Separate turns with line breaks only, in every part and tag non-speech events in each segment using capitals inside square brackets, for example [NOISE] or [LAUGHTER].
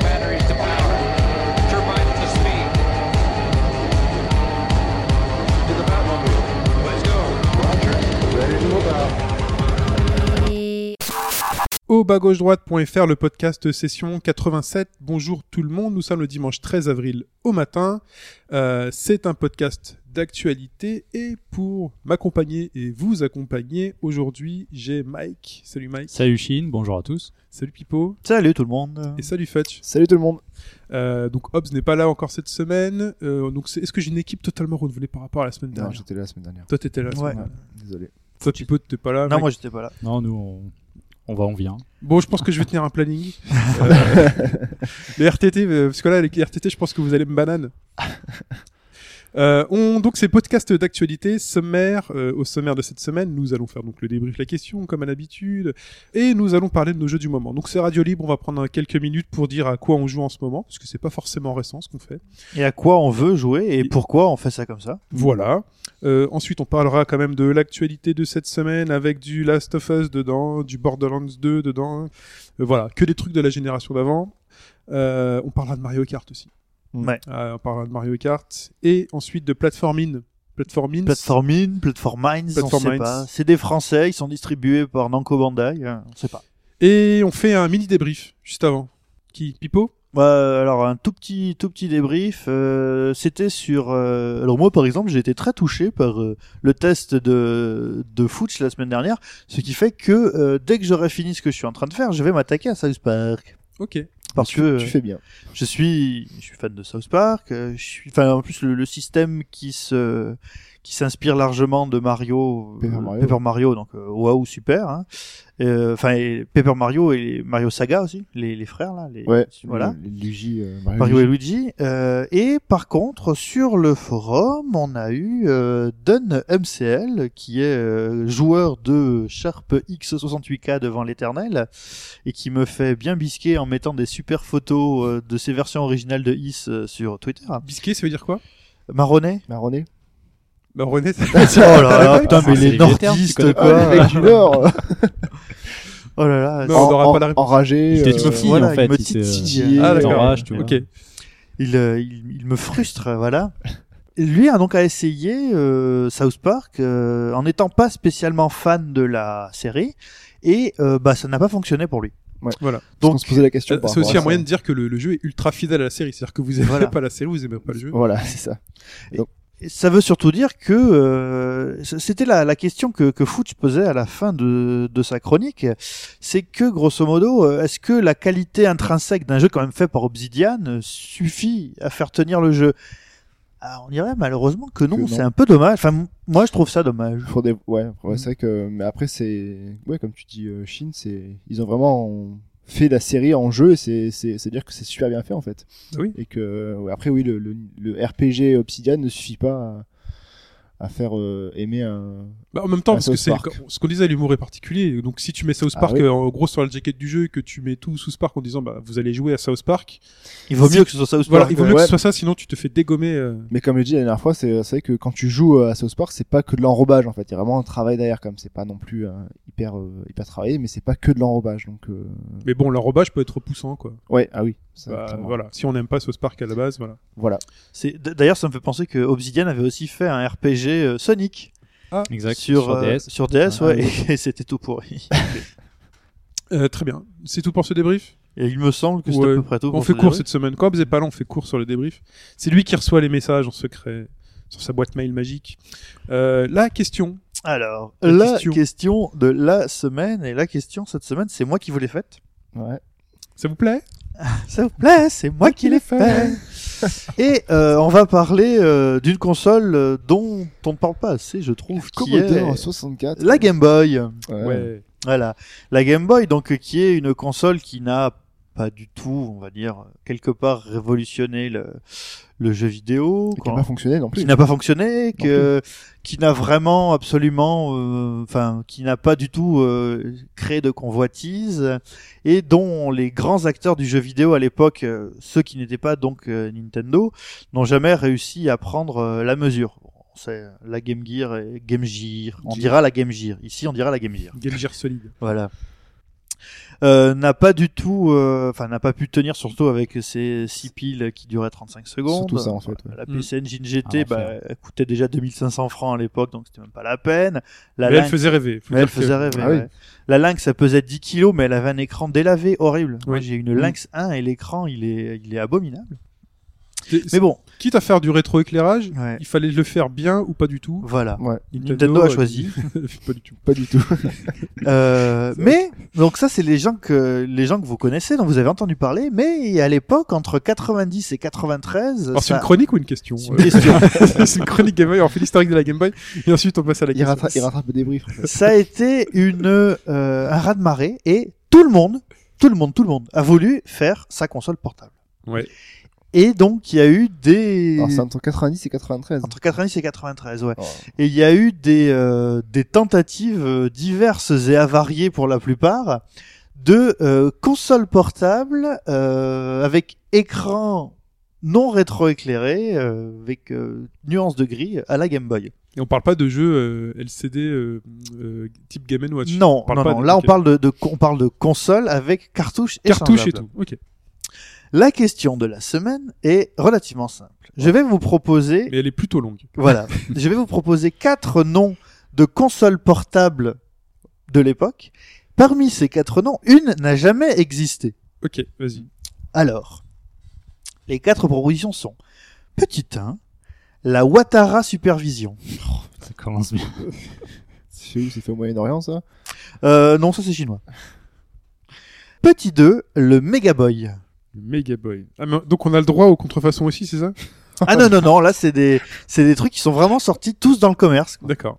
batteries to power. Turbines to speed. To the Batmobile. Let's go.
Au bas gauche droite.fr, le podcast session 87. Bonjour tout le monde, nous sommes le dimanche 13 avril au matin. Euh, c'est un podcast d'actualité et pour m'accompagner et vous accompagner aujourd'hui, j'ai Mike. Salut Mike,
Salut Chine, bonjour à tous.
salut Pipo
Salut tout le monde.
et salut Fetch.
Salut tout le monde.
Euh, donc Hobbs n'est pas là encore cette semaine. Euh, donc c'est- est-ce que j'ai une équipe totalement renouvelée par rapport à la semaine
Non,
dernière
j'étais là la semaine dernière.
Toi t'étais là. la
Ouais.
semaine dernière.
Désolé.
Toi Pipo t'étais pas là.
Non,
Mike.
moi j'étais pas là.
Non, nous, on, on va, on vient.
Bon, je pense que je vais tenir un planning. Euh, les RTT, euh, parce que là, les RTT, je pense que vous allez me banane. Euh, on, donc ces podcasts d'actualité sommaire euh, au sommaire de cette semaine nous allons faire donc le débrief la question comme à l'habitude et nous allons parler de nos jeux du moment donc c'est radio libre on va prendre euh, quelques minutes pour dire à quoi on joue en ce moment parce que c'est pas forcément récent ce qu'on fait
Et à quoi on veut jouer et pourquoi on fait ça comme ça
voilà. Euh, ensuite, on parlera quand même de l'actualité de cette semaine avec du Last of Us dedans, du Borderlands 2 dedans. Euh, voilà, que des trucs de la génération d'avant. Euh, on parlera de Mario Kart aussi.
Ouais.
Euh, on parlera de Mario Kart. Et ensuite de Platformine. Platformine.
Platformine, Platform Mines, on
Platform
sait
Mines.
pas. C'est des Français, ils sont distribués par Namco Bandai, euh, on sait pas.
Et on fait un mini débrief juste avant. Qui Pipo
Bah, alors un tout petit tout petit débrief, euh, c'était sur euh, alors moi par exemple, j'ai été très touché par euh, le test de de Fooch la semaine dernière, ce qui fait que euh, dès que j'aurai fini ce que je suis en train de faire, je vais m'attaquer à South Park
Ok.
parce que
Tu fais bien.
Je suis, je suis fan de South Park. euh, Je suis, enfin, en plus le, le système qui se, qui s'inspire largement de Mario,
Paper
euh,
Mario.
Paper Mario donc euh, waouh super. hein. Euh, Enfin, et Paper Mario et Mario Saga aussi, les, les frères là. Les,
Ouais.
Voilà.
Le- le Luigi, euh,
Ah
Mario,
Mario et
Luigi.
Luigi. Euh, et par contre, sur le forum, on a eu euh, Don MCL, qui est euh, joueur de Sharp X68K devant l'éternel, et qui me fait bien bisquer en mettant des super photos euh, de ses versions originales de Is euh, sur Twitter.
Bisquet, ça veut dire quoi
Marronnet
[LAUGHS]
Marronné.
Bah, René, ça-
Oh là là, putain,
Ah,
mais
c'est
les
les vieux termes, tu
nordistes,
connais
Ah,
quoi
les mecs
[LAUGHS]
du Nord.
Oh là là
Euh, Non, on n'aura
En-
pas la réponse.
Enragé.
Il
euh,
te titille
voilà,
en fait.
il me
il se-
titille.
Ah,
il
d'accord.
t'enrage, tu vois.
Ok.
il, euh, il, il me
[LAUGHS]
frustre, voilà. Et Lui a donc à essayer euh, South Park euh, en n'étant pas spécialement fan de la série et euh, bah ça n'a pas fonctionné pour lui.
Voilà.
Donc,
donc-
on se posait la question.
Euh,
par
C'est
rapport
aussi
à
un moyen
ça.
de dire que le, le jeu est ultra fidèle à la série. C'est-à-dire que vous aimez
Voilà.
pas la série, vous aimez pas le jeu.
Voilà, c'est ça.
Et ça veut surtout dire que euh, c- c'était la, la question que, que Fooch posait à la fin de, de sa chronique, c'est que grosso modo, euh, est-ce que la qualité intrinsèque d'un jeu quand même fait par Obsidian euh, suffit à faire tenir le jeu Ah, On dirait malheureusement que non,
Que non.
c'est un peu dommage. Enfin, m- moi je trouve ça dommage.
Faut des- Ouais, ouais,
Mm.
c'est vrai que. Mais après, c'est. Ouais, comme tu dis, euh, Chine, c'est. Ils ont vraiment fait la série en jeu. et C'est, c'est, c'est dire que c'est super bien fait en fait.
Ah oui.
Et que ouais, après, oui, le, le, le RPG Obsidian ne suffit pas à, à faire euh, aimer un.
Bah, en même temps,
À
parce que
South
c'est
Park.
ce qu'on disait, l'humour est particulier. Donc si tu mets South
Ah
Park
oui.
euh, en gros sur la jaquette du jeu, que tu mets tout South Park en disant bah vous allez jouer à South Park,
Il vaut
Si-
mieux que ce soit South Park.
voilà, il vaut mieux que
ouais.
ce soit ça, sinon tu te fais dégommer. euh.
Mais comme je dis la dernière fois, c'est c'est vrai que quand tu joues euh, à South Park, c'est pas que de l'enrobage en fait. Il y a vraiment un travail derrière, comme c'est pas non plus euh, hyper euh, hyper travaillé, mais c'est pas que de l'enrobage. Donc euh,
Mais bon, l'enrobage peut être repoussant, quoi.
ouais, ah oui. ça,
Bah,
clairement.
voilà, si on n'aime pas South Park à la base, voilà.
Voilà.
C'est d- d'ailleurs ça me fait penser que Obsidian avait aussi fait un RPG euh, Sonic
Exact.
sur euh,
DS.
sur DS,
Ah,
ouais, et, [LAUGHS] c'était tout pourri.
Euh, très bien, c'est tout pour ce débrief.
Et il me semble que c'est
Ouais.
à peu près tout.
on
pour
fait
ce
court
débrief.
cette semaine. Quoi, vous êtes pas là, on fait court sur le débrief. C'est lui qui reçoit les messages en secret sur sa boîte mail magique. Euh, la question.
Alors
La
la,
question.
question. de la semaine et la question cette semaine, c'est moi qui vous l'ai faite.
Ouais.
Ça vous plaît
Ça vous plaît, c'est moi qui l'ai faite. [LAUGHS] et euh, on va parler euh, d'une console euh, dont on ne parle pas assez, je trouve, qui
Commodore
est
64.
la Game Boy.
Ouais.
Ouais.
euh, Voilà, la Game Boy, donc euh, qui est une console qui n'a pas du tout, on va dire, quelque part révolutionné le, le jeu vidéo.
qui
quand-
n'a pas fonctionné non plus.
qui n'a pas fonctionné, que, qui n'a vraiment absolument, euh, enfin, qui n'a pas du tout euh, créé de convoitise, et dont les grands acteurs du jeu vidéo à l'époque, euh, ceux qui n'étaient pas donc euh, Nintendo, n'ont jamais réussi à prendre euh, la mesure. Bon, C'est la Game Gear, et Game Gear. On
Gear.
dira la Game Gear. Ici, on dira la Game Gear.
Game Gear solide.
Voilà. Euh, n'a pas du tout, euh, enfin n'a pas pu tenir surtout avec ces six piles qui duraient 35 secondes.
Surtout ça, en fait, ouais. Ah,
La
Mm.
PC Engine
Un
GT, bah,
enfer.
elle coûtait déjà 2500 francs à l'époque, donc c'était même pas la peine. La
mais elle
Lynx-
faisait rêver. faut
mais elle
dire que-
faisait rêver.
Ah oui.
ouais. La Lynx, ça pesait 10 kilos, mais elle avait un écran délavé, horrible. Moi,
Oui. Mmh.
j'ai une Lynx 1 et l'écran, il est, il est abominable.
C'est-
Mais bon,
Quitte à faire du rétroéclairage,
ouais,
il fallait le faire bien ou pas du tout.
voilà.
Ouais,
Nintendo a
dit- [LAUGHS]
choisi.
pas du tout.
pas du tout.
Euh, mais donc ça c'est les gens que les gens que vous connaissez dont vous avez entendu parler mais à l'époque entre 90 et 93
Alors Oh, c'est
ça-
une chronique ou une question
C'est une
Euh, [LAUGHS] C'est une chronique Game Boy. Alors, On fait l'historique de la Game Boy et ensuite on passe à la
Il
question.
rattrape, il rattrape le débrief.
[LAUGHS]
en fait.
ça a été une euh, un raz-de-marée et tout le monde tout le monde tout le monde a voulu faire sa console portable
Ouais.
et donc il y a eu des
Alors, c'est entre 90 et 93.
entre 90 et 93 ouais
Oh.
et il y a eu des euh, des tentatives euh, diverses et avariées pour la plupart de euh, consoles portables euh, avec écran non rétroéclairé euh, avec euh, nuances de gris à la Game Boy.
Et on parle pas de jeux euh, LCD euh, euh, type Game Watch.
Non,
parle
non,
pas
non.
de-
Là, on
ok.
parle de, de con- on parle de console avec cartouche et
Cartouche et
changeable.
tout. Ok.
La question de la semaine est relativement simple. Je vais vous proposer
Mais elle est plutôt longue.
Voilà. Je vais vous proposer quatre noms de consoles portables de l'époque. Parmi ces quatre noms, une n'a jamais existé.
Ok, vas-y.
Alors, les quatre propositions sont Petit 1, la Watara Supervision.
Ça commence bien.
C'est où C'est fait au Moyen-Orient, ça
Euh, non, ça c'est chinois. Petit 2, le Mega Boy.
Le Mega Boy. Ah, mais donc on a le droit aux contrefaçons aussi, c'est ça
Ah non, non, non, là c'est des, c'est des trucs qui sont vraiment sortis tous dans le commerce. quoi.
D'accord.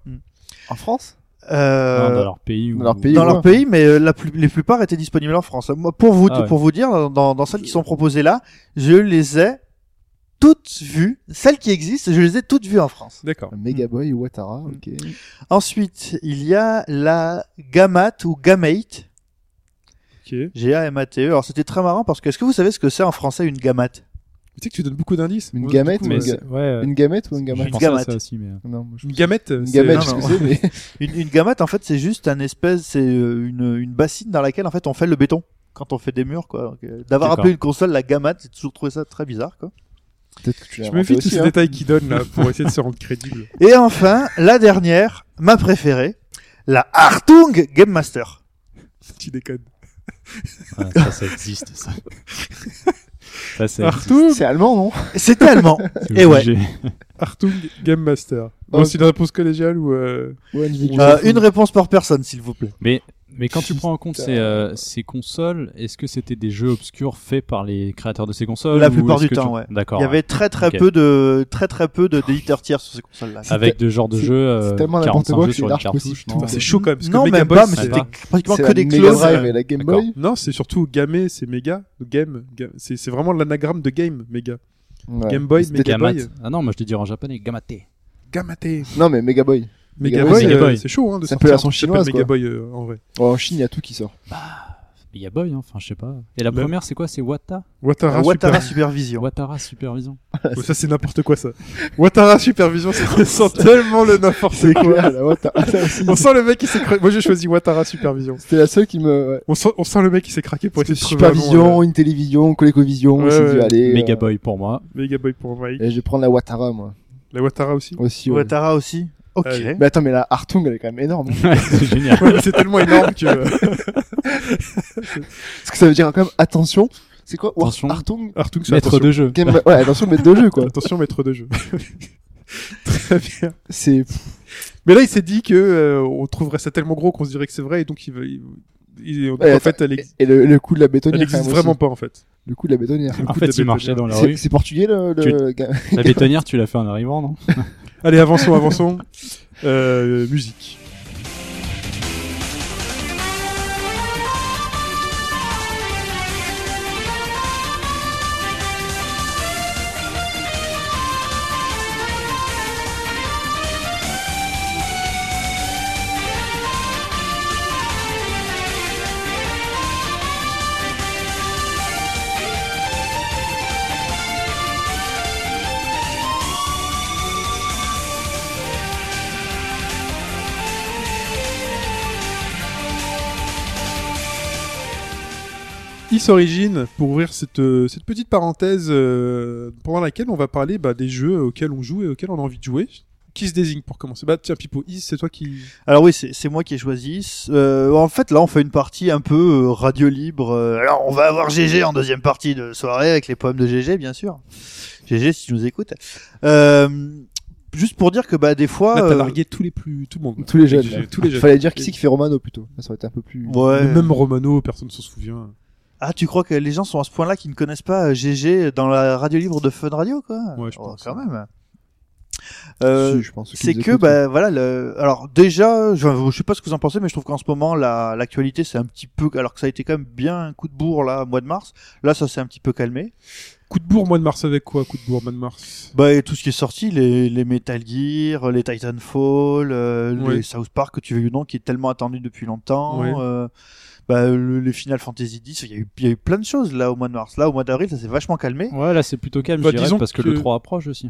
En France
Euh,
Non, dans leur pays.
dans
ou-
leur pays.
dans
ouais.
leur pays, mais euh, la plus, les plupart étaient disponibles en France. Moi, pour vous,
Ah ouais.
pour vous dire, dans- dans, dans celles qui sont proposées là, je les ai toutes vues. Celles qui existent, je les ai toutes vues en France.
D'accord.
Mega Boy ou Watara, ok.
Ensuite, il y a la Gamate ou Gamate.
Ok. Mais
G-A-M-A-T-E. E. Alors, c'était très marrant parce que, est-ce que vous savez ce que c'est en français une gamate?
Tu sais que tu donnes beaucoup d'indices.
Une
Moi,
gamette
du coup,
ou
Mais
une
euh,
ga-
c'est- ouais, euh,
Une gamette ou une
je
gamate
pensais à
gamate.
ça aussi, mais euh,
Non, moi, je-
Une gamette.
Une
c'est-
gamette,
non,
je
non.
sais,
[LAUGHS]
mais
Une, une gamate, en fait, c'est juste un espèce, c'est euh, une, une bassine dans laquelle, en fait, on fait le béton. Quand on fait des murs, quoi. Donc, euh, D'avoir
D'accord.
appelé une console la gamate, j'ai toujours trouvé ça très bizarre, quoi.
peut-être que tu l'as
Je me
inventé
méfie de tous
aussi,
ces
hein.
détails qu'ils donnent là pour essayer de se rendre
[LAUGHS]
crédible.
Et enfin, la dernière, ma préférée, la Hartung Game Master.
tu déconnes.
ouais, ça, ça existe, ça. ça, ça existe.
Artung,
C'est allemand, non
C'était [LAUGHS] allemand.
c'est
eh ouais.
obligé.
Artung Game Master. Bon,
Ok.
c'est une réponse collégiale ou euh,
Ouais, une vie que
Euh,
je-
une réponse par personne, s'il vous plaît.
Mais, mais quand tu prends en compte ces, euh, ces consoles, est-ce que c'était des jeux obscurs faits par les créateurs de ces consoles
La
ou
plupart
est-ce
du
que
temps, ouais.
D'accord.
Il y avait très très
Ok.
peu de très très peu de d'éditeurs tiers sur ces consoles-là.
ouais. Avec de genres de
c'est-
jeux euh,
c'est tellement n'importe
45
quoi
jeux
que c'est
sur une
large
cartouche.
possible,
non
tout.
C'est chaud quand même. parce que
Non,
Mega
même
Boy,
pas, mais
c'est-
c'était
va.
pratiquement
C'est
que
la
des
Mega
clones. Euh,
Drive et la Game
D'accord.
Boy.
Non, c'est surtout gamé, c'est méga. Game, ga- c'est c'est vraiment l'anagramme de game, méga.
Ouais.
Game Boy,
C'était-
Mega
Gamate.
Boy.
Ah non, moi je te dis en japonais, gamate.
Gamate.
Non, mais Mega Boy.
Mega
Mega
Boy,
Boy, Mega
euh,
Boy.
c'est chaud hein, de
C'est un
sortir
peu la version
ce qui
chinoise,
s'appelle Mega
quoi.
Boy euh, en vrai.
Oh, en Chine, il y a tout qui sort.
Mega Boy, hein, enfin je sais pas. Et la
Le-
première, c'est quoi C'est Wata
Watara,
Watara
Super-
Supervision.
Watara Supervision.
Oh, ça c'est n'importe quoi ça. Watara Supervision, ça [LAUGHS] sent tellement le n'importe
C'est
quoi.
clair, là, [LAUGHS] ouais, t'as- ça aussi.
On sent le mec qui s'est craqué. Moi j'ai choisi Watara Supervision.
C'était la seule qui me. ouais.
On sent, on sent le mec qui s'est craqué pour essayer de trouver un nom, euh,
Supervision, une télévision, ColecoVision.
Ouais,
je me suis dit,
ouais.
allez.
Mega
euh,
Boy pour moi. [LAUGHS]
euh, Mega Boy pour Mike.
et Je vais prendre la Watara, moi.
La Watara aussi. [LAUGHS]
Aussi. ouais.
Watara aussi. Ok.
Allez.
Mais attends, mais la Hartung, elle est quand même énorme.
Ouais, c'est génial.
Ouais, mais c'est tellement énorme que euh,
Parce que ça veut dire quand même, attention. C'est quoi War-
Attention.
Hartung
Artung, c'est
Maître
attention.
de jeu.
Game... Ouais, attention, mettre deux jeux, quoi.
Attention maître de jeu. [LAUGHS] Très bien. [LAUGHS]
C'est.
Mais là, il s'est dit que euh, on trouverait ça tellement gros qu'on se dirait que c'est vrai, et donc il, veut- il- il- donc,
Ouais,
en fait, elle, ex-
Et le, le coup de la bétonnière.
elle existe
quand même,
vraiment
aussi.
pas en fait.
Le coup de la bétonnière.
En
coup de
fait, il
bétonnière.
marchait dans la
C'est
rue.
c'est portugais le. le... ga- [LAUGHS]
La bétonnière, tu l'as fait en arrivant, non
Allez, avançons, avançons. [LAUGHS] Euh, musique.
Thank
Is Origin pour ouvrir cette, euh, cette petite parenthèse euh, pendant laquelle on va parler bah, des jeux auxquels on joue et auxquels on a envie de jouer. Qui se désigne pour commencer Bah tiens Pipo, Is, c'est toi qui.
Alors oui, c'est c'est moi qui ai choisi. Euh, en fait, là, on fait une partie un peu euh, radio libre. Euh, Alors, on va avoir GG en deuxième partie de soirée avec les poèmes de GG, bien sûr. GG, si tu nous écoutes. Euh, juste pour dire que bah des fois.
Là t'as
euh,
largué tous les plus tout le monde. là.
Tous les jeunes. là.
Tous les jeunes.
Fallait dire qui c'est qui fait Romano plutôt. Ça aurait été un peu plus.
ouais.
Mais Même Romano, personne s'en souvient.
Ah, tu crois que les gens sont à ce point-là qu'ils ne connaissent pas euh, GG dans la radio libre de Fun Radio, quoi Oh,
Ouais, je pense,
Quand
ouais.
même. Euh,
Si, je pense, ceux qui
c'est
nous
que
écoutent, hein.
hein.
bah voilà le... alors déjà je, je sais pas ce que vous en pensez mais je trouve qu'en ce moment la l'actualité c'est un petit peu alors que ça a été quand même bien un coup de bourre là au mois de mars là ça s'est un petit peu calmé
Coup de bourre mois de mars avec quoi Coup de bourre mois de mars.
bah et tout ce qui est sorti les, les Metal Gear les Titanfall euh,
Ouais.
les South Park que tu veux ou non qui est tellement attendu depuis longtemps
Ouais.
euh, bah, le- les Final Fantasy X il y, a eu- il y a eu plein de choses là au mois de mars là au mois d'avril ça s'est vachement calmé
Ouais, là c'est plutôt calme,
Bah,
je dirais,
disons
parce que,
que-
le 3 approche aussi.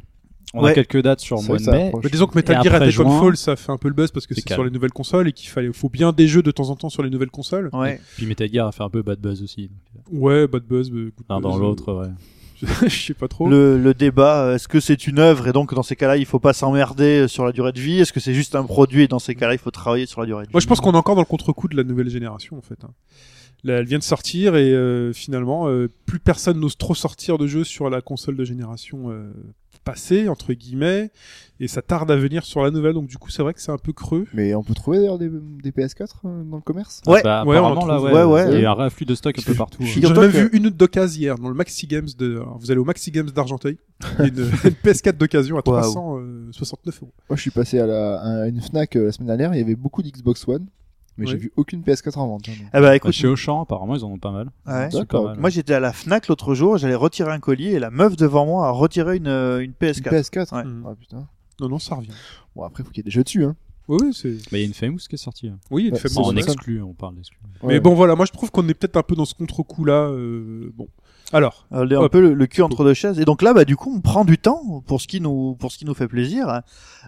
On a
Ouais.
quelques dates sur le
C'est
mois
vrai
de
que ça
mai.
approche.
Mais Bah, disons que Metal
Et
Gear
après
et Titanfall,
juin,
ça fait un peu le buzz parce que
c'est
c'est sur
calme.
les nouvelles consoles et qu'il fallait, faut bien des jeux de temps en temps sur les nouvelles consoles.
ouais
Puis Metal Gear a fait un peu bad buzz aussi. donc,
Ouais, bad buzz, euh, good
L'un dans
buzz, euh,
l'autre, ouais.
[LAUGHS] Je sais pas trop.
le, le débat, euh, est-ce que c'est une œuvre et donc dans ces cas-là il faut pas s'emmerder euh, sur la durée de vie Est-ce que c'est juste un produit et dans ces cas-là il faut travailler sur la durée de vie
Moi, je pense qu'on est encore dans le contre-coup de la nouvelle génération, en fait. hein. Là, elle vient de sortir et euh, finalement, euh, plus personne n'ose trop sortir de jeux sur la console de génération euh, passée, entre guillemets, et ça tarde à venir sur la nouvelle, donc du coup, c'est vrai que c'est un peu creux.
Mais on peut trouver d'ailleurs des, des PS4 euh, dans le commerce.
Ouais.
Bah,
Ouais, on
apparemment, là,
retrouve-
ouais,
ouais, ouais.
il y a eu un réafflux de stock un peu partout.
je-
ouais.
J'en ai
Dis-toi
même
que-
vu une d'occasion hier, dans le Maxi Games de. alors, vous allez au Maxi Games
[LAUGHS]
d'Argenteuil, il y a une, une PS4 d'occasion à
Waouh.
369 euros.
Moi, je suis passé à, la, à une Fnac euh, la semaine dernière. Il y avait beaucoup d'Xbox One, mais j'ai
Ouais.
vu aucune PS4 en vente. hein, donc.
Eh ben,
Bah,
écoute,
chez Auchan, apparemment, ils en ont pas mal.
ouais.
C'est pas
D'accord.
mal.
moi j'étais à la Fnac l'autre jour, j'allais retirer un colis et la meuf devant moi a retiré une, euh, une
Une
PS4.
PS4.
Ouais.
Mm.
Ah, putain.
Non, non, ça revient.
Bon après faut qu'il y ait des jeux dessus hein.
Oui, oui, c'est.
Bah, il y a une Famous qui est sortie. hein.
Oui, il y a une
Ouais,
faible
c'est
Bon, on
vrai.
exclut, on parle d'exclu.
Mais
Ouais.
bon, voilà, moi, je trouve qu'on est peut-être un peu dans ce contre-coup là. euh, Bon. Alors.
Elle est un
Hop.
peu le, le cul entre deux chaises et donc là bah du coup on prend du temps pour ce qui nous pour ce qui nous fait plaisir. hein.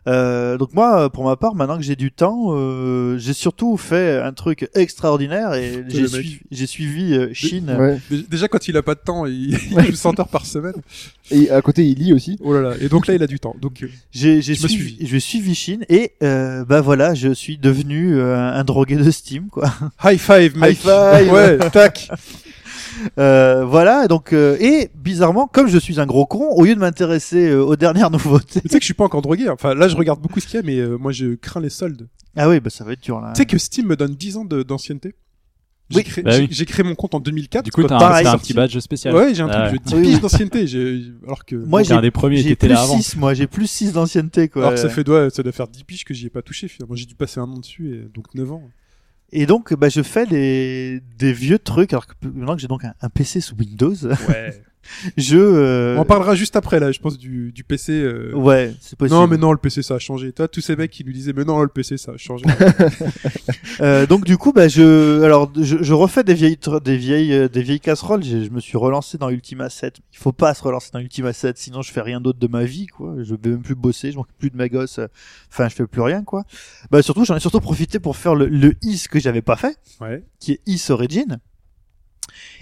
Euh, donc moi pour ma part maintenant que j'ai du temps, euh, j'ai surtout fait un truc extraordinaire et j'ai
mec.
suivi, j'ai suivi euh, Chine.
Ouais.
Dé- Déjà, quand il a pas de temps, il, [LAUGHS] il joue 100 heures par semaine.
Et à côté il lit aussi.
Oh là là. Et donc là, il a du temps. Donc, euh,
J'ai j'ai
Tu m'as
suivi, je suivi Chine et euh, bah voilà, je suis devenu euh, un drogué de Steam quoi.
high five, mec.
High five.
Ouais, tac.
[LAUGHS] Euh, voilà donc euh, et bizarrement comme je suis un gros con, au lieu de m'intéresser euh, aux dernières [LAUGHS] nouveautés.
tu sais que je suis pas encore drogué. hein. Enfin, là, je regarde beaucoup ce qu'il y a, mais euh, moi, je crains les soldes.
Ah oui bah ça va être dur là.
Tu sais que Steam me donne 10 ans de- d'ancienneté. J'ai
Oui.
créé,
Bah
j'ai-
oui.
j'ai créé mon compte en 2004.
Du coup,
quand
t'as un,
pareil,
t'as un
sorti.
petit badge spécial.
Ouais, j'ai un
Ah
truc,
ouais.
j'ai 10
[LAUGHS] Oui,
piges d'ancienneté. j'ai- Alors que.
Moi
T'es
j'ai
un des premiers qui
j'ai
était
plus
là avant.
6 moi, j'ai plus 6 d'ancienneté quoi.
Alors que ça, fait, ouais, ça doit faire 10 piges que j'y ai pas touché finalement. J'ai dû passer un an dessus, et donc 9 ans.
Et donc bah je fais des des vieux trucs alors que maintenant que j'ai donc un, un PC sous Windows,
Ouais.
[LAUGHS] je euh,
On en parlera juste après, là, je pense, du, du PC. euh,
Ouais, c'est possible.
Non, mais non, le PC ça a changé. Toi, tous ces mecs qui nous disaient, mais non, le PC ça a
[LAUGHS]
changé.
Euh, donc du coup, bah je, alors je, je refais des vieilles, tr- des vieilles, euh, des vieilles casseroles. Je, je me suis relancé dans Ultima 7. Il faut pas se relancer dans Ultima 7, sinon je fais rien d'autre de ma vie, quoi. Je vais même plus bosser, je m'occupe plus de ma gosse. euh, Enfin, je fais plus rien, quoi. Bah surtout, j'en ai surtout profité pour faire le, le is que j'avais pas fait,
ouais.
qui est is origin.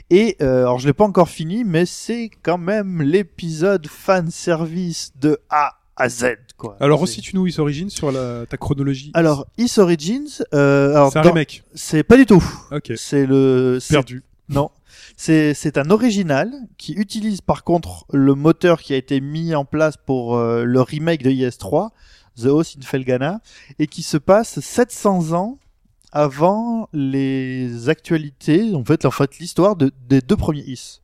Et euh, alors je l'ai pas encore fini, mais c'est quand même l'épisode fan service de A à Z, quoi.
Alors
C'est-
aussi, tu nous Is Origin sur la, ta chronologie.
Alors, Is Origins, euh, alors,
c'est un
dans-
remake.
c'est pas du tout.
Ok.
C'est le, c'est-
Perdu.
Non. C'est, c'est un original qui utilise par contre le moteur qui a été mis en place pour euh, le remake de IS3, The House in Felgana, et qui se passe 700 ans avant les actualités, en fait, en fait l'histoire de- des deux premiers IS.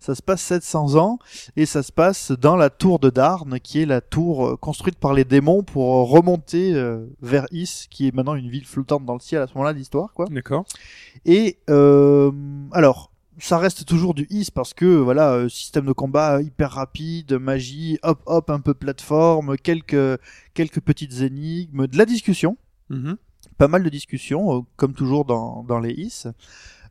Ça se passe 700 ans et ça se passe dans la tour de Darn, qui est la tour euh, construite par les démons pour remonter euh, vers Is, qui est maintenant une ville flottante dans le ciel à ce moment-là de l'histoire, quoi.
D'accord.
Et euh, alors, ça reste toujours du is parce que voilà, euh, système de combat hyper rapide, magie, hop hop, un peu plateforme, quelques quelques petites énigmes, de la discussion,
Mhm.
pas mal de discussion, euh, comme toujours dans dans les is.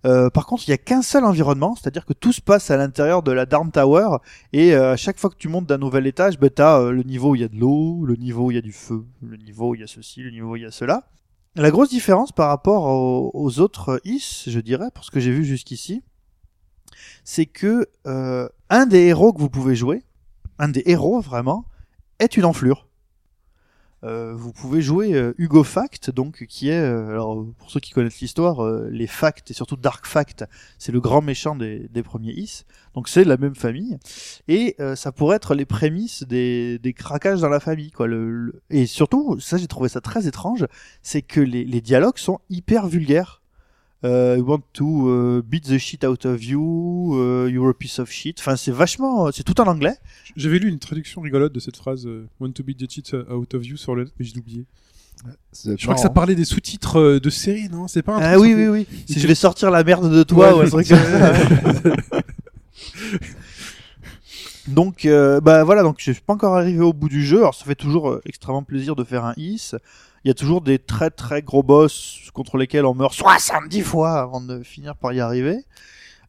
Euh, par contre, il n'y a qu'un seul environnement, c'est-à-dire que tout se passe à l'intérieur de la Darn Tower, et euh, à chaque fois que tu montes d'un nouvel étage, bah, tu le niveau où il y a de l'eau, le niveau où il y a du feu, le niveau où il y a ceci, le niveau où il y a cela. La grosse différence par rapport au- aux, autres euh, is, je dirais, pour ce que j'ai vu jusqu'ici, c'est que euh, un des héros que vous pouvez jouer, un des héros vraiment, est une enflure. Euh, vous pouvez jouer euh, Hugo Fact, donc qui est, euh, alors pour ceux qui connaissent l'histoire, euh, les Fact et surtout Dark Fact, c'est le grand méchant des, des premiers Is, donc c'est de la même famille, et euh, ça pourrait être les prémices des, des craquages dans la famille, quoi. Le, le- Et surtout, ça j'ai trouvé ça très étrange, c'est que les, les dialogues sont hyper vulgaires. Euh, I want to euh, beat the shit out of you, euh, you're a piece of shit. Enfin, c'est vachement, c'est tout en anglais.
J'avais lu une traduction rigolote de cette phrase euh, Want to beat the cheat out of you sur le net, mais j'ai oublié. Je crois que ça parlait des sous-titres euh, de séries, non C'est pas un
Ah
truc
oui,
sur-
oui, oui. Si
Tu-
je vais sortir la merde de toi, ouais,
Ouais,
c'est vrai que-
c'est-
Donc, euh, bah voilà, donc je suis pas encore arrivé au bout du jeu. Alors, ça fait toujours euh, extrêmement plaisir de faire un his. Il y a toujours des très très gros boss contre lesquels on meurt 70 fois avant de finir par y arriver.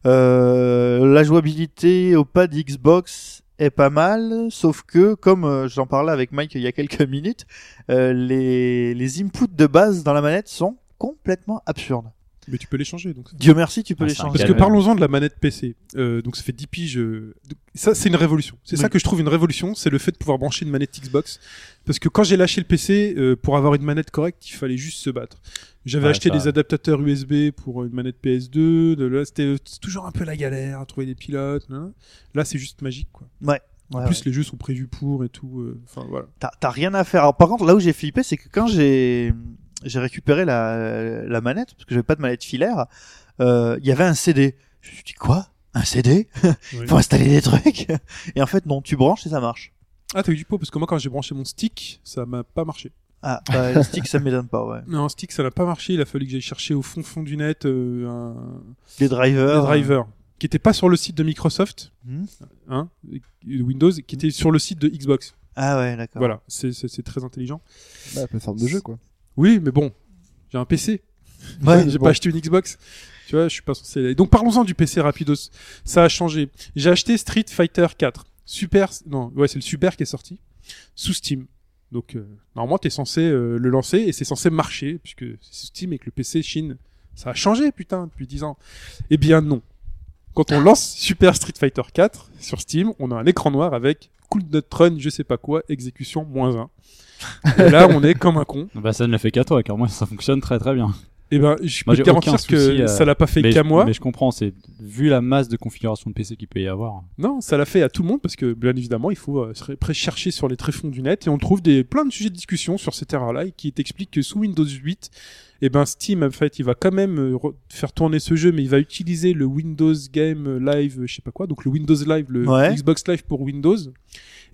Euh, la jouabilité au pad Xbox est pas mal, sauf que, comme euh, j'en parlais avec Mike il y a quelques [LAUGHS] minutes, euh, les, les inputs de base dans la manette sont complètement absurdes.
mais tu peux les changer donc.
Dieu merci, tu peux
Ah,
les
c'est un
changer.
Parce que
Calme.
parlons-en de la manette PC. Euh, donc ça fait 10 piges. euh, de- Ça, c'est une révolution. C'est ça
Oui.
que je trouve une révolution, c'est le fait de pouvoir brancher une manette Xbox. Parce que quand j'ai lâché le PC, euh, pour avoir une manette correcte, il fallait juste se battre. J'avais
Ouais,
acheté
ça-
des adaptateurs USB pour une manette PS2. de là, c'était euh, c'est toujours un peu la galère à trouver des pilotes. hein. Là, c'est juste magique. Quoi.
Ah Ouais,
en plus, les jeux sont prévus pour et tout. euh, Enfin voilà.
T'as t'as rien à faire. Alors, par contre, là où j'ai flippé, c'est que quand j'ai j'ai récupéré la, la manette, parce que j'avais pas de manette filaire, euh, il y avait un CD. Je me suis dit quoi Un CD
Oui.
Faut installer des trucs Et en fait, non, tu branches et ça marche.
Ah, t'as eu du pot parce que moi, quand j'ai branché mon stick, ça m'a pas marché.
Ah, bah, le stick, ça m'étonne pas, ouais.
Non, un stick, ça n'a pas marché. Il a fallu que j'aille chercher au fond fond du net euh, un,
Les drivers. euh,
Les drivers, qui n'était pas sur le site de Microsoft,
Ah. Hmm.
hein, et- Windows, qui était sur le site de Xbox.
Ah ouais, d'accord.
Voilà, c'est- c'est c'est très intelligent.
la plateforme de jeu, quoi.
Oui, mais bon, j'ai un PC,
Ouais,
j'ai
bon.
pas acheté une Xbox. Tu vois, je suis pas censé. Donc parlons-en du PC rapidos. Ça a changé. J'ai acheté Street Fighter 4. Super, non, ouais, c'est le Super qui est sorti sous Steam. Donc euh, normalement, t'es censé euh, le lancer et c'est censé marcher puisque c'est sous Steam et que le PC Chine, ça a changé putain depuis 10 ans. Eh bien non. Quand on lance Super Street Fighter 4 sur Steam, on a un écran noir avec Cool Not Run, je sais pas quoi, exécution moins 1. Et là, on est comme un con.
Bah, ça ne le fait qu'à toi, car moi, ça fonctionne très très bien.
Eh ben, je
Moi,
peux te
j'ai aucun
garantir que
souci, euh,
ça l'a pas fait
mais,
qu'à
je-
moi.
mais je comprends, c'est vu la masse de configuration de PC qu'il peut y avoir.
Non, ça l'a fait à tout le monde parce que, bien évidemment, il faut euh, se ré- pré- chercher sur les tréfonds du net et on trouve des, plein de sujets de discussion sur ces terrains-là et qui t'expliquent que sous Windows 8, eh ben, Steam, en fait, il va quand même euh, re- faire tourner ce jeu, mais il va utiliser le Windows Game Live, euh, je sais pas quoi, donc le Windows Live, le
Ouais.
Xbox Live pour Windows,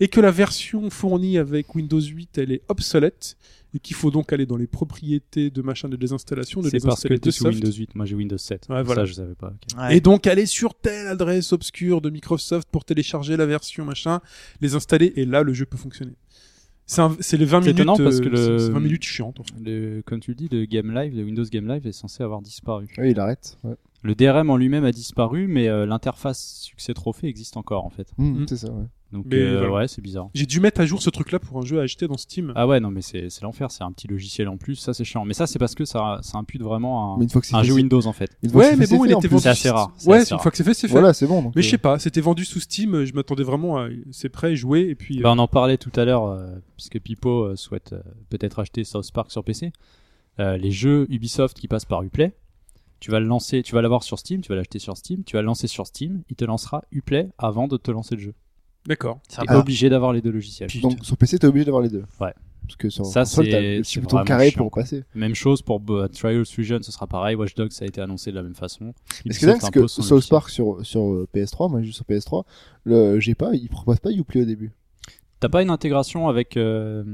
et que la version fournie avec Windows 8, elle est obsolète et qu'il faut donc aller dans les propriétés de machin de désinstallation, de
C'est parce que
désinstaller
t'es
de
sous
soft.
Windows 8, moi j'ai Windows 7.
Ouais, voilà.
Ça, je savais pas. ok.
Ouais.
Et donc aller sur telle adresse obscure de Microsoft pour télécharger la version machin, les installer et là le jeu peut fonctionner. C'est un- c'est les 20
C'est
minutes
étonnant parce que
euh, c'est-
le-
c'est 20 minutes chiantes. en fait.
Le- comme tu le dis, le Game Live, le Windows Game Live est censé avoir disparu.
Oui, il arrête. Ouais.
Le DRM en lui-même a disparu, mais euh, l'interface succès trophée existe encore en fait.
Hmm,
Hmm.
C'est ça, ouais.
Donc
Mais
euh,
voilà.
ouais, c'est bizarre.
J'ai dû mettre à jour ce truc là pour un jeu à acheter dans Steam.
Ah ouais, non mais c'est c'est l'enfer, c'est un petit logiciel en plus, ça c'est chiant. Mais ça c'est parce que ça, ça impute vraiment
Mais
un,
une fois que c'est
un
fait,
jeu Windows en fait.
c'est- une fois que
ouais,
c'est
mais
fait,
bon,
c'est
il
fait, en
était
plus.
vendu.
C'est assez rare, c'est
Ouais,
assez
une fois que c'est fait, c'est fait.
Voilà, c'est bon. donc,
Mais
euh,
je sais pas, c'était vendu sous Steam, euh, je m'attendais vraiment à c'est prêt, jouer et puis euh,
Bah, on en parlait tout à l'heure, euh, puisque Pipo euh, souhaite euh, peut-être acheter South Park sur PC. Euh, les jeux Ubisoft qui passent par Uplay, tu vas le lancer, tu vas l'avoir sur Steam, tu vas l'acheter sur Steam, tu vas le lancer sur Steam, il te lancera Uplay avant de te lancer le jeu.
d'accord.
Ça
T'es
marche.
obligé d'avoir les deux logiciels.
Donc sur PC, t'es obligé d'avoir les deux.
Ouais.
Parce que sur
Ça,
console,
c'est-
t'as le
c'est
petit bouton
vraiment
carré
chiant,
pour
quoi.
passer.
Même chose pour bah, Trials Fusion, ce sera pareil. Watch Dogs, ça a été annoncé de la même façon.
Mais ce qui est dingue, c'est
Ubisoft
que
impose son
South
logiciel.
Park sur, sur euh, PS3, moi j'ai sur PS3, le, j'ai pas, il propose pas Uplay au début.
T'as pas une intégration avec euh,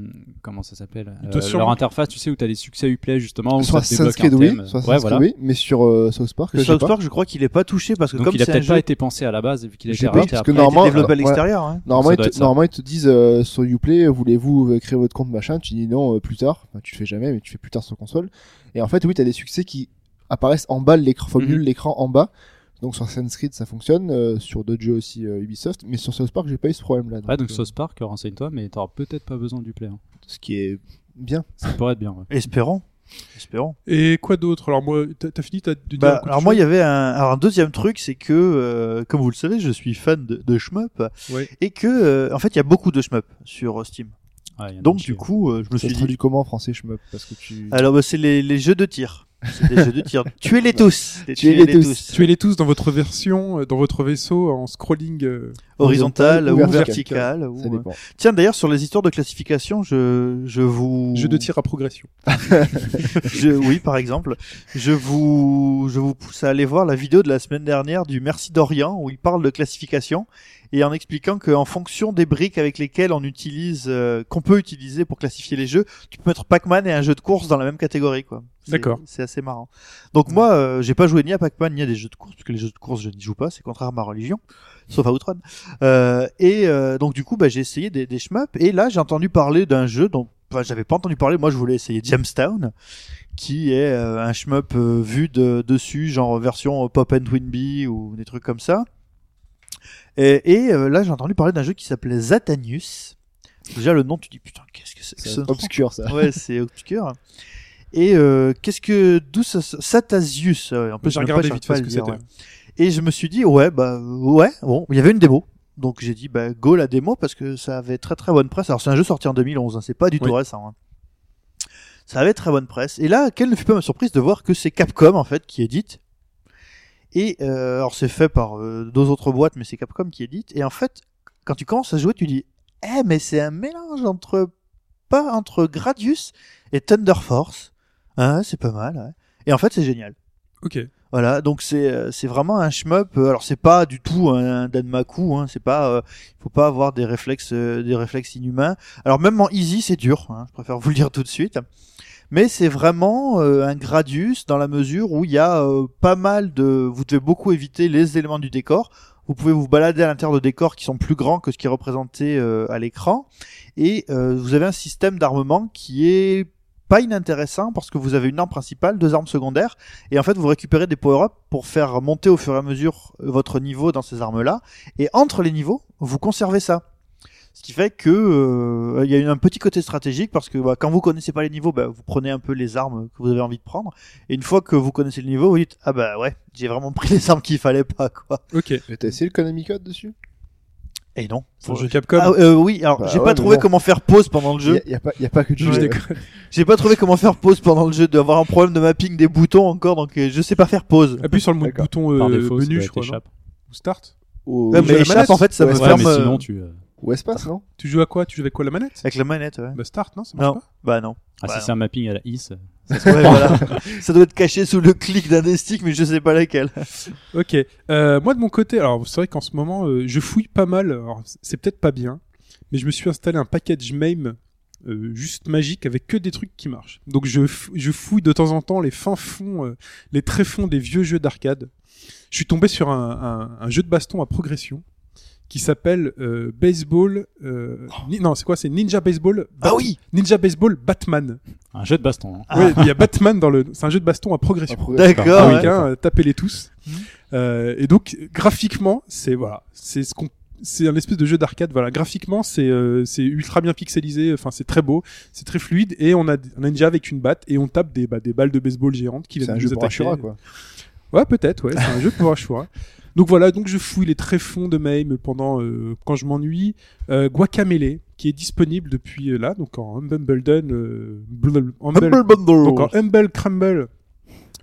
comment ça s'appelle
Ils te
Euh,
sûrement-
Leur interface, tu sais où t'as des succès Uplay justement où
Soit
ça te débloque
Assassin's
un
Creed, oui, soit
thème. ouais,
Assassin's
voilà.
Creed, oui, mais sur euh, South Park,
Le
je sais
South
pas.
Park, je crois qu'il est pas touché parce que
Donc
comme
il a
c'est un
peut-être
jeu
pas été pensé à la base vu qu'il a
Je
été
sais pas,
racheté
parce que
après.
qui a été
Normalement,
développé à
alors,
l'extérieur, hein.
Normalement,
Ça
ils
doit être
te,
ça.
normalement, ils te disent euh, sur Uplay, euh, voulez-vous euh, créer votre compte machin Tu dis non euh, plus tard. Enfin, tu le fais jamais, mais tu fais plus tard sur console. Et en fait, oui, t'as des succès qui apparaissent en bas de l'écran, formule
Mhm.
l'écran en bas. Donc sur Assassin's Creed, ça fonctionne. euh, sur d'autres jeux aussi euh, Ubisoft, mais sur South Park, j'ai pas eu ce problème-là.
Ouais, donc
euh,
South Park, renseigne-toi, mais t'auras peut-être pas besoin du play. hein.
ce qui est bien.
Ça pourrait être bien. Ouais.
Espérons. Espérons.
Et quoi d'autre Alors moi, t'as t'as fini t'as de dire
Bah,
beaucoup de
alors moi, il y
choses
avait un, alors un deuxième truc, c'est que, euh, comme vous le savez, je suis fan de, de shmup
Ouais.
et que, euh, en fait, il y a beaucoup de shmup sur euh, Steam.
Ouais, Ah, il y en a
Donc
un
du
qui-
coup, euh, je me
Ça
suis
se
dit,
traduit comment en français, je me parce que tu.
Ah,
alors bah, c'est les, les jeux de tir. C'est des jeux de
[LAUGHS]
tir. Tuez-les tous.
Tuez-les tous.
Tuez-les tous dans votre version, euh, dans votre vaisseau en scrolling. euh,
Horizontal
Horizontal
ou
ou
vertical.
vertical. Ça
ou, euh,
dépend.
Tiens, d'ailleurs, sur les histoires de classification, je, je vous...
Jeu de tir à progression.
Je- oui, par exemple. Je vous, je vous pousse à aller voir la vidéo de la semaine dernière du Merci d'Orient où il parle de classification et en expliquant qu'en fonction des briques avec lesquelles on utilise, euh, qu'on peut utiliser pour classifier les jeux, tu peux mettre Pac-Man et un jeu de course dans la même catégorie, quoi. C'est-
D'accord.
C'est assez marrant. Donc moi, euh, j'ai pas joué ni à Pac-Man ni à des jeux de course, parce que les jeux de course, je n'y joue pas, c'est contraire à ma religion, [LAUGHS] sauf à Outrun. Euh, et euh, donc du coup, bah, j'ai essayé des, des shmups, et là, j'ai entendu parler d'un jeu dont enfin, j'avais pas entendu parler, moi je voulais essayer Jamestown, qui est euh, un shmup euh, vu de dessus, genre version euh, Pop and Winby ou des trucs comme ça. Et, et, euh, là, j'ai entendu parler d'un jeu qui s'appelait Zatanius. Déjà, le nom, tu dis putain, qu'est-ce que c'est que
C'est
ce nom
obscur ça.
Ouais, c'est obscur. Et euh, qu'est-ce que d'où ça sort Satasius euh, ouais, en plus
J'ai
je
regardé
sais même
vite
pas,
fait
je
ce
sais
que
pas
c'était.
le dire, ouais. Et je me suis dit ouais bah ouais bon il y avait une démo donc j'ai dit bah go la démo parce que ça avait très très bonne presse alors c'est un jeu sorti en 2011 hein, c'est pas du tout
Oui.
récent. hein. Ça avait très bonne presse et là quelle ne fut pas ma surprise de voir que c'est Capcom en fait qui édite et euh, alors c'est fait par euh, deux autres boîtes mais c'est Capcom qui édite et en fait quand tu commences à jouer tu dis eh mais c'est un mélange entre pas entre Gradius et Thunder Force. Hein, c'est pas mal. ouais. Et en fait, c'est génial.
Ok.
Voilà, donc c'est euh, c'est vraiment un shmup. Euh, Alors c'est pas du tout un Danmaku, hein. C'est pas, euh, faut pas avoir des réflexes, euh, des réflexes inhumains. Alors même en easy, c'est dur. hein, Je préfère vous le dire tout de suite. Mais c'est vraiment euh, un Gradius dans la mesure où il y a euh, pas mal de, vous devez beaucoup éviter les éléments du décor. Vous pouvez vous balader à l'intérieur de décors qui sont plus grands que ce qui est représenté euh, à l'écran, et euh, vous avez un système d'armement qui est pas inintéressant parce que vous avez une arme principale, deux armes secondaires. Et en fait, vous récupérez des power-ups pour faire monter au fur et à mesure votre niveau dans ces armes-là. Et entre les niveaux, vous conservez ça. Ce qui fait que euh, il y a eu un petit côté stratégique parce que bah, quand vous connaissez pas les niveaux, bah, vous prenez un peu les armes que vous avez envie de prendre. Et une fois que vous connaissez le niveau, vous dites ah bah ouais, j'ai vraiment pris les armes qu'il fallait pas quoi.
Ok.
Mais T'as essayé le Konami Code dessus
Et non.
C'est un jeu Capcom.
Ah, euh, oui, alors
Bah
j'ai
ouais,
pas
mais
trouvé
bon.
comment faire pause pendant le
Il
jeu.
y a- il y a, pas- il y a pas que du
Non, je
jeu.
déconne.
J'ai pas trouvé comment faire pause pendant le jeu, d'avoir un problème de mapping des boutons encore, donc euh, je sais pas faire pause.
Appuie sur le mou-
D'accord.
bouton euh,
par défaut, ça
menu,
doit
je
être
crois. non
échappe.
Ou start. joue
Ouais,
Ou,
à la
mais échappe
manette.
en fait, ça
Ouais,
me
c'est
Ouais,
ferme
mais
euh,
sinon tu. euh,
ou espace, non
Tu joues à quoi Tu joues avec quoi la manette
avec la manette. Ouais.
Bah start, non Ça marche
Non,
pas
bah non.
Ah,
Voilà.
si c'est un mapping à la IS.
Ouais, voilà. Ça doit être caché sous le clic d'un des sticks, mais je sais pas laquelle.
Ok. Euh, moi de mon côté, alors c'est vrai qu'en ce moment, euh, je fouille pas mal. Alors c'est- c'est peut-être pas bien, mais je me suis installé un package MAME euh, juste magique avec que des trucs qui marchent. Donc je, f- je fouille de temps en temps les fins fonds, euh, les tréfonds des vieux jeux d'arcade. Je suis tombé sur un, un- un jeu de baston à progression qui s'appelle euh, Baseball. euh, ni- non, c'est quoi C'est Ninja Baseball. Bat-
Oh. Ah oui
Ninja Baseball Batman.
Un jeu de baston. hein.
Ah.
Ouais, il y a Batman dans le. C'est un jeu de baston à progression.
D'accord.
Ah
ouais.
oui, hein, euh, tapez-les tous.
Mhm.
Euh, et donc graphiquement, c'est voilà, c'est ce qu'on c'est un espèce de jeu d'arcade. Voilà, graphiquement, c'est euh, c'est ultra bien pixelisé. Enfin, c'est très beau, c'est très fluide. Et on a un ninja avec une batte et on tape des, bah, des balles de baseball géantes qui
C'est
viennent
un
nous
jeu pour
attaquer.
Ashura, quoi.
Ouais, peut-être. Ouais, c'est un jeu pour Ashura. Donc voilà, donc je fouille les tréfonds de MAME pendant euh, quand je m'ennuie. Euh, Guacamele, qui est disponible depuis euh, là, donc en Humble Bundle, euh, blul- Humble
Humble Bundle.
donc
Oh.
en Humble Crumble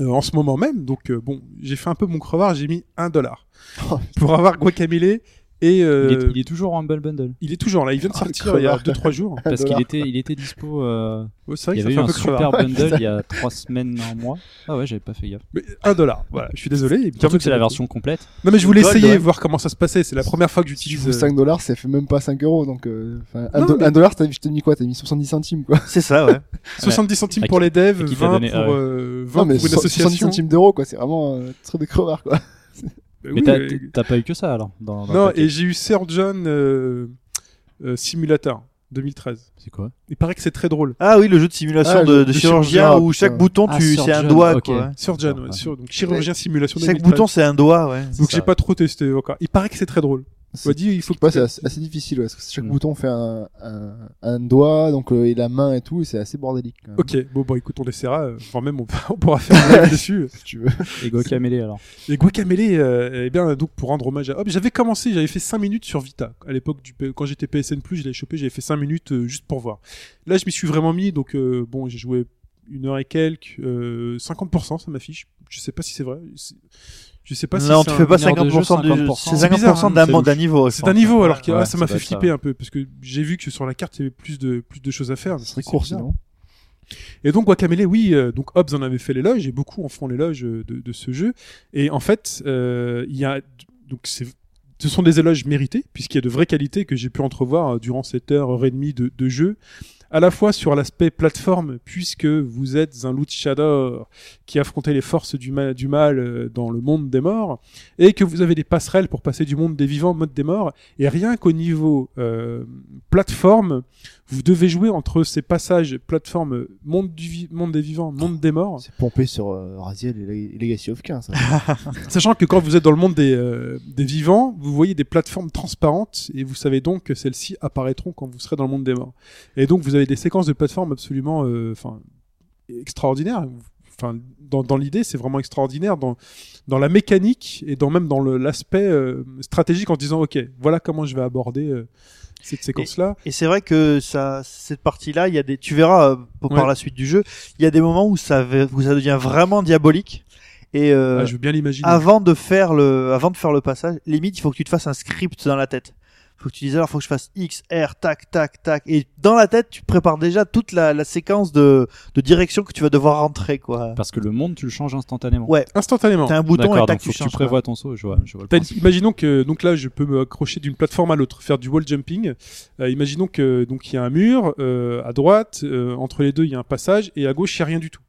euh, en ce moment même. Donc euh, bon, j'ai fait un peu mon crevard, j'ai mis un dollar
Oh,
[LAUGHS] pour avoir Guacamele et euh,
Il, est, il est toujours en Humble
[LAUGHS]
Bundle.
toujours là. Il vient de
Oh,
sortir
crevard.
il y a 2-3
[LAUGHS]
jours.
Parce qu'il
dollar.
était, il était dispo. euh,
Ouais, c'est vrai
il
que ça
y avait
fait
eu
un
un
peu
super
crevard.
bundle il y a trois semaines, un mois. Ah ouais, j'avais pas fait gaffe.
Mais un dollar. Voilà, je suis désolé. il me
Surtout
semble
que c'est la
que-
version complète.
Non mais je voulais
Gold,
essayer
ouais.
voir comment ça se passait. C'est la première fois que
Si tu
j'utilise.
joues
euh,
5 dollars, ça fait même pas 5 euros. Donc, euh, enfin, un,
Non,
do-
mais-
un dollar, t'as mis, je t'ai mis quoi T'as mis 70 centimes, quoi.
C'est ça, ouais.
70 euh, centimes
À qui-
pour les devs,
à qui t'as
20
donné,
pour,
ah ouais.
euh, 20
Non, mais
pour une
70
association.
centimes d'euros, quoi. C'est vraiment euh, très de crevard, quoi.
Bah
Mais
oui,
t'as-
euh,
t'as- t'as pas eu que ça alors dans, dans le
Non,
paquet.
et j'ai eu Surgeon euh, euh, Simulator 2013.
C'est quoi
Il paraît que c'est très drôle.
Ah oui, le jeu de simulation
Ah,
de,
le-
de
le
chirurgien
chirurgien,
où chaque
putain.
bouton,
Ah,
tu, c'est un
surgeon,
doigt,
ok.
quoi.
Surgeon,
Ah,
ouais,
ouais.
sur- donc chirurgien simulation
Chaque
2013.
bouton, c'est un doigt, ouais.
Donc
C'est
j'ai
ça.
pas trop testé encore. Il paraît que c'est très drôle.
C'est-
On m'a dit, il faut que
Ouais, c'est assez, assez difficile, ouais, parce que chaque
Mm.
bouton fait un, un, un doigt, donc euh, et la main et tout, et c'est assez bordélique. Quand même,
Ok, bon, bon, écoute, on essaiera. euh, Enfin, même, on, [LAUGHS] on pourra faire un live dessus. [LAUGHS]
si tu veux.
Et Guacamele alors.
Et Guacamele, euh, eh bien, donc, pour rendre hommage à. Hop, j'avais commencé, j'avais fait 5 minutes sur Vita. À l'époque, du P- quand j'étais PSN, je l'avais chopé, j'avais fait 5 minutes euh, juste pour voir. Là, je m'y suis vraiment mis, donc, euh, bon, j'ai joué une heure et quelques, euh, 50%, ça m'affiche. Je sais pas si c'est vrai. C'est- Je sais pas si
non,
c'est
tu
un-
fais pas
une heure de jeu,
50% du
50%.
C'est
C'est bizarre,
50%
hein,
d'un
c'est
mo- d'un
louche.
niveau.
C'est d'un niveau, alors que
Ouais,
ah, ça
ça
m'a
doit
fait
être ça,
flipper
ouais.
un peu, parce que j'ai vu que sur la carte, il y avait plus de, plus de choses à faire.
Ce
mais
serait
c'est
court
bizarre.
sinon.
Et donc Guacamele, oui, euh, donc Hobbes en avait fait l'éloge et beaucoup en font l'éloge euh, de, de ce jeu. Et en fait, euh, il y a donc c'est ce sont des éloges mérités puisqu'il y a de vraies qualités que j'ai pu entrevoir euh, durant cette heure, heure et demie de, de jeu. À la fois sur l'aspect plateforme, puisque vous êtes un luchador qui affrontait les forces du mal, du mal euh, dans le monde des morts, et que vous avez des passerelles pour passer du monde des vivants au mode des morts. Et rien qu'au niveau euh, plateforme, vous devez jouer entre ces passages plateforme euh, monde du vi- monde des vivants, monde des morts,
C'est pompé sur euh, Raziel et Leg- Legacy of Kain, ça.
sachant que quand vous êtes dans le monde des, euh, des vivants, vous voyez des plateformes transparentes et vous savez donc que celles-ci apparaîtront quand vous serez dans le monde des morts. Et donc vous avez des séquences de plateformes absolument euh, enfin extraordinaires. Enfin, dans, dans l'idée, c'est vraiment extraordinaire dans, dans la mécanique et dans même dans le- l'aspect euh, stratégique en disant ok, voilà comment je vais aborder euh, cette séquence-là.
Et c'est vrai que ça, cette partie-là, il y a des, tu verras euh, pour- par
Ouais.
la suite du jeu, il y a des moments où ça, va- où ça devient vraiment diabolique. Et euh,
Ah, je veux bien l'imaginer.
avant de faire le, avant de faire le passage, limite, il faut que tu te fasses un script dans la tête. Faut que tu dises alors, faut que je fasse X, R, tac, tac, tac. Et dans la tête, tu prépares déjà toute la, la séquence de, de direction que tu vas devoir rentrer, quoi.
Parce que le monde, tu le changes instantanément.
Ouais,
Instantanément.
T'as un bouton et
D'accord,
tac,
donc
tu
faut que
changes.
tu
quoi.
prévois ton saut, je vois, je vois le
T'as-
principe.
imaginons que donc là je peux me accrocher d'une plateforme à l'autre, faire du wall jumping. Euh, imaginons que donc il y a un mur euh, à droite, euh, entre les deux il y a un passage et à gauche il y a rien du tout.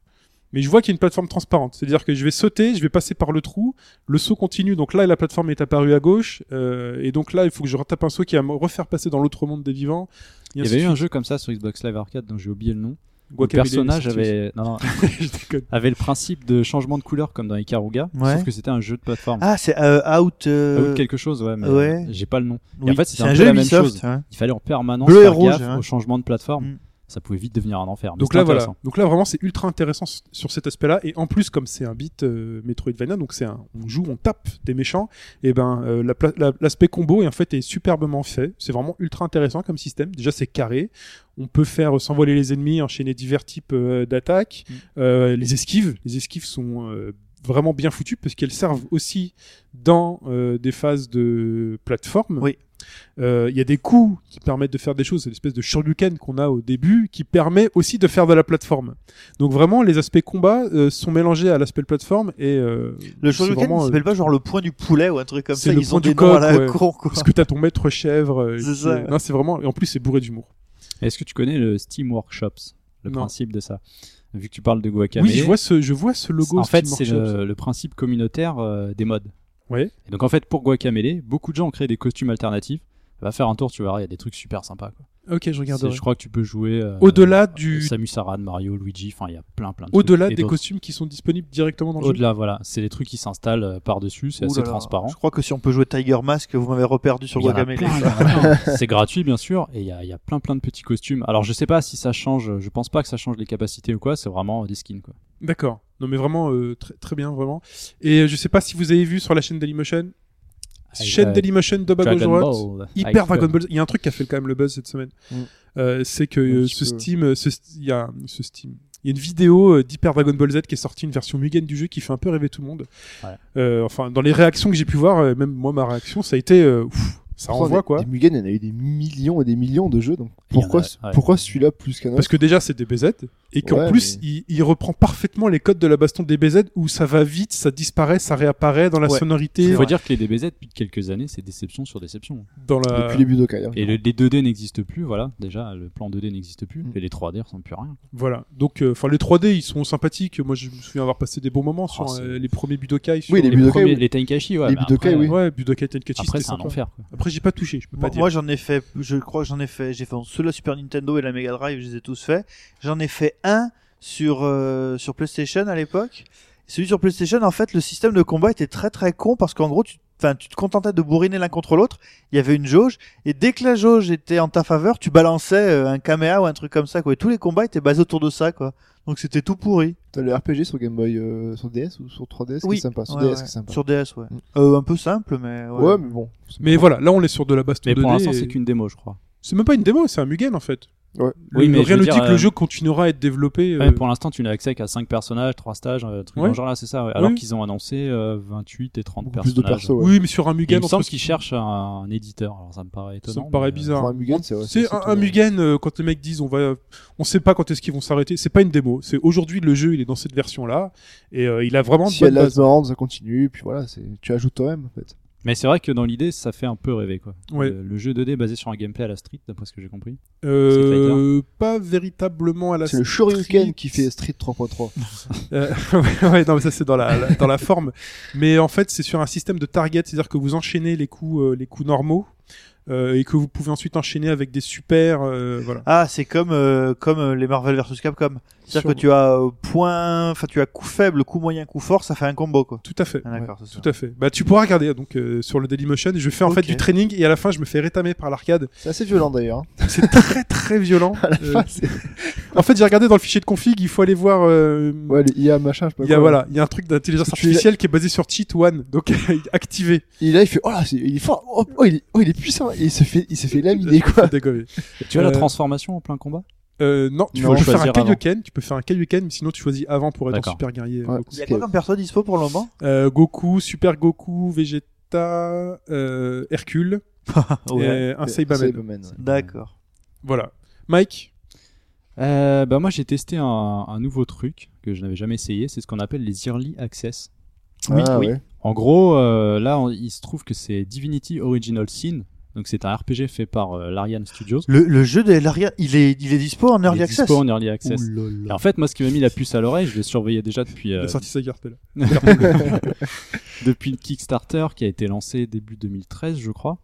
Mais je vois qu'il y a une plateforme transparente, c'est-à-dire que je vais sauter, je vais passer par le trou, le saut continue. Donc là la plateforme est apparue à gauche euh, et donc là il faut que je retape un saut qui va me refaire passer dans l'autre monde des vivants. et
Il y
ainsi
avait eu
de
un
suite.
jeu comme ça sur Xbox Live Arcade dont j'ai oublié le nom. Le
Guacamele,
personnage
c'est-
avait, non, [LAUGHS] non,
[LAUGHS] je déconne.
avait le principe de changement de couleur comme dans Ikaruga,
Ouais.
sauf que c'était un jeu de plateforme.
Ah, c'est euh, out. euh,
Ou quelque chose, ouais, mais
ouais.
euh, j'ai pas le nom.
oui,
en fait, c'était
c'est
un
un,
peu
jeu
la même
Ubisoft.
chose.
hein.
Il fallait en permanence
Bleu et
faire
rouge,
gaffe
hein.
au changement de plateforme.
Mm.
Ça pouvait vite devenir un enfer. mais
Donc
c'était
là voilà.
intéressant.
Donc là vraiment c'est ultra intéressant s- sur cet aspect-là et en plus comme c'est un beat euh, Metroidvania donc c'est un on joue on tape des méchants et ben euh, la pla- la- l'aspect combo est en fait est superbement fait. C'est vraiment ultra intéressant comme système. Déjà c'est carré. On peut faire euh, s'envoler les ennemis, enchaîner divers types euh, d'attaques,
Mm.
Euh, les esquives. Les esquives sont euh, vraiment bien foutues parce qu'elles servent aussi dans euh, des phases de plateforme.
Oui.
Euh, Il y a des coups qui permettent de faire des choses, c'est l'espèce de shuriken qu'on a au début qui permet aussi de faire de la plateforme. Donc vraiment, les aspects combat euh, sont mélangés à l'aspect plateforme et euh,
Le
c'est
shuriken,
vraiment,
il
euh,
s'appelle pas genre le point du poulet ou un truc comme
c'est
ça.
le
Ils
point
ont
du
des noms à
coq,
la
ouais.
con, quoi.
parce que t'as ton maître chèvre. euh,
C'est
qui
ça.
est- Non, c'est vraiment. Et en plus, c'est bourré d'humour.
Est-ce que tu connais le Steam Workshops, le
Non.
principe de ça Vu que tu parles de Guacamele.
Oui, je vois ce, je vois ce logo.
En fait,
Steam
c'est
Workshop.
le, le principe communautaire euh, des modes.
Ouais.
Et donc en fait, pour Guacamele, beaucoup de gens ont créé des costumes alternatifs. Va faire un tour, tu verras, il y a des trucs super sympas. quoi.
Ok, je
C'est-
regarderai.
Je crois que tu peux jouer euh,
Au-delà du,
Samus Aran, Mario, Luigi, enfin il y a plein plein de trucs.
au-delà
Et
des
d'autres.
costumes qui sont disponibles directement dans le jeu.
Au-delà, voilà, c'est des trucs qui s'installent euh, par-dessus, c'est
Ouh
assez
là là,
transparent.
Je crois que si on peut jouer Tiger Mask, vous m'avez reperdu sur
Il y en a
Guacamele.
plein, il y en a plein. C'est gratuit, bien sûr, et il y, a, il y a plein plein de petits costumes. Alors je sais pas si ça change, je pense pas que ça change les capacités ou quoi, c'est vraiment euh, des skins quoi.
D'accord. Non, mais vraiment euh, très, très bien, vraiment. Et euh, je sais pas si vous avez vu sur la chaîne Dailymotion.
Ah,
Avec,
Chaîne
euh,
Dailymotion de bas gauche
Dragon
droite.
Ball,
hyper
Icon.
Dragon Ball. Il y a un truc qui a fait quand même le buzz cette semaine.
Mm.
Euh, c'est que
Un
euh,
petit
ce
peu.
Steam, euh, ce st- il y a ce Steam. Il y a une vidéo euh, d'Hyper Dragon Ball Z qui est sortie, une version Mugen du jeu qui fait un peu rêver tout le monde.
Ouais.
Euh, enfin, dans les réactions que j'ai pu voir, euh, même moi, ma réaction, ça a été, euh, ouf, ça
Pourtant,
renvoie
des-
quoi.
Des Mugen, il y en a eu des millions et des millions de jeux, donc
Il y en a,
pourquoi, ce-
ouais.
pourquoi celui-là plus qu'un autre
Parce que déjà, c'est des BZ et qu'en
Ouais,
plus, il, il reprend parfaitement les codes de la baston des BZ où ça va vite, ça disparaît, ça réapparaît dans la
Ouais.
sonorité,
Il faut dire que les DBZ depuis quelques années, c'est déception sur déception.
dans la.
Depuis les Budokai. hein.
Et le- les 2D n'existent plus, voilà. Déjà, le plan 2D n'existe plus.
Mm.
Et les 3D ressemblent plus à rien.
Voilà. Donc, euh, enfin, les 3D, ils sont sympathiques. Moi, je me souviens avoir passé des bons moments sur
c'est-
euh, les premiers Budokai. sur-
Ah, Oui, les
Les,
Budokai,
premiers,
oui.
les Tenkaichi, ouais.
Les
mais
Budokai,
après,
oui.
Ouais, Budokai Tenkaichi,
Après,
c'était
c'est un
sympa.
enfer. quoi.
Après, j'ai pas touché, je peux pas
Moi,
dire.
moi, j'en ai fait, je crois que j'en ai fait, j'ai fait ceux la Super Nintendo et la Mega Drive, je les ai tous faits. J'en ai fait un sur, euh, sur PlayStation à l'époque. Celui sur PlayStation, en fait, le système de combat était très très con parce qu'en gros, tu, enfin, tu te contentais de bourriner l'un contre l'autre. Il y avait une jauge, et dès que la jauge était en ta faveur, tu balançais euh, un caméra ou un truc comme ça, quoi. Et tous les combats étaient basés autour de ça, quoi. Donc c'était tout pourri.
T'as le RPG sur Game Boy, euh, sur DS ou sur 3DS
Oui.
qui est sympa. Sur
Ouais,
DS
ouais.
qui est sympa.
Sur DS, ouais.
Mm.
Euh, un peu simple, mais.
Ouais.
Ouais.
mais bon.
Mais voilà, là on est sur de la base
Mais pour
donnée
l'instant,
et-
c'est qu'une démo, je crois.
C'est même pas une démo, c'est un Mugen en fait.
Ouais.
Le-
Oui, mais je
rien
veux
ne dit
dire,
que le
euh,
jeu continuera à être développé.
Ouais,
euh,
mais pour l'instant, tu n'as accès qu'à 5 personnages, 3 stages, un truc
Ouais.
dans le genre là, c'est ça. ouais. Alors
Oui.
qu'ils ont annoncé euh, 28 et 30
Beaucoup plus de
personnages.
perso. Ouais.
Oui, mais sur un
Et il
Mugen,
me
en
semble
plus,
qu'ils cherchent un, un éditeur. Alors ça me paraît étonnant.
ça me paraît
mais, euh,
bizarre.
Pour un Mugen, c'est ouais,
C'est
c'est
un,
tout,
un
ouais.
Mugen euh, quand les mecs disent on va, on sait pas quand est-ce qu'ils vont s'arrêter. C'est pas une démo. C'est aujourd'hui le jeu il est dans cette version là et euh, il a vraiment. de
Si elle
bonnes
a
bases.
marrant, ça continue, puis voilà, c'est tu ajoutes toi-même en fait.
Mais c'est vrai que dans l'idée, ça fait un peu rêver quoi.
Ouais.
Le, le jeu 2D basé sur un gameplay à la street, d'après ce que j'ai compris.
Euh, pas véritablement
Bah,
à la.
C'est le Shoryuken qui fait Street 3.3.
Euh, [LAUGHS] ouais, ouais, non, mais ça c'est dans la, la- dans la forme. Mais en fait, c'est sur un système de target, c'est-à-dire que vous enchaînez les coups, euh, les coups normaux euh, et que vous pouvez ensuite enchaîner avec des super. euh, voilà.
Ah, c'est comme euh, comme euh, les Marvel vs Capcom. [LAUGHS] C'est-à-dire
Sur-
que tu as euh, point, enfin tu as coup faible, coup moyen, coup fort, ça fait un combo quoi.
Tout à fait.
Ah, d'accord, c'est ça.
Tout à fait. Bah, tu pourras regarder donc euh, sur le Dailymotion. Je fais en fait
Ok.
du training et à la fin, je me fais rétamer par l'arcade.
C'est assez violent d'ailleurs. hein.
C'est très très
[LAUGHS]
violent. Euh,
C'est-
[LAUGHS] en fait, j'ai regardé dans le fichier de config. Il faut aller voir. euh,
ouais, les IA machin, je sais pas
il y a
quoi.
voilà, il y a un truc d'intelligence
Tu-
artificielle qui est basé sur cheat one, donc [LAUGHS] activé.
Il est là, il fait oh là, c'est- il est fort, oh, oh, il, est, oh, il est puissant, et il se fait, il se fait laminer quoi.
Dégommé.
Tu vois
Euh,
la transformation en plein combat
Euh, non, tu
Non,
peux
faut
faire un
choisir avant.
Kaioken, tu peux faire un Kaioken, mais sinon tu choisis avant pour être un
D'accord.
super guerrier.
Ouais.
Goku.
Il y a quoi comme perso dispo pour le [LAUGHS] moment
Euh, Goku, Super Goku, Vegeta, euh, Hercule,
Euh,
et un Saibaman.
Cyberman, ouais.
D'accord.
Voilà. Mike,
Euh, bah moi j'ai testé un, un nouveau truc que je n'avais jamais essayé, c'est ce qu'on appelle les early access.
Oui,
Ah,
oui.
ouais.
En gros, euh, là on- il se trouve que c'est Divinity Original Sin, donc c'est un RPG fait par euh, l'Ariane Studios.
Le, le jeu de l'arrière, il est il est dispo en early
Il est
access.
dispo en early access.
Ouh là là.
Et en fait, moi, ce qui m'a mis la puce à l'oreille, je l'ai surveillé déjà depuis euh,
la sortie de carte là.
depuis le Kickstarter qui a été lancé début 2013, je crois,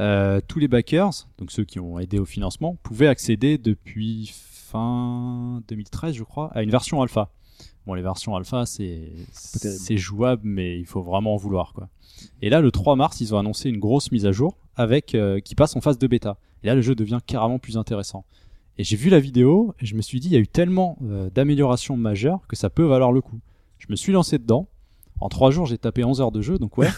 euh, tous les backers, donc ceux qui ont aidé au financement, pouvaient accéder depuis fin 2013, je crois, à une version alpha. Bon, les versions alpha, c'est
terrible.
c'est jouable, mais il faut vraiment en vouloir, quoi. Et là, le 3 mars, ils ont annoncé une grosse mise à jour avec euh, qui passe en phase de bêta. Et là, le jeu devient carrément plus intéressant. Et j'ai vu la vidéo et je me suis dit, il y a eu tellement euh, d'améliorations majeures que ça peut valoir le coup. Je me suis lancé dedans. En trois jours, j'ai tapé 11 heures de
[LAUGHS]
jeu, donc ouais,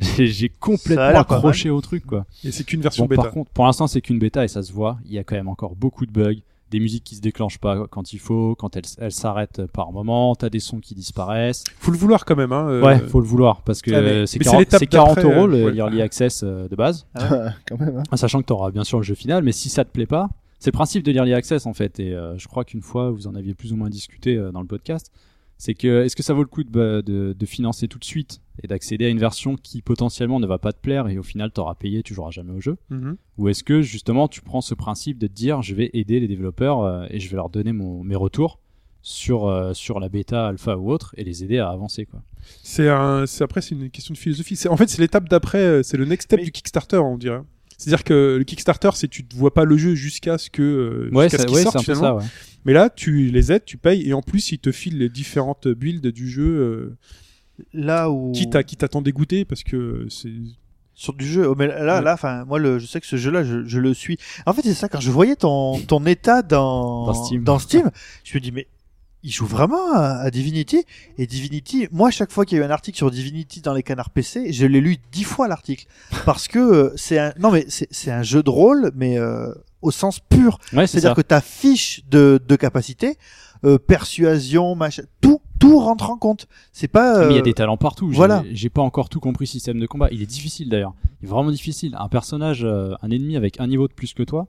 j'ai j'ai
Ça a
complètement
l'air pas
accroché au truc, quoi.
Et c'est qu'une version
Bon,
bêta.
par contre, pour l'instant, c'est qu'une bêta et ça se voit. Il y a quand même encore beaucoup de bugs, des musiques qui se déclenchent pas quand il faut, quand elles elles s'arrêtent par moment, t'as des sons qui disparaissent.
Faut le vouloir quand même. Hein, euh,
Ouais, faut le vouloir parce que
Ah, mais-
euh, c'est
mais c'est
40,
l'étape
c'est 40
d'après,
euros
euh,
le
ouais.
early access euh, de base,
[LAUGHS] Quand même. Hein.
en sachant que t'auras bien sûr le jeu final, mais si ça te plaît pas, c'est le principe de l'early access en fait. Et euh, je crois qu'une fois, vous en aviez plus ou moins discuté euh, dans le podcast, c'est que est-ce que ça vaut le coup de, bah, de, de financer tout de suite et d'accéder à une version qui potentiellement ne va pas te plaire et au final t'auras payé, tu joueras jamais au jeu.
mhm.
Ou est-ce que justement tu prends ce principe de te dire je vais aider les développeurs euh, et je vais leur donner mon, mes retours sur, euh, sur la bêta, alpha ou autre et les aider à avancer quoi.
C'est un, c'est après c'est une question de philosophie. C'est en fait c'est l'étape d'après, euh, c'est le next step
Mais-
du Kickstarter, on dirait. C'est-à-dire que le Kickstarter, c'est tu ne vois pas le jeu jusqu'à ce que euh,
Ouais,
jusqu'à ce
ça-
qu'il
ouais,
sorte
c'est un peu
finalement.
ça. ouais.
Mais là, tu les aides, tu payes, et en plus, ils te filent les différentes builds du jeu, euh,
Là où
quitte à quitte à t'en dégoûter, parce que c'est.
sur du jeu. Oh, mais là,
Ouais.
là, enfin, moi, le, je sais que ce jeu-là, je, je le suis. En fait, c'est ça. Quand je voyais ton, ton état dans
Dans Steam.
Steam, je me dis, mais il joue vraiment à, à Divinity. Et Divinity, moi, chaque fois qu'il y a eu un article sur Divinity dans les canards PC, je l'ai lu dix fois
[LAUGHS]
l'article parce que euh, c'est un, non mais c'est c'est un jeu de rôle, mais euh, au sens pur.
Ouais, c'est
C'est-à-dire
ça.
que ta fiche de, de capacité, euh, persuasion, machin, tout, tout rentre en compte. C'est pas.
Mais il y a
euh,
des talents partout. J'ai-
voilà.
J'ai pas encore tout compris le système de combat. Il est difficile d'ailleurs. Il est vraiment difficile. Un personnage, euh, un ennemi avec un niveau de plus que toi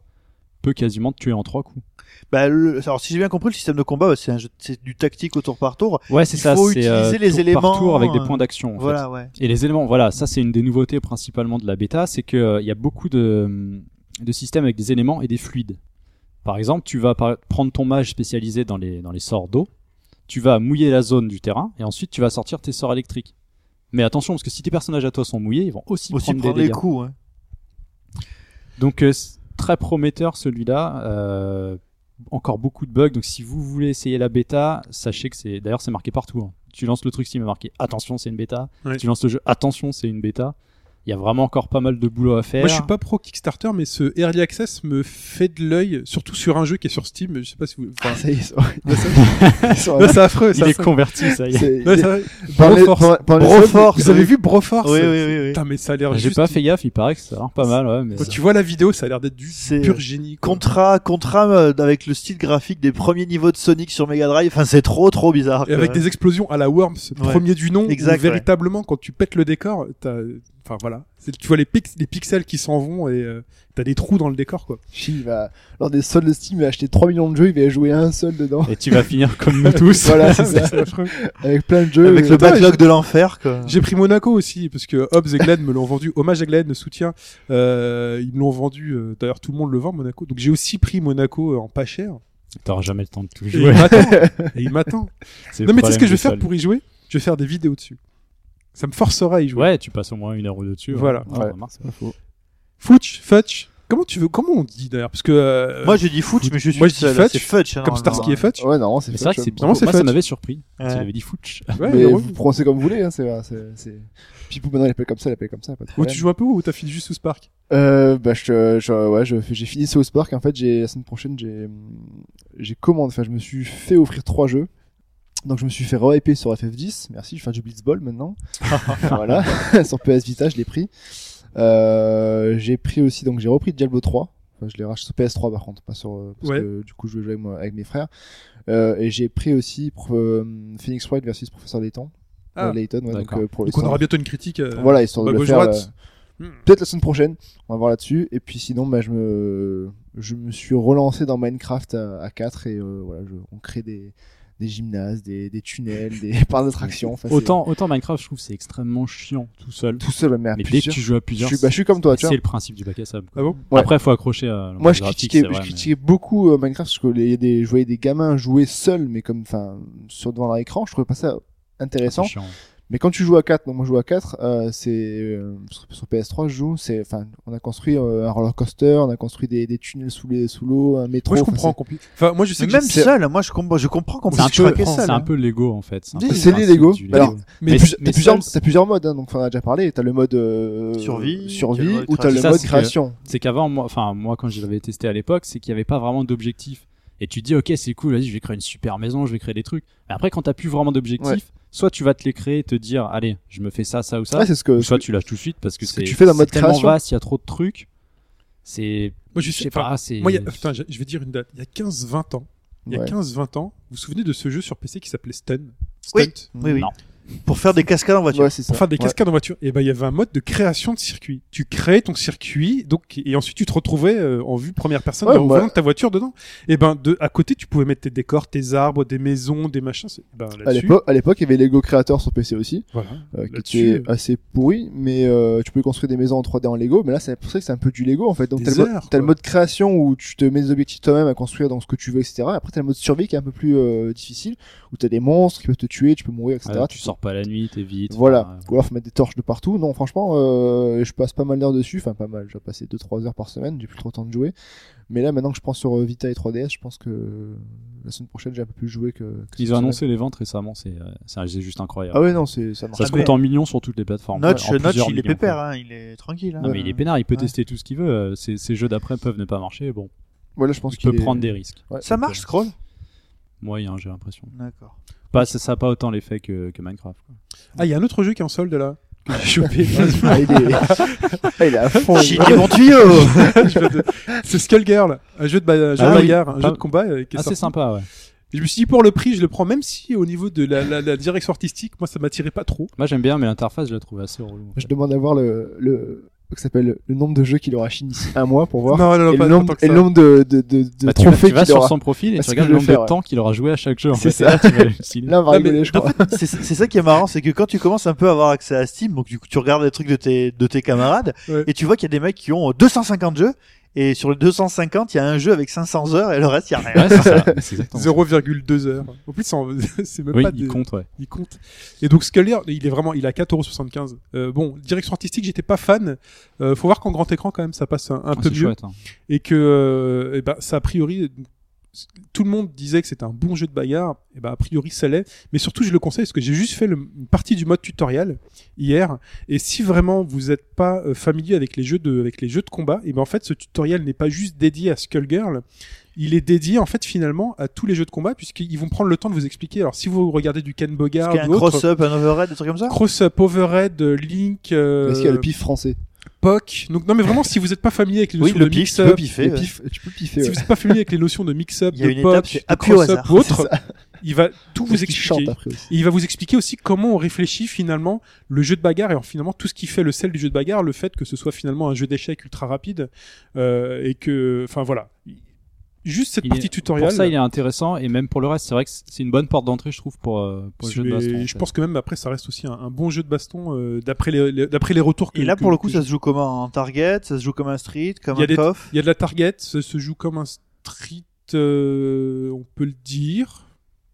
peut quasiment te tuer en trois coups.
bah, le- alors, si j'ai bien compris, le système de combat, bah, c'est un jeu- c'est du tactique au tour par tour.
Ouais, c'est
Il
ça.
faut
c'est, euh,
utiliser les
tour par
éléments,
tour avec des
euh,
points d'action. en fait.
Voilà, ouais.
Et les éléments, voilà, ça c'est une des nouveautés principalement de la bêta, c'est qu'il y a beaucoup de, de systèmes avec des éléments et des fluides. Par exemple, tu vas par- prendre ton mage spécialisé dans les, dans les sorts d'eau, tu vas mouiller la zone du terrain, et ensuite tu vas sortir tes sorts électriques. Mais attention, parce que si tes personnages à toi sont mouillés, ils vont aussi,
Aussi
prendre,
prendre
des
les
dégâts.
coups. hein. ouais.
Donc euh, c'est très prometteur celui-là. euh, encore beaucoup de bugs. Donc si vous voulez essayer la bêta, sachez que c'est d'ailleurs c'est marqué partout. hein. Tu lances le truc Steam est marqué attention c'est une bêta.
Ouais.
Tu lances le jeu attention c'est une bêta. Il y a vraiment encore pas mal de boulot à faire.
Moi, je suis pas pro Kickstarter, mais ce Early Access me fait de l'œil, surtout sur un jeu qui est sur Steam. Je sais pas si vous. Enfin,
Ça y est, ils sont- [LAUGHS]
là, ça-
ils sont-
là, c'est affreux.
Ah. Il
ça,
est
ça.
converti ça. y est.
c'est-
Ouais, c'est vrai.
Parlez-
Broforce.
par- parlez-
Broforce.
Vous avez vu Broforce
Oui, oui, oui, oui.
Putain, mais ça a l'air
J'ai
juste-
pas fait gaffe, il paraît que ça a l'air pas mal. Ouais, mais...
Quand tu vois la vidéo, ça a l'air d'être du
C'est-
pur génie. quoi.
Contrat, contrat euh, avec le style graphique des premiers niveaux de Sonic sur Mega Drive. Enfin, c'est trop, trop bizarre.
Et avec des explosions à la Worms, premier du nom, où
euh, Exact, ouais.
véritablement, quand tu pètes le décor, t'as, enfin voilà, C'est- tu vois les, pix- les pixels qui s'en vont et euh, t'as des trous dans le décor quoi.
Chi, il va, lors des soldes de Steam, il va acheter 3 millions de jeux, il va jouer à un seul dedans. [LAUGHS]
Et tu vas finir comme nous tous.
[LAUGHS]
Voilà, c'est ça.
affreux.
Avec plein de jeux.
Avec
et-
Euh, le
Attends,
backlog de l'enfer, quoi.
J'ai pris Monaco aussi parce que Hobbs et Glenn me l'ont vendu. Hommage à Glenn, le soutien. Euh, ils me l'ont vendu. euh, D'ailleurs, tout le monde le vend Monaco. Donc j'ai aussi pris Monaco euh, en pas cher.
[LAUGHS] T'auras jamais le temps de tout
Et
jouer.
il m'attend. Et il m'attend.
C'est
Non
le
mais tu sais ce que
problème
je vais
du
faire
solde.
pour y jouer Je vais faire des vidéos dessus. Ça me forcera à y jouer.
Ouais, tu passes au moins une heure ou deux dessus.
Voilà.
Ouais, Ah,
Ouais.
on remarque, c'est pas faux.
Futch, Futch. Comment tu veux Comment on dit d'ailleurs Parce que euh,
Moi, j'ai dit Futch, mais je suis
Moi, je dis
seul.
Futch,
C'est Futch. hein,
comme Starsky et
normalement.
Futch.
Ouais, non, c'est
Mais
fait,
c'est vrai
tu
que c'est
vois.
bizarre.
Vraiment, c'est
Moi, ça
fouch.
m'avait surpris.
Ouais.
Tu avais dit Fouch.
Ouais,
Mais
heureux.
vous prononcez comme vous voulez, hein, c'est, c'est, c'est... Pipou, maintenant, il l'appelle comme ça, il l'appelle comme ça, pas de
Ou
problème.
tu joues un peu ou t'as fini juste sous Spark
Euh, bah, je, je, ouais, je, fais- j'ai fini South Park. En fait, j'ai, la semaine prochaine, j'ai, j'ai commandé, enfin, je me suis fait offrir trois jeux. Donc, je me suis fait re-hyper sur FF10. Merci, je fais du Blitzball
[LAUGHS]
maintenant. voilà. [LAUGHS] sur PS Vita, je l'ai pris. Euh, j'ai pris aussi, donc, j'ai repris Diablo 3. Enfin, je l'ai racheté sur PS3 par contre, pas sur. euh, Parce
Ouais.
que du coup, je jouais avec, moi- avec mes frères. Euh, et j'ai pris aussi pro- euh, Phoenix Wright versus Professeur Layton.
Ah.
Euh, Layton, ouais, donc,
D'accord.
euh, pour
Donc on
histoire-
aura bientôt une critique. euh,
voilà, histoire
bah,
de le
gauche,
faire.
droite.
euh,
Hmm.
Peut-être la semaine prochaine, on va voir là-dessus. Et puis sinon, bah, je, me, je me suis relancé dans Minecraft à, 4 et euh, voilà, je- on crée des, des gymnases, des, des tunnels, des [LAUGHS] parcs d'attraction. Enfin, c'est-
Autant, autant Minecraft, je trouve que c'est extrêmement chiant tout seul.
tout seul, mais à
mais dès que
plusieurs.
tu joues à
je,
plusieurs,
suis, bah, je suis comme toi, tu
c'est
vois.
le principe du bac à sable. quoi.
Ah bon
Ouais.
Après, faut accrocher à
Moi, je
graphique,
critiquais,
c'est vrai,
je
mais-
critiquais beaucoup euh, Minecraft parce que les, il y a des, je voyais des gamins jouer seuls, mais comme, enfin, sur devant leur écran, je trouvais pas ça intéressant.
C'est chiant.
Mais quand tu joues à 4, donc moi je joue à 4, euh, c'est euh, sur, sur PS3 je joue, c'est enfin on a construit euh, un roller coaster, on a construit des, des tunnels sous les sous l'eau, un métro.
Moi je
enfin,
comprends.
c'est-
compli- Enfin moi je sais
Mais
que
même
j'ai-
seul, moi, je comprends, je comprends qu'on
C'est un,
puisse
peu,
craquer
c'est
seul.
un
hein.
peu Lego en fait. un peu
C'est
le
les
principe
Lego.
du
Alors,
mais
Mais
plus-
t'as
mais
plusieurs,
seul-
t'as plusieurs modes, hein, donc on en a déjà parlé. T'as le mode euh,
Survie, euh, t'as le
survie
mode
ou t'as le
création.
mode
Ça, c'est-
création.
c'est qu'avant, moi, enfin moi quand je l'avais testé à l'époque, c'est qu'il n'y avait pas vraiment d'objectif. Et tu te dis ok c'est cool, vas-y je vais créer une super maison, je vais créer des trucs. Mais après quand t'as plus vraiment d'objectif,
Ouais.
soit tu vas te les créer, et te dire allez je me fais ça, ça ou ça,
Ouais, c'est ce que
ou soit tu lâches tout de suite parce que
ce que
c'est
tu fais dans
c'est
mode
tellement
création.
vaste, il y a trop de trucs. C'est
Moi, je
je sais
sais-
pas, c'est
Moi, il y a- putain, je je vais dire une date. Il y a 15-20 ans. Il y a
Ouais.
15-20 ans. Vous vous souvenez de ce jeu sur PC qui s'appelait Stun Stunt
Oui. Oui, oui.
Non.
Pour faire des cascades en voiture.
Ouais, c'est ça.
Pour faire des
Ouais.
cascades en voiture. Et ben il y avait un mode de création de circuit. Tu créais ton circuit, donc et ensuite tu te retrouvais euh, en vue première personne
Ouais, bah-
dans- au
moi-
volant de ta voiture dedans. Et ben de à côté tu pouvais mettre tes décors, tes arbres, des maisons, des machins. C'est- Ben
À
là-dessus.
l'époque, à l'époque, il y avait Lego Creator sur PC aussi,
Voilà.
euh, qui
Là-dessus,
était assez pourri, mais euh, tu peux construire des maisons en 3D en Lego, mais là c'est pour ça que c'est un peu du Lego en fait. Donc
Des
t'as le, mode-
heures,
t'as le
quoi.
mode création où tu te mets des objectifs toi-même à construire dans ce que tu veux, etc. Après t'as le mode survie qui est un peu plus euh, difficile, où t'as des monstres qui peuvent te tuer, tu peux mourir, etc.
Ah, tu sors pas la nuit, t'es vite.
Voilà.
enfin, euh.
Ou alors faut mettre des torches de partout. Non, franchement, euh, je passe pas mal d'heures dessus. Enfin, pas mal. J'ai passé 2-3 heures par semaine. J'ai plus trop le temps de jouer. Mais là, maintenant que je prends sur euh, Vita et 3DS, je pense que euh, la semaine prochaine, j'ai un peu plus joué que. que cette
Ils ont
semaine.
annoncé les ventes récemment, c'est euh, c'est un- c'est juste incroyable.
Ah ouais, non, c'est ça marche.
ça se
Ah, mais-
compte en millions sur toutes les plateformes.
Notch,
En
Notch,
plusieurs
il est
millions,
pépère,
quoi.
hein, il est tranquille. hein.
Non mais il est peinard, il peut
Ouais.
tester tout ce qu'il veut. euh, Ces ces jeux d'après peuvent ne pas marcher. Bon,
Voilà, je pense
il
qu'il
peut
est- [LAUGHS] Ah,
prendre des risques.
Ouais.
Ça marche, Scroll
Moyen, j'ai l'impression.
D'accord.
Pas, ça n'a pas autant l'effet que, que Minecraft. quoi.
Ah il y a un autre jeu qui est en solde là que j'ai
[LAUGHS]
chopé.
Ah, il est... ah, il est à fond.
J'ai des bons tuyaux
Oh. [LAUGHS] Je
[LAUGHS]
peux te- C'est Skullgirl, un jeu de, ba- un jeu
Ah
de
oui.
bagarre, un
Pas-
jeu de combat euh, qui est
Ah, c'est
sorti.
sympa, ouais.
Et je me suis dit pour le prix, je le prends, même si au niveau de la, la- la direction artistique, moi ça m'attirait pas trop.
Moi j'aime bien, mais l'interface, je la trouve assez relou. en fait.
Je demande à voir le. le... que s'appelle le nombre de jeux qu'il aura
[LAUGHS]
fini d'ici un mois pour voir.
Non, non, non,
et,
pas
le
tant
nombre,
que
et
ça.
le nombre de, de, de, de
Bah, tu vas, tu
trophées
vas
qu'il
sur
aura.
son profil et
Parce
tu
que
regardes
je
le
vais
nombre
faire,
de
ouais.
temps qu'il aura joué à chaque jeu. en
C'est
fait. Et
ça.
là,
[LAUGHS]
tu vas halluciner.
Là, on va
Non, Ah, mais-
rigoler, je
En
crois. [LAUGHS]
fait, c'est c'est ça qui est marrant, c'est que quand tu commences un peu à avoir accès à Steam, donc du coup, tu regardes les trucs de tes, de tes camarades,
Ouais.
et tu vois qu'il y a des mecs qui ont euh, 250 jeux, et sur les 250, il y a un jeu avec 500 heures, et le reste, il y a rien.
Ouais, c'est ça.
[LAUGHS]
C'est exactement ça.
0,2 heures. En plus, c'est en- [LAUGHS] c'est même
Oui,
pas
il
des-
compte, ouais.
il compte. Et donc Skullgirl, il est vraiment, il a 4,75€. Euh, bon, direction artistique, j'étais pas fan. Euh, faut voir qu'en grand écran quand même, ça passe un, un
Ah,
peu
c'est
mieux
chouette. hein.
et que, euh, eh ben, ça a priori tout le monde disait que c'était un bon jeu de bagarre, et ben a priori ça l'est, mais surtout je le conseille parce que j'ai juste fait le, une partie du mode tutoriel hier, et si vraiment vous n'êtes pas euh, familier avec les jeux de, avec les jeux de combat, et ben en fait ce tutoriel n'est pas juste dédié à Skullgirl, il est dédié en fait finalement à tous les jeux de combat puisqu'ils vont prendre le temps de vous expliquer. Alors si vous regardez du Ken
Est-ce
Bogard,
qu'il y a un
ou autre,
cross-up, un overhead, des trucs comme ça
Cross-up, Overhead, euh, Link, euh,
Est-ce qu'il y a le pif français
POC. Donc non mais vraiment si vous n'êtes pas familier avec les
Oui,
notions
le
de
pif,
mix-up,
le piffer,
Le
ouais.
pif, Tu peux le piffer,
si
ouais.
vous n'êtes pas familier avec les notions de mix-up,
Il y a
de
une étape,
POC,
c'est
de
appui au
cross-up
hasard.
ou
C'est
autre,
ça.
il va tout vous
Qui chante
expliquer.
après aussi.
Et il va vous expliquer aussi comment on réfléchit finalement le jeu de bagarre et en- finalement tout ce qui fait le sel du jeu de bagarre, le fait que ce soit finalement un jeu d'échecs ultra rapide euh, et que, enfin voilà, juste cette
Il est-
partie tutoriel.
Pour ça, il est intéressant et même pour le reste, c'est vrai que c'est une bonne porte d'entrée, je trouve, pour, euh, pour le jeu de
c'est-
baston. en
je
fait.
pense que même après ça reste aussi un, un bon jeu de baston euh, d'après les, les- d'après les retours que
Et là,
que-
pour le coup,
que
ça se joue comment En target Ça se joue comme un street Comme
Il y a
un
des-
coff
Il y a de la target, ça se joue comme un street, euh, on peut le dire.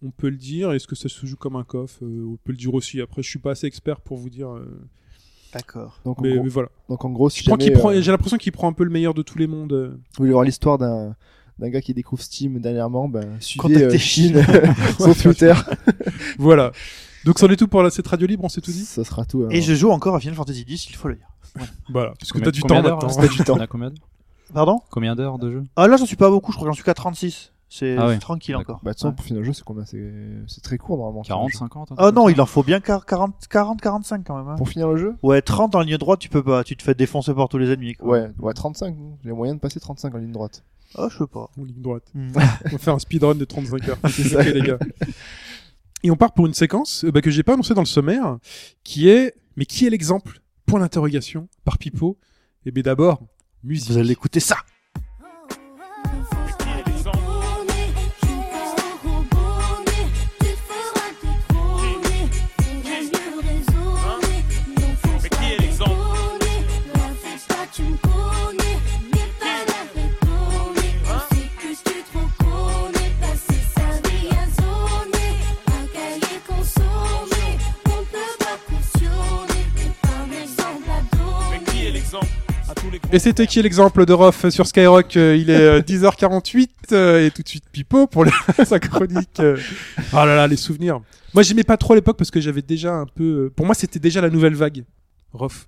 On peut le dire. Est-ce que ça se joue comme un coff Euh, On peut le dire aussi. Après, je suis pas assez expert pour vous dire. euh,
D'accord.
Donc, en
mais,
gros-
mais voilà.
donc en gros, si
Je crois
jamais,
qu'il prend.
euh,
J'ai l'impression qu'il prend un peu le meilleur de tous les mondes.
[LAUGHS]
euh.
Vous voulez voir l'histoire d'un d'un gars qui découvre Steam dernièrement, ben, suivez
Contactez
[LAUGHS] euh,
[LAUGHS]
Chine.
Chine, son Twitter.
Voilà. Donc, c'en est tout pour la, cette radio libre. On s'est tout dit.
Ça sera tout.
Et
alors.
je joue encore à Final Fantasy X, il faut le dire.
Voilà. Parce que
Combien-
t'as du temps
combien d'heures,
maintenant.
là
T'as du temps.
On a combien d'heures
Pardon
Combien d'heures de jeu
Ah là, j'en suis pas beaucoup, je crois que j'en suis qu'à 36. C'est
Ah ouais.
tranquille
D'accord.
encore.
Bah, de toute façon, pour finir le jeu, c'est combien C'est c'est très court normalement.
40,
le jeu.
50 un truc
Ah
comme
non,
ça.
il en faut bien 40, 40 45 quand même. hein.
Pour finir le jeu
Ouais, 30 en ligne droite, tu peux pas, tu te fais défoncer par tous les ennemis. Quoi.
Ouais, ouais, 35. non J'ai moyen de passer 35 en ligne droite.
Ah, je sais pas.
En ligne droite.
Hmm.
On va faire un speedrun de 35 heures.
C'est ça.
Ok, les gars. Et on part pour une séquence euh, bah, que j'ai pas annoncée dans le sommaire, qui est mais qui est l'exemple Point d'interrogation par Pipo. Et bien d'abord musique.
Vous allez écouter ça.
Et c'était qui l'exemple de Rof sur Skyrock Euh, Il est euh, [LAUGHS] 10h48 euh, et tout de suite Pipo pour la- [LAUGHS] sa chronique. euh. Ah là là, les souvenirs. Moi, j'aimais pas trop à l'époque parce que j'avais déjà un peu. euh, Pour moi, c'était déjà la nouvelle vague. Rof.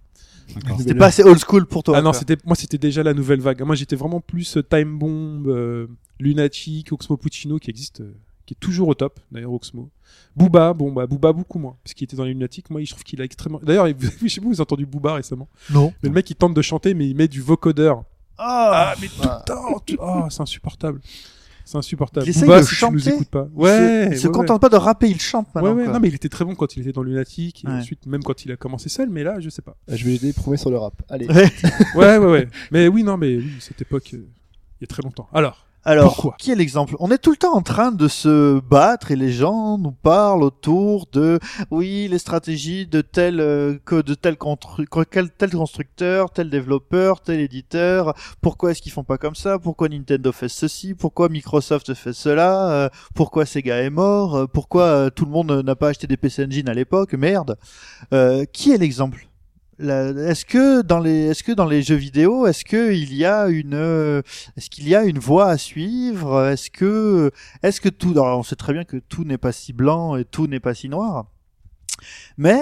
D'accord.
C'était pas assez old school pour toi.
Ah non,
quoi.
c'était moi, c'était déjà la nouvelle vague. Moi, j'étais vraiment plus euh, Time Bomb, euh, Lunatic, Oxmo Puccino qui existe, euh, qui est toujours au top. D'ailleurs, Oxmo. Booba, bon bah Booba beaucoup moins parce qu'il était dans les Lunatiques. Moi, je trouve qu'il a extrêmement. D'ailleurs, [LAUGHS] vous- je sais pas, vous avez entendu Booba récemment.
Non.
Mais le mec, il tente de chanter, mais il met du vocodeur.
Ah, mais
Attends, tu- Oh, c'est insupportable. C'est insupportable.
Il essaye
Booba,
de
si tu nous
chanter.
écoutes pas. Ouais.
se, se
ouais, ouais.
contente pas de rapper, il chante
Ouais,
maintenant.
ouais.
quoi.
Non, mais il était très bon quand il était dans Lunatic et
Ouais.
ensuite même quand il a commencé seul, mais là, je sais pas.
Euh, Je vais aider, promet sur le rap. Allez.
Ouais.
Ouais, ouais, ouais. Mais oui, non, mais oui, cette époque, euh, il y a très longtemps. Alors,
Alors,
Pourquoi
qui est l'exemple On est tout le temps en train de se battre et les gens nous parlent autour de oui les stratégies de tel euh, que de tel, constru- que- quel- tel constructeur, tel développeur, tel éditeur. Pourquoi est-ce qu'ils font pas comme ça Pourquoi Nintendo fait ceci Pourquoi Microsoft fait cela Euh, Pourquoi Sega est mort Euh, Pourquoi euh, tout le monde n'a pas acheté des PC Engine à l'époque Merde. Euh, qui est l'exemple La- Est-ce que dans les est-ce que dans les jeux vidéo est-ce que il y a une euh, est-ce qu'il y a une voie à suivre Est-ce que, est-ce que tout, alors on sait très bien que tout n'est pas si blanc et tout n'est pas si noir, mais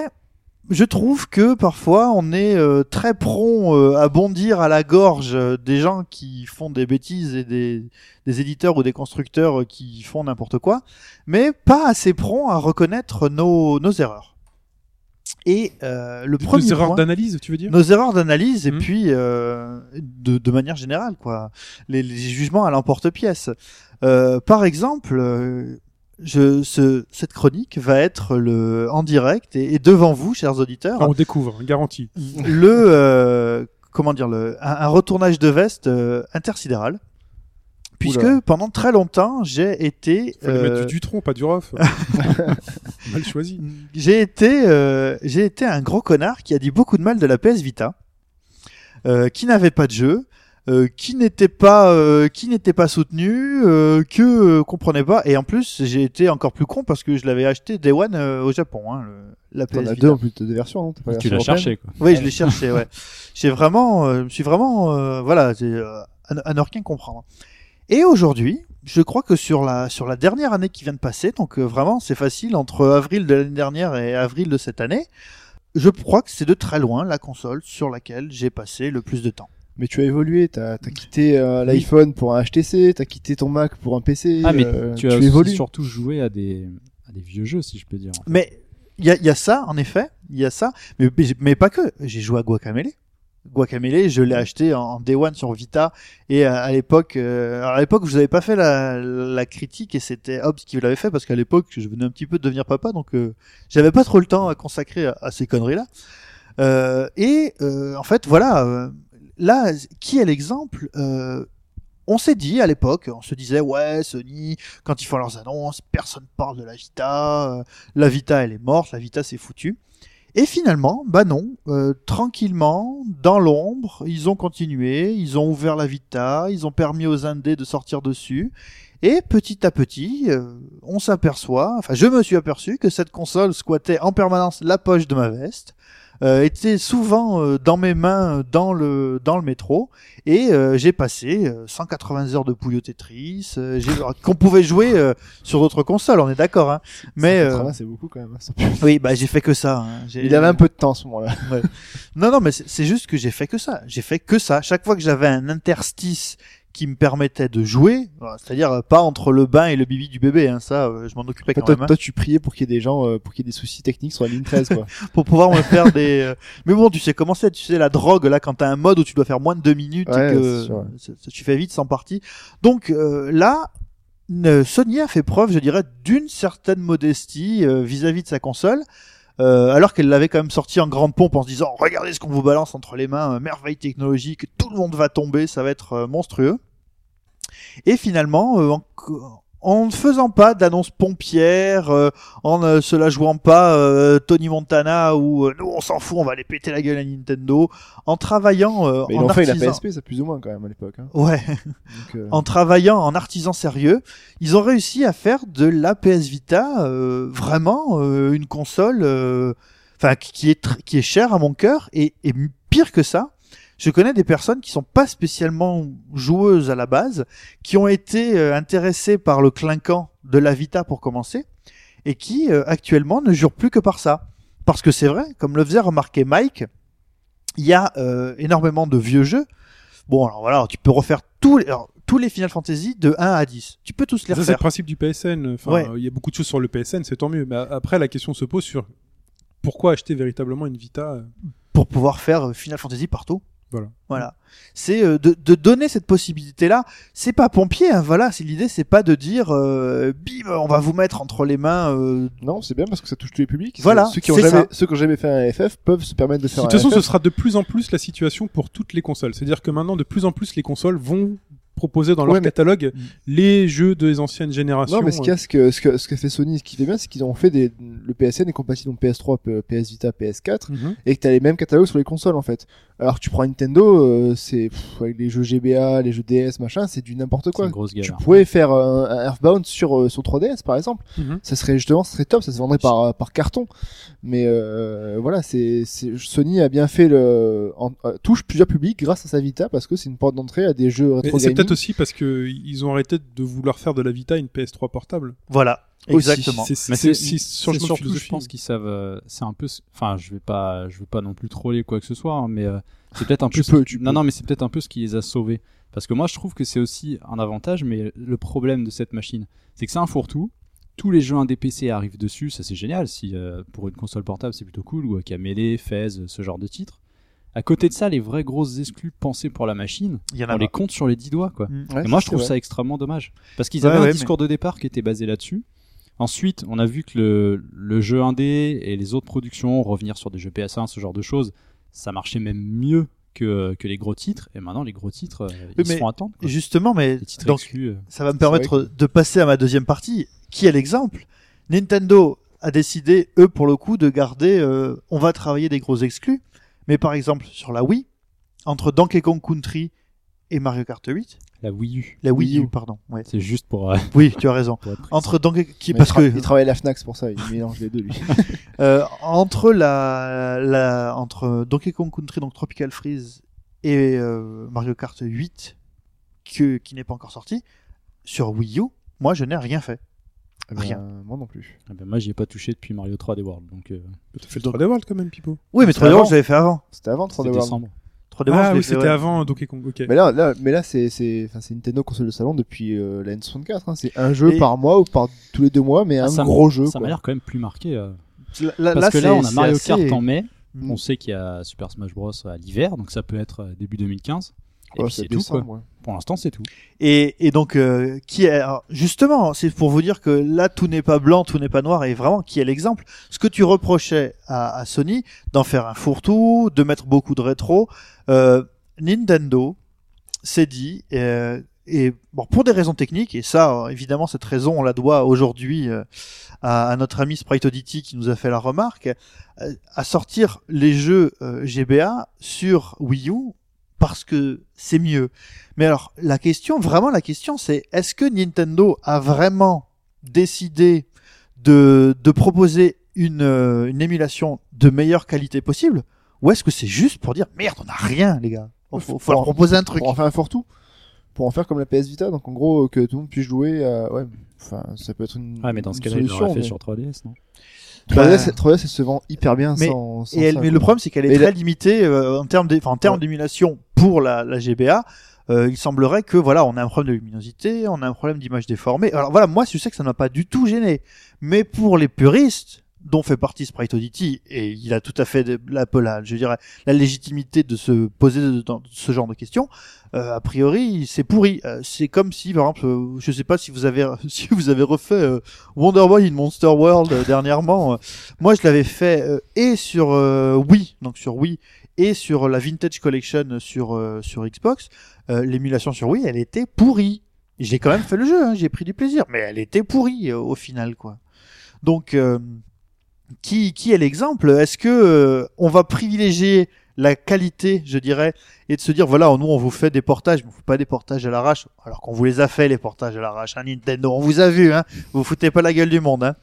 je trouve que parfois on est euh, très prompt euh, à bondir à la gorge euh, des gens qui font des bêtises et des, des éditeurs ou des constructeurs euh, qui font n'importe quoi, mais pas assez prompt à reconnaître nos, nos erreurs. Et euh, le premier
nos erreurs
point-
d'analyse, tu veux dire
nos erreurs d'analyse et
Mhm.
puis euh, de, de manière générale quoi les, les jugements à l'emporte-pièce Euh, par exemple euh, je, ce, cette chronique va être le, en direct et, et devant vous chers auditeurs
Ah, On découvre, hein, garantie.
le euh, comment dire le un, un retournage de veste euh, intersidéral puisque
Oula.
pendant très longtemps j'ai été
Fallait
euh,
mettre du Dutron, pas du
[LAUGHS]
Rof. Mal choisi.
j'ai été, euh, j'ai été un gros connard qui a dit beaucoup de mal de la PS Vita, euh, qui n'avait pas de jeu, euh, qui n'était pas, euh, qui n'était pas soutenu, euh, que euh, comprenait pas. Et en plus, j'ai été encore plus con parce que je l'avais acheté Day One euh, au Japon, hein, le- la PS
T'en as
Vita.
deux en plus, t'as deux versions, non T'as pas la
Tu l'as
version
cherché, quoi.
Oui, je l'ai cherché, ouais. J'ai vraiment, euh, je me suis vraiment, euh, voilà, c'est euh, un, un orquin comprendre. Et aujourd'hui, je crois que sur la, sur la dernière année qui vient de passer, donc euh, vraiment c'est facile, entre avril de l'année dernière et avril de cette année, je crois que c'est de très loin la console sur laquelle j'ai passé le plus de temps.
Mais tu as évolué, t'as as quitté euh, l'iPhone pour un HTC, t'as quitté ton Mac pour un PC.
Ah, mais
euh,
tu as
évolues.
surtout joué à des, à des vieux jeux, si je peux dire.
Mais il y a, il y a ça, en effet, il y a ça, mais, mais, mais pas que. J'ai joué à Guacamele. Guacamele, je l'ai acheté en, en Day One sur Vita et à, à l'époque, euh, alors à l'époque, je vous avais pas fait la, la critique et c'était Hobbs qui l'avait fait parce qu'à l'époque, je venais un petit peu de devenir papa, donc euh, j'avais pas trop le temps à consacrer à, à ces conneries-là. Euh, et euh, en fait, voilà, euh, là, qui est l'exemple Euh, On s'est dit à l'époque, on se disait ouais, Sony, quand ils font leurs annonces, personne parle de la Vita. euh, la Vita elle est morte, la Vita c'est foutu. Et finalement, bah non, euh, tranquillement, dans l'ombre, ils ont continué, ils ont ouvert la Vita, ils ont permis aux Indés de sortir dessus, et petit à petit, euh, on s'aperçoit, enfin je me suis aperçu que cette console squattait en permanence la poche de ma veste, euh, était souvent euh, dans mes mains euh, dans le dans le métro, et euh, j'ai passé euh, 180 heures de Puyo Tetris, euh, j'ai- qu'on pouvait jouer euh, sur d'autres consoles, on est d'accord, hein, mais... euh,
180, c'est beaucoup quand même. hein, sans plus.
oui, bah j'ai fait que ça. hein. J'ai-
Il avait un peu de temps à ce moment-là.
Non, non, mais c'est c'est juste que j'ai fait que ça. J'ai fait que ça. Chaque fois que j'avais un interstice qui me permettait de jouer, voilà, c'est-à-dire euh, pas entre le bain et le bibi du bébé, hein, ça, euh, je m'en occupais quand
toi,
même, hein,
toi, tu priais pour qu'il y ait des gens, euh, pour qu'il y ait des soucis techniques sur la ligne 13, quoi.
pour pouvoir me faire des. euh, Mais bon, tu sais comment c'est, tu sais la drogue là, quand t'as un mode où tu dois faire moins de deux minutes
Ouais,
et que
c'est sûr, ouais.
c'est- c'est- tu fais vite sans partie. Donc euh, là, ne- Sony a fait preuve, je dirais, d'une certaine modestie euh, vis-à-vis de sa console. euh, alors qu'elle l'avait quand même sorti en grande pompe en se disant regardez ce qu'on vous balance entre les mains, euh, merveille technologique, tout le monde va tomber, ça va être euh, monstrueux. Et finalement, euh, en, en ne faisant pas d'annonce pompière, euh, en euh, se la jouant pas euh, Tony Montana ou euh, nous on s'en fout, on va aller péter la gueule à Nintendo, en travaillant euh,
Mais
[LAUGHS]
il
en
en fait la
artisan-
PSP, ça plus ou moins quand même à l'époque. Hein.
Ouais,
Donc, euh,
en travaillant en artisan sérieux, ils ont réussi à faire de la PS Vita euh, vraiment euh, une console euh, enfin qui- qui est tr- qui est chère à mon cœur et, et pire que ça, je connais des personnes qui sont pas spécialement joueuses à la base, qui ont été euh, intéressées par le clinquant de la Vita pour commencer et qui euh, actuellement ne jurent plus que par ça. Parce que c'est vrai, comme le faisait remarquer Mike, il y a euh, énormément de vieux jeux. Bon, alors voilà, tu peux refaire tous les, alors, tous les Final Fantasy de 1 à 10. Tu peux tous
Ça,
les
c'est le
refaire.
principe du PSN. Enfin,
Ouais.
euh, il y a beaucoup de choses sur le PSN, c'est tant mieux. Mais a- après, la question se pose sur pourquoi acheter véritablement une Vita euh,
pour pouvoir faire euh, Final Fantasy partout.
Voilà.
Voilà. C'est euh, de, de donner cette possibilité-là. C'est pas pompier, hein, voilà. C'est l'idée, c'est pas de dire, euh, bim, on va vous mettre entre les mains. euh,
Non, c'est bien parce que ça touche tous les publics.
Voilà,
Ceux qui ont
c'est
jamais,
ça.
ceux qui ont jamais fait un FF peuvent se permettre de
De
faire un
toute façon,
FF.
ce sera de plus en plus la situation pour toutes les consoles. C'est-à-dire que maintenant, de plus en plus, les consoles vont proposer dans leur
Ouais, mais- Mm.
catalogue les jeux des anciennes générations. euh.
Non, mais ce
hein.
qu'a ce que, ce que, ce que fait Sony, ce qui fait bien, c'est qu'ils ont fait des, le PSN est compatible donc PS3, P- PS Vita, PS4,
Mhm.
et que t'as les mêmes catalogues sur les consoles, en fait. Alors que tu prends Nintendo, euh, c'est, pff, avec les jeux GBA, les jeux DS, machin, c'est du n'importe
C'est
quoi.
une grosse hein.
Tu
galère.
pourrais faire euh, un Earthbound sur, euh, sur 3DS, par exemple.
Mhm.
Ça serait, justement, ce serait top, ça se vendrait par, euh, par carton. Mais, euh, voilà, c'est, c'est, Sony a bien fait le, en- euh, touche plusieurs publics grâce à sa Vita, parce que c'est une porte d'entrée à des jeux
Mais
rétro
C'est
gaming.
peut-être aussi parce que ils ont arrêté de vouloir faire de la Vita une PS3 portable.
Voilà.
Aussi,
Exactement.
C'est
Mais
c'est- c'est-
c'est-
c'est changement
c'est
de
surtout, je
philosophie.
pense qu'ils savent. euh, c'est un peu. ce- Enfin, je vais pas, je veux pas non plus troller quoi que ce soit, hein, mais euh, c'est peut-être un peu.
Tu
ce
peux,
qui-
tu
non,
peux.
non, mais c'est peut-être un peu ce qui les a sauvés. Parce que moi, je trouve que c'est aussi un avantage, mais le problème de cette machine, c'est que c'est un fourre-tout. Tous les jeux indés PC arrivent dessus, ça c'est génial. Si euh, pour une console portable, c'est plutôt cool, ou Camélé, Fez, ce genre de titres. À côté de ça, les vraies grosses exclus pensées pour la machine,
Il y en
on
a
les
pas.
compte sur les dix doigts, quoi.
Mm.
Ouais,
Et moi, je
c'est
trouve
vrai.
ça extrêmement dommage. Parce qu'ils
Ouais,
avaient
ouais,
un
mais-
discours de départ qui était basé là-dessus. Ensuite, on a vu que le, le jeu indé et les autres productions, revenir sur des jeux PS1, ce genre de choses, ça marchait même mieux que, que les gros titres. Et maintenant, les gros titres, euh, ils se
mais-
font attendre. quoi.
Justement, mais
Les titres
donc,
exclus, euh,
ça va me
C'est vrai
permettre de passer à ma deuxième partie. Qui est l'exemple Nintendo a décidé, eux, pour le coup, de garder. euh, on va travailler des gros exclus, mais par exemple sur la Wii, entre Donkey Kong Country et Mario Kart 8,
la Wii U,
la Wii,
Wii U.
U, pardon. Ouais.
c'est juste pour, euh,
Oui, tu as raison.
pour être précis.
Entre Donkey qui
Mais
parce
il tra-
que
il travaille à la Fnac, c'est pour ça, il mélange les deux,
[LAUGHS]
lui.
euh, entre la, la entre Donkey Kong Country donc Tropical Freeze et euh, Mario Kart 8 que qui n'est pas encore sorti, sur Wii U, moi, je n'ai rien fait.
Eh ben,
Rien.
euh, moi non plus.
Ah ben, moi, j'y ai pas touché depuis Mario 3D World, donc euh,
T'as fait le 3D World quand même, Pipo.
Oui, mais 3D
avant.
World, j'avais fait avant.
C'était avant
c'était
3D World.
décembre.
3D World,
ah
je l'ai
oui,
fait,
c'était
ouais.
avant Donkey Kong. Ok.
Mais là, là, mais là, c'est, c'est, enfin, c'est Nintendo console de salon depuis euh, la N64. hein. C'est un jeu
Et-
par mois ou par tous les deux mois, mais
Ah,
un
ça m'a-
gros jeu.
Ça
quoi.
m'a l'air quand même plus marqué. euh,
Là- là-
Parce que
c'est-
là, on a
c'est
Mario
assez-
Kart en mai.
Mm.
On sait qu'il y a Super Smash Bros à l'hiver, donc ça peut être euh, début 2015.
Ouais,
et puis
c'est
c'est tout, quoi.
décembre, ouais.
Pour l'instant, c'est tout.
Et, et donc, euh, qui est, alors, justement, c'est pour vous dire que là, tout n'est pas blanc, tout n'est pas noir, et vraiment, qui est l'exemple Ce que tu reprochais à, à Sony, d'en faire un fourre-tout, de mettre beaucoup de rétro, euh, Nintendo s'est dit, euh, et bon, pour des raisons techniques, et ça, euh, évidemment, cette raison, on la doit aujourd'hui euh, à, à notre ami Sprite Oddity qui nous a fait la remarque, euh, à sortir les jeux euh, GBA sur Wii U parce que c'est mieux. Mais alors, la question, vraiment la question, c'est est-ce que Nintendo a vraiment décidé de, de proposer une, euh, une émulation de meilleure qualité possible Ou est-ce que c'est juste pour dire merde, on n'a rien, les gars Faut, faut, faut leur proposer un truc.
Pour en faire un fort tout. Pour en faire comme la PS Vita, donc en gros, euh, que tout le monde puisse jouer. à- Ouais, enfin, ça peut être une.
Ah, mais dans ce
une
cas-là, ils l'auraient
solution,
fait
mais-
sur 3DS, non
3DS, 3DS, elle se vend hyper bien
Mais-
sans, sans
Et elle,
ça,
mais
quoi.
le problème, c'est qu'elle est
Mais
très
la-
limitée euh, en termes d'é- enfin, en termes
Ouais.
d'émulation pour la, la GBA. Euh, il semblerait que voilà, on a un problème de luminosité, on a un problème d'image déformée. Alors voilà, moi, je sais que ça ne m'a pas du tout gêné, mais pour les puristes dont fait partie Sprite Oddity, et il a tout à fait de- la, la- je dirais, la légitimité de se poser de- dans ce genre de questions. euh, a priori, c'est pourri. Euh, c'est comme si, par exemple, euh, je sais pas si vous avez [LAUGHS] si vous avez refait euh, Wonder Boy in Monster World euh, dernièrement. euh, moi, je l'avais fait euh, et sur euh, Wii, donc sur Wii, et sur la Vintage Collection sur euh, sur Xbox. Euh, L'émulation sur Wii, elle était pourrie. J'ai quand même fait le jeu, hein, j'ai pris du plaisir, mais elle était pourrie euh, au final, quoi. Donc, euh, qui qui est l'exemple Est-ce que euh, on va privilégier la qualité, je dirais, et de se dire voilà, nous on vous fait des portages, mais on fait pas des portages à l'arrache, alors qu'on vous les a fait les portages à l'arrache, hein, Nintendo, on vous a vu, hein, vous vous foutez pas la gueule du monde, hein.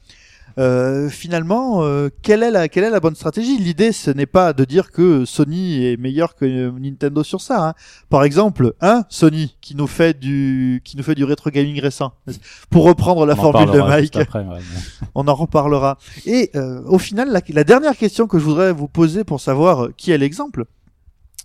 Euh, finalement, euh, quelle, est la, quelle est la bonne stratégie L'idée, ce n'est pas de dire que Sony est meilleur que euh, Nintendo sur ça. hein. Par exemple, hein, Sony qui nous fait du qui nous fait du rétro gaming récent. Pour reprendre la
On en
formule de
parlera juste
Mike,
après,
[LAUGHS]
ouais, mais-
on en reparlera. Et euh, au final, la, la dernière question que je voudrais vous poser pour savoir euh, qui est l'exemple,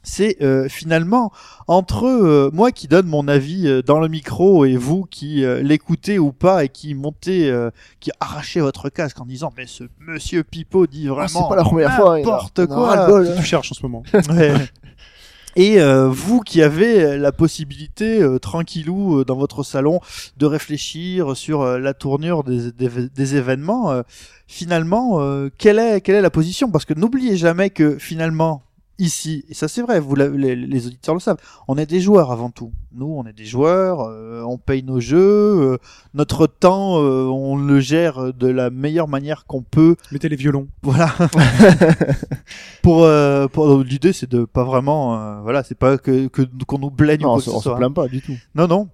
c'est euh, finalement entre euh, moi qui donne mon avis euh, dans le micro et vous qui euh, l'écoutez ou pas et qui montez, euh, qui arrachez votre casque en disant mais ce monsieur Pipo dit
Ah,
vraiment
c'est pas la première fois. il y en a-
n'importe
il y en a
quoi.
ras le bol, hein.
Tu cherches en ce moment.
Ouais. Et euh, vous qui avez euh, la possibilité, euh, tranquillou, euh, dans votre salon, de réfléchir sur euh, la tournure des, des- des événements, euh, finalement, euh, quelle, est, quelle est la position Parce que n'oubliez jamais que finalement, ici, et ça c'est vrai, vous l'avez- les, les auditeurs le savent, on est des joueurs avant tout. Nous, on est des joueurs, euh, on paye nos jeux, euh, notre temps, euh, on le gère de la meilleure manière qu'on peut
Mettez les violons.
voilà.
[LAUGHS]
pour euh, pour- l'idée c'est de pas vraiment euh, voilà, c'est pas que que- qu'on nous blaigne
Non,
ou
on
quoi
se
que ce
on se
soit, hein.
plaint pas du tout.
Non non.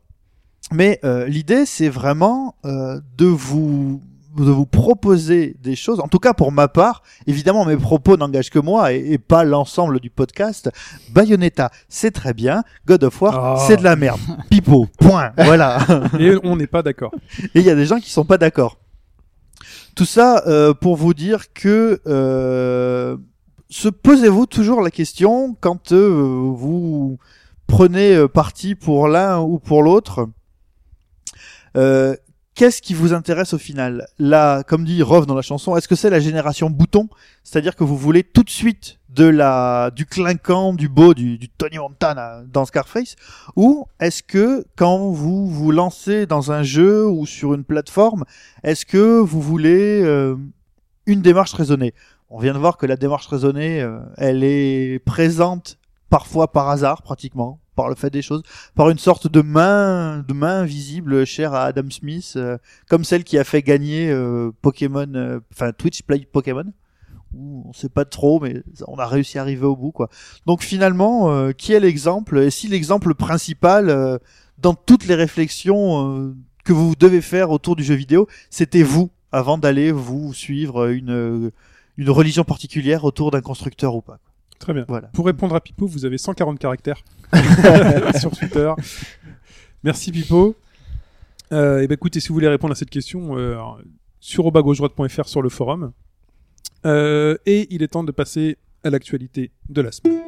Mais euh, l'idée c'est vraiment euh, de vous de vous proposer des choses. En tout cas pour ma part, évidemment mes propos n'engagent que moi et, et pas l'ensemble du podcast. Bayonetta, c'est très bien. God of War,
Oh.
c'est de la merde. Pipo. Point.
[LAUGHS]
Voilà.
Et on n'est pas d'accord.
Et il y a des gens qui sont pas d'accord. Tout ça euh, pour vous dire que euh, se posez-vous toujours la question quand euh, vous prenez euh, parti pour l'un ou pour l'autre. Euh, Qu'est-ce qui vous intéresse au final Là, comme dit Rov dans la chanson, est-ce que c'est la génération bouton C'est-à-dire que vous voulez tout de suite de la du clinquant, du beau, du, du Tony Montana dans Scarface ou est-ce que quand vous vous lancez dans un jeu ou sur une plateforme, est-ce que vous voulez euh, une démarche raisonnée On vient de voir que la démarche raisonnée, euh, elle est présente parfois par hasard, pratiquement, par le fait des choses, par une sorte de main, de main invisible chère à Adam Smith, euh, comme celle qui a fait gagner euh, Pokémon, euh, enfin Twitch Play Pokémon. Où on sait pas trop, mais on a réussi à arriver au bout, quoi. Donc finalement, euh, qui est l'exemple Et si l'exemple principal euh, dans toutes les réflexions euh, que vous devez faire autour du jeu vidéo, c'était vous avant d'aller vous suivre euh, une euh, une religion particulière autour d'un constructeur ou pas.
Très bien.
Voilà.
Pour répondre à Pipo, vous avez 140 caractères sur Twitter. Merci Pipo. Euh, et ben écoutez, si vous voulez répondre à cette question, euh, alors, sur obagaugedroite.fr sur le forum. Euh, et il est temps de passer à l'actualité de la semaine.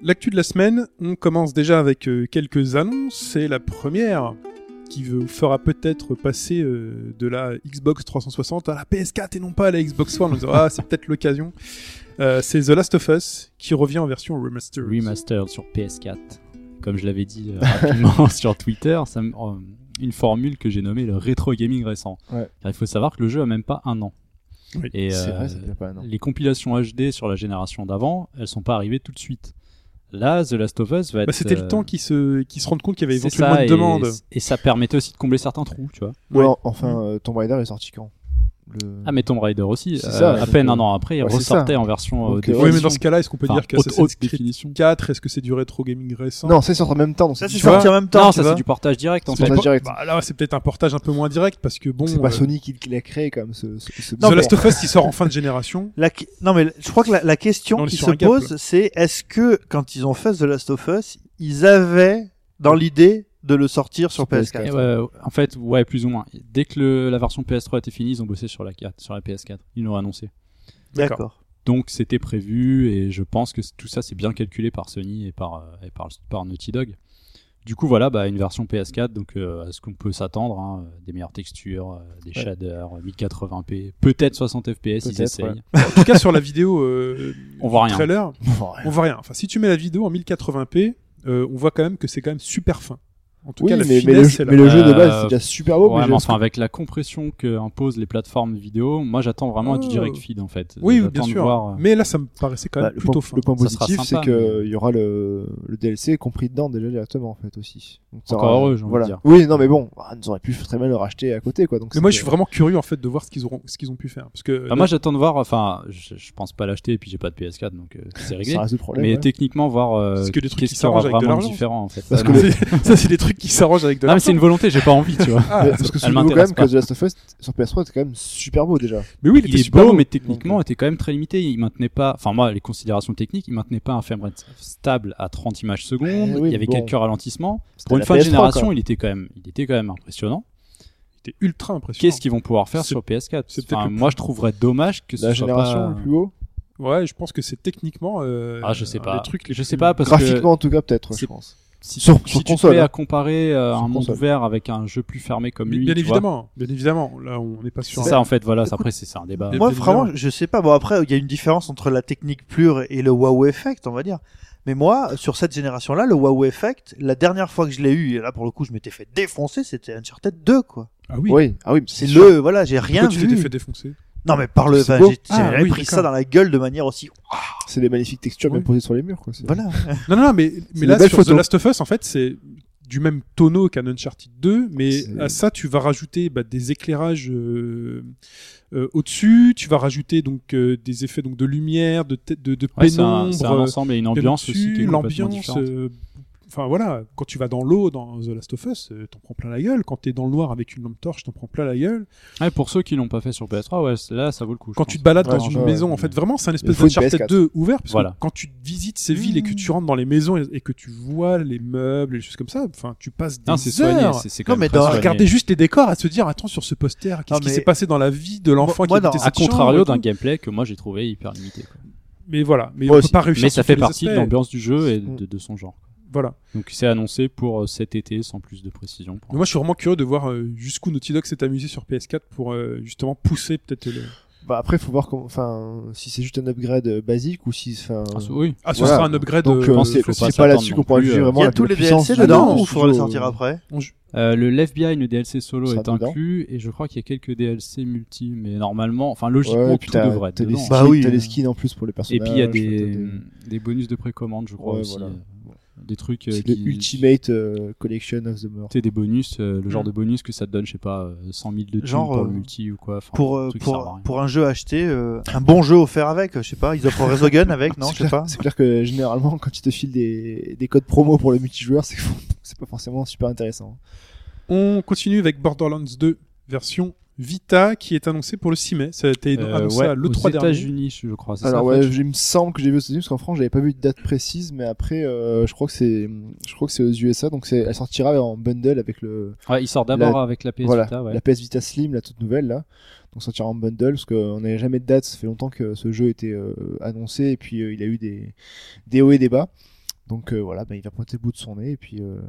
L'actu de la semaine, on commence déjà avec euh, quelques annonces. C'est la première qui vous fera peut-être passer euh, de la Xbox 360 à la PS4 et non pas à la Xbox One. On se dira, ah, c'est peut-être l'occasion. Euh, c'est The Last of Us qui revient en version remastered.
Remastered sur PS4. Comme je l'avais dit euh, rapidement [LAUGHS] sur Twitter, ça me- euh, une formule que j'ai nommée le rétro gaming récent.
Ouais.
Car il faut savoir que le jeu a même pas un an.
Oui.
Et
C'est
euh,
vrai, ça fait pas un an.
les compilations HD sur la génération d'avant, elles sont pas arrivées tout de suite. Là, The Last of Us va être.
Bah, c'était
euh,
le temps qu'ils se, qu'ils se rendent compte qu'il y avait
c'est
éventuellement
ça,
une
et-
demande.
Et ça permettait aussi de combler certains trous, tu vois.
Ou
Ouais.
alors, enfin, euh, Tomb Raider est sorti quand Le-
Ah, mais Tomb Raider aussi.
C'est
euh,
ça,
à
donc,
peine
euh,
un an après, il
ouais, c'est
ressortait en version. euh,
Donc,
des
euh,
Oui, mais
versions-
dans ce cas-là, est-ce qu'on peut
enfin,
dire
haute,
qu'Assassin's
haute
Creed
définition.
4, est-ce que c'est du rétro gaming récent
Non, c'est sorti en même temps. donc
Ça, c'est
Tu vois
sorti en même temps.
Non,
tu
ça
vois.
c'est du portage direct en
C'est
fait.
pas
Bah,
direct.
bah, là, c'est peut-être un portage un peu moins direct parce que bon.
C'est pas
euh,
Sony qui qui l'a créé quand même ce, ce- ce-
The
Non, mais-
Last of Us, il sort en fin de génération.
La que- Non, mais je crois que la, la question
On est
qui
sur
se
un gap,
pose, c'est est-ce que quand ils ont fait The Last of Us, ils avaient dans l'idée de le sortir sur
Sur
PS4
PS4.
Et ouais, en fait, ouais, plus ou moins. Dès que le- la version PS3 était finie, ils ont bossé sur la, 4 sur la PS4. Ils l'ont annoncé.
D'accord.
Donc c'était prévu et je pense que c- tout ça c'est bien calculé par Sony et par, euh, et par, par Naughty Dog. Du coup, voilà, bah, une version PS4, donc euh, à ce qu'on peut s'attendre, hein, des meilleures textures, euh, des
Ouais.
shaders, 1080p, peut-être 60 fps, ils
Peut-être,
essayent.
ouais.
En tout cas, sur la vidéo euh,
[LAUGHS] On voit
du
rien.
trailer,
Bon,
on voit rien. Enfin, si tu mets la vidéo en 1080p, euh, on voit quand même que c'est quand même super fin. En tout
oui,
cas, la
mais, mais le,
finesse,
jeu-
elle a-
mais le jeu de
Euh,
base, c'est déjà super
Oh,
beau.
Ouais,
mais
mais
j'ai-
enfin, avec la compression que imposent les plateformes vidéo, moi j'attends vraiment à du
Oh.
direct feed en fait.
Oui, oui,
J'attends
bien
de
sûr.
voir, euh,
Mais là, ça me paraissait quand
Bah,
même
le,
plutôt
point,
fin.
le point
Ça sera
positif, c'est
sympa,
qu'il
mais-
y aura le, le DLC compris dedans déjà directement en fait aussi. Donc, ça
Encore
aura-
heureux, j'ai envie
voilà.
de dire.
Oui, non, mais bon, ah, ils auraient pu très mal le racheter à côté quoi. Donc
Mais moi,
c'est-
je suis vraiment curieux en fait de voir ce qu'ils auront, ce qu'ils ont pu faire, parce que euh,
Bah, moi j'attends de voir, enfin, je, je pense pas l'acheter et puis j'ai pas de PS4 donc euh, c'est réglé.
Ça reste le problème.
mais
ouais.
techniquement, voir euh,
Parce que des trucs
qu'est-ce
qui
qui sera
s'arrangent avec de
vraiment
l'argent.
différent en fait.
Parce
Ah,
que
non.
le-
ça, c'est des trucs qui s'arrangent avec de
[LAUGHS] Non, mais
l'argent.
c'est une volonté, j'ai pas envie,
[LAUGHS]
tu vois.
Ah,
Mais- parce que
elle
souvenez-vous quand
m'intéresse
même que
pas.
The Last of Us sur PS3 c'était quand même super beau déjà.
mais [LAUGHS] oui, il,
Il,
était
est
super
beau, mais techniquement, était quand même très limité. Il maintenait pas, enfin, moi, les considérations techniques, il maintenait pas un framerate stable à 30 images secondes.
Eh oui,
il y avait
bon.
quelques ralentissements.
C'était
Pour une
la
fin de
PS3,
génération,
quoi.
il était quand même, il était quand même impressionnant.
il était ultra impressionnant.
Qu'est-ce qu'ils vont pouvoir faire
C'est-
sur PS4
c'est peut-être
Enfin,
le
Moi, je trouverais dommage que ce
La
soit
génération
pas-
le plus haut.
Ouais, je pense que c'est techniquement. euh,
Ah, je sais
un
pas.
des trucs les
je
plus-
sais pas parce que
Graphiquement en tout cas peut-être, je
c'est-
pense.
si,
sur-
si
sur
tu te
console,
mets
hein.
à comparer euh,
Sur
un monde
console.
ouvert avec un jeu plus fermé comme lui,
Bien
tu vois.
évidemment, bien évidemment. Là, on n'est pas sur.
C'est
un-
ça en fait, voilà. c'est- Après, c'est c'est un débat.
Et-
Moi,
bien
vraiment, je sais pas. Bon, après, il y a une différence entre la technique pure et le wow effect, on va dire. Mais moi, sur cette génération-là, le wow effect, la dernière fois que je l'ai eu, et là, pour le coup, je m'étais fait défoncer, c'était Uncharted 2, quoi.
Ah oui.
Oui, ah oui, mais
C'est
sûr.
le, voilà, j'ai rien
Pourquoi tu t'étais
vu.
fait défoncer
Non, mais par le,
C'est
enfin,
beau.
j'ai-
Ah,
j'avais
oui,
pris ça
d'accord.
dans la gueule de manière aussi,
C'est des magnifiques textures bien
Oui.
posées sur les murs quoi. c'est-
voilà.
Non, non, non, mais, mais
des
là,
belles
sur The
photos.
Last of Us, en fait, c'est du même tonneau qu'un Uncharted 2, mais
C'est-
à ça, tu vas rajouter bah, des éclairages euh, euh, au-dessus, tu vas rajouter donc euh, des effets donc de lumière, de, tête- de, de
Ouais, c'est un,
pénombre, euh,
c'est un ensemble et une ambiance aussi qui est complètement
l'ambiance.
différente.
euh, Enfin voilà, quand tu vas dans l'eau dans The Last of Us, euh, t'en prends plein la gueule. Quand t'es dans le noir avec une lampe torche, t'en prends plein la gueule.
Ouais, pour ceux qui l'ont pas fait sur PS3, ouais, c- là ça vaut le coup. je
Quand
pense.
tu te balades dans
Ouais,
une
ouais,
maison, en
ouais.
fait, vraiment, c'est un
Il
espèce
faut une
d'Uncharted
PS4.
2 ouvert. Parce
Voilà.
que quand tu visites ces villes et que tu rentres dans les maisons et, et que tu vois les meubles et les choses comme ça, enfin, tu passes des
Non, c'est soigné,
heures
c'est c'est
Non,
quand même
mais
très
dans-
à
soigné.
regarder juste les décors, à se dire, attends, sur ce poster, qu'est-ce
Non,
qui
mais-
s'est passé dans la vie de l'enfant
Moi-
qui
moi,
habitait
dans-
à
cette chambre
contrario
et
d'un
tout.
gameplay que moi j'ai trouvé hyper limité. quoi.
Mais voilà, mais
Moi
on peut
aussi.
pas réussir
Mais
sur
ça
tous
fait
les
partie de
aspects.
l'ambiance du jeu et
Mm.
de, de son genre.
Voilà.
Donc c'est annoncé pour euh, cet été sans plus de précision.
Mais moi, je suis vraiment curieux de voir euh, jusqu'où Naughty Dog s'est amusé sur PS4 pour euh, justement pousser peut-être le.
Bah après faut voir comment enfin si c'est juste un upgrade euh, basique ou si enfin
Ah, c'est- oui.
Ah, ce
Voilà.
sera un upgrade.
Donc,
euh,
euh,
pense qu'il
c'est
faut pas
c'est pas là-dessus
s'attendre
qu'on
non
pourra
plus,
juger
euh,
Il
vraiment
y a
la
tous les
puissance
DLC
du
dedans,
jeu,
ou
du
faudra le
jeu.
sortir après?
on ju-
Euh, le Left Behind, le DLC solo
Sera
est
dedans.
inclus et je crois qu'il y a quelques DLC multi, mais normalement, enfin
Ouais,
logiquement
et puis
tout
t'as
devrait être
t'as des
dedans.
skins,
Bah oui.
t'as des skins en plus pour les
Et
personnages.
puis il y a euh,
t'as
des, des bonus de précommande, je crois
Ouais,
aussi.
voilà.
euh, des trucs euh,
C'est
qui.
le Ultimate euh, Collection of the Mort. [LAUGHS]
tu sais, des bonus, euh, le genre
Mm.
de bonus que ça te donne, je sais pas, euh, 100 000 de thunes
Genre,
pour le
euh,
multi ou quoi. enfin,
pour,
un
euh,
truc qui sert à
pour,
rien.
pour un jeu acheté, euh, un bon jeu offert avec, je sais pas, ils offrent Resogun avec, non,
[LAUGHS] C'est
je sais
clair-
pas.
C'est clair que généralement, quand ils te filent des, des codes promo pour le multijoueur, c'est que [LAUGHS] c'est pas forcément super intéressant.
On continue avec Borderlands 2 version Vita qui est annoncée pour le 6 mai. Ça a été
Ah,
Euh,
annoncé
ouais,
à le
aux
3 dernier.
États-Unis, je je crois. c'est
Alors
ça,
ouais,
Fudge
je- il me semble que j'ai vu aux États-Unis parce qu'en France, j'avais pas vu de date précise, mais après, euh, je crois que c'est, je crois que c'est aux USA, donc c'est, elle sortira en bundle avec le,
Ouais, il sort d'abord
La-
avec la PS
voilà,
Vita, ouais.
la PS Vita Slim, la toute nouvelle là. Donc sortira en bundle parce qu'on n'avait jamais de date. Ça fait longtemps que ce jeu était euh, annoncé et puis euh, il a eu des, des hauts et des bas. Donc euh, voilà, bah, il va pointer le bout de son nez et puis euh,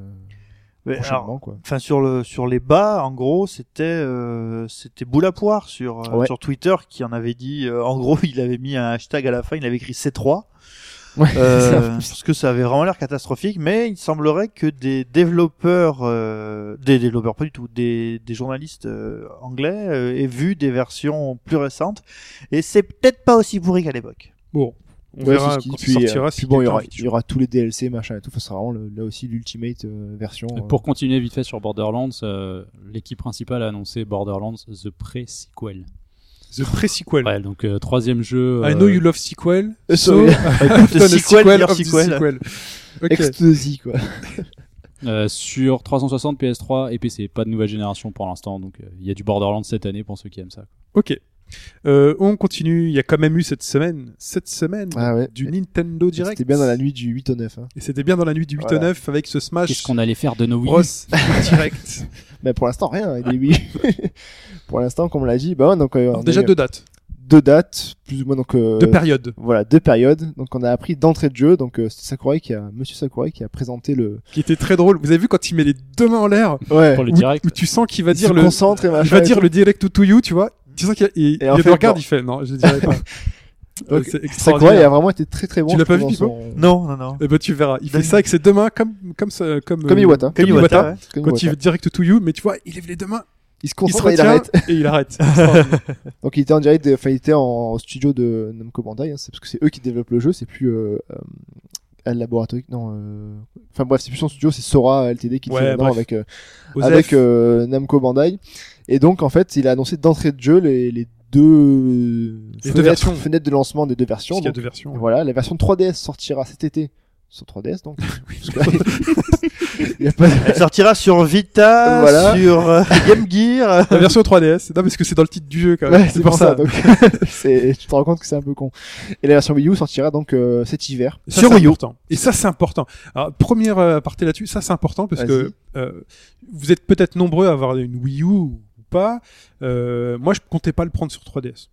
Mais alors,
prochainement
[LAUGHS]
quoi.
Enfin sur le sur les bas, en gros, c'était euh, c'était boule à poire sur euh,
Ouais.
sur Twitter qui en avait dit. euh, en gros, [LAUGHS] il avait mis un hashtag à la fin, il avait écrit C3
Ouais, [LAUGHS]
euh,
ça-
parce que ça avait vraiment l'air catastrophique. Mais il semblerait que des développeurs, euh, des développeurs pas du tout, des des journalistes euh, anglais euh, aient vu des versions plus récentes et c'est peut-être pas aussi pourri qu'à l'époque.
Bon, on
[LAUGHS] Ouais,
verra
c'est ce qui-
quand
puis,
il sortira.
euh,
si
puis bon, il y
quelqu'un a
aura,
envie de
il y aura tous les DLC machin et tout. Enfin, ce sera vraiment le- là aussi l'ultimate euh, version.
Et
euh, [LAUGHS]
Pour continuer vite fait sur Borderlands, euh, l'équipe principale a annoncé Borderlands The Pre-Sequel.
jouer. The Pre-Sequel.
Ouais, donc euh, troisième jeu.
I
euh,
know you love sequel,
Euh,
so [LAUGHS] I
sorry. [LAUGHS]
put on a
Sequel,
sequel
dire
of the
sequel.
sequel. Ok.
Ecstasy quoi.
euh, sur 360, PS3 et PC. Pas de nouvelle génération pour l'instant, donc euh, il y a du Borderlands cette année pour ceux qui aiment ça.
Ok. Euh, on continue. Il y a quand même eu cette semaine, cette semaine
Ah ouais.
du Nintendo Direct.
C'était bien dans la nuit du 8 au 9. Hein.
Et c'était bien dans la nuit du 8 au
Voilà.
9 avec ce
Qu'est-ce
Smash
qu'on allait faire de nos Wii
Bros [LAUGHS] Direct.
Mais pour l'instant, rien. Il est
[LAUGHS]
oui. [LAUGHS] pour l'instant, comme on l'a dit, bah, ouais, donc, euh, on
Alors,
a
déjà
eu
deux dates,
deux dates, plus ou moins. Donc, euh,
deux périodes.
Voilà, deux périodes. Donc, on a appris d'entrée de jeu. Donc, euh, c'est Sakurai qui a, Monsieur Sakurai qui a présenté le.
Qui était très drôle. Vous avez vu quand il met les deux mains en l'air
Ouais.
pour le
où,
direct
où tu sens qu'il va
Il se
dire le,
concentre et
il
machin.
va
et
dire
tout. Mm.
le Direct to you, tu vois. Tu sens qu'il y a- il,
Et en
il
fait,
le regarde,
bon.
il fait non,
[LAUGHS]
je le dirai pas. Euh,
Donc,
c'est
Sakurai
extraordinaire.
a vraiment été très très bon.
Tu l'as
je
pas
trouve,
vu,
dans son-
Non, non, non.
Eh ben, tu verras. Il fait
Dingue.
ça avec ses deux mains comme comme ça- comme
Comme
euh,
Iwata.
Comme
Kamiwata,
Iwata.
ouais.
Comme
Quand
Iwata.
il veut direct to you, mais tu vois, il lève les deux mains,
il se
il se
concentre et bah,
retient
il arrête.
et il
[LAUGHS]
arrête. Extraordinaire.
Donc il était en direct, de- enfin il était en studio de Namco Bandai, hein, c'est parce que c'est eux qui développent le jeu, c'est plus euh, euh, Al Laboratory, non, euh, enfin bref, c'est plus son studio, c'est Sora LTD qui
Ouais,
fait maintenant
bref.
avec euh,
Osef,
avec euh, Namco Bandai. Et donc en fait, il a annoncé d'entrée de jeu les, les deux
Les deux
fenêtres,
versions.
fenêtres de lancement des deux versions.
parce qu'il y a
Donc,
deux versions.
Voilà, la version 3DS sortira cet été sur
[LAUGHS]
3DS donc. Parce que- [LAUGHS] il y a pas de-
Elle sortira sur Vita,
Voilà.
sur euh, Game Gear.
La version 3DS, non parce que c'est dans le titre du jeu quand même.
Ouais, c'est pour ça. donc, [LAUGHS] c'est- tu te rends compte que c'est un peu con. Et la version Wii U sortira donc euh, cet hiver.
Et ça,
Sur
c'est
Wio.
important. Et ça, c'est important. Alors, première euh, partie là-dessus, ça, c'est important parce que euh, vous êtes peut-être nombreux à avoir une Wii U ou pas. Euh, moi, je comptais pas le prendre sur 3DS.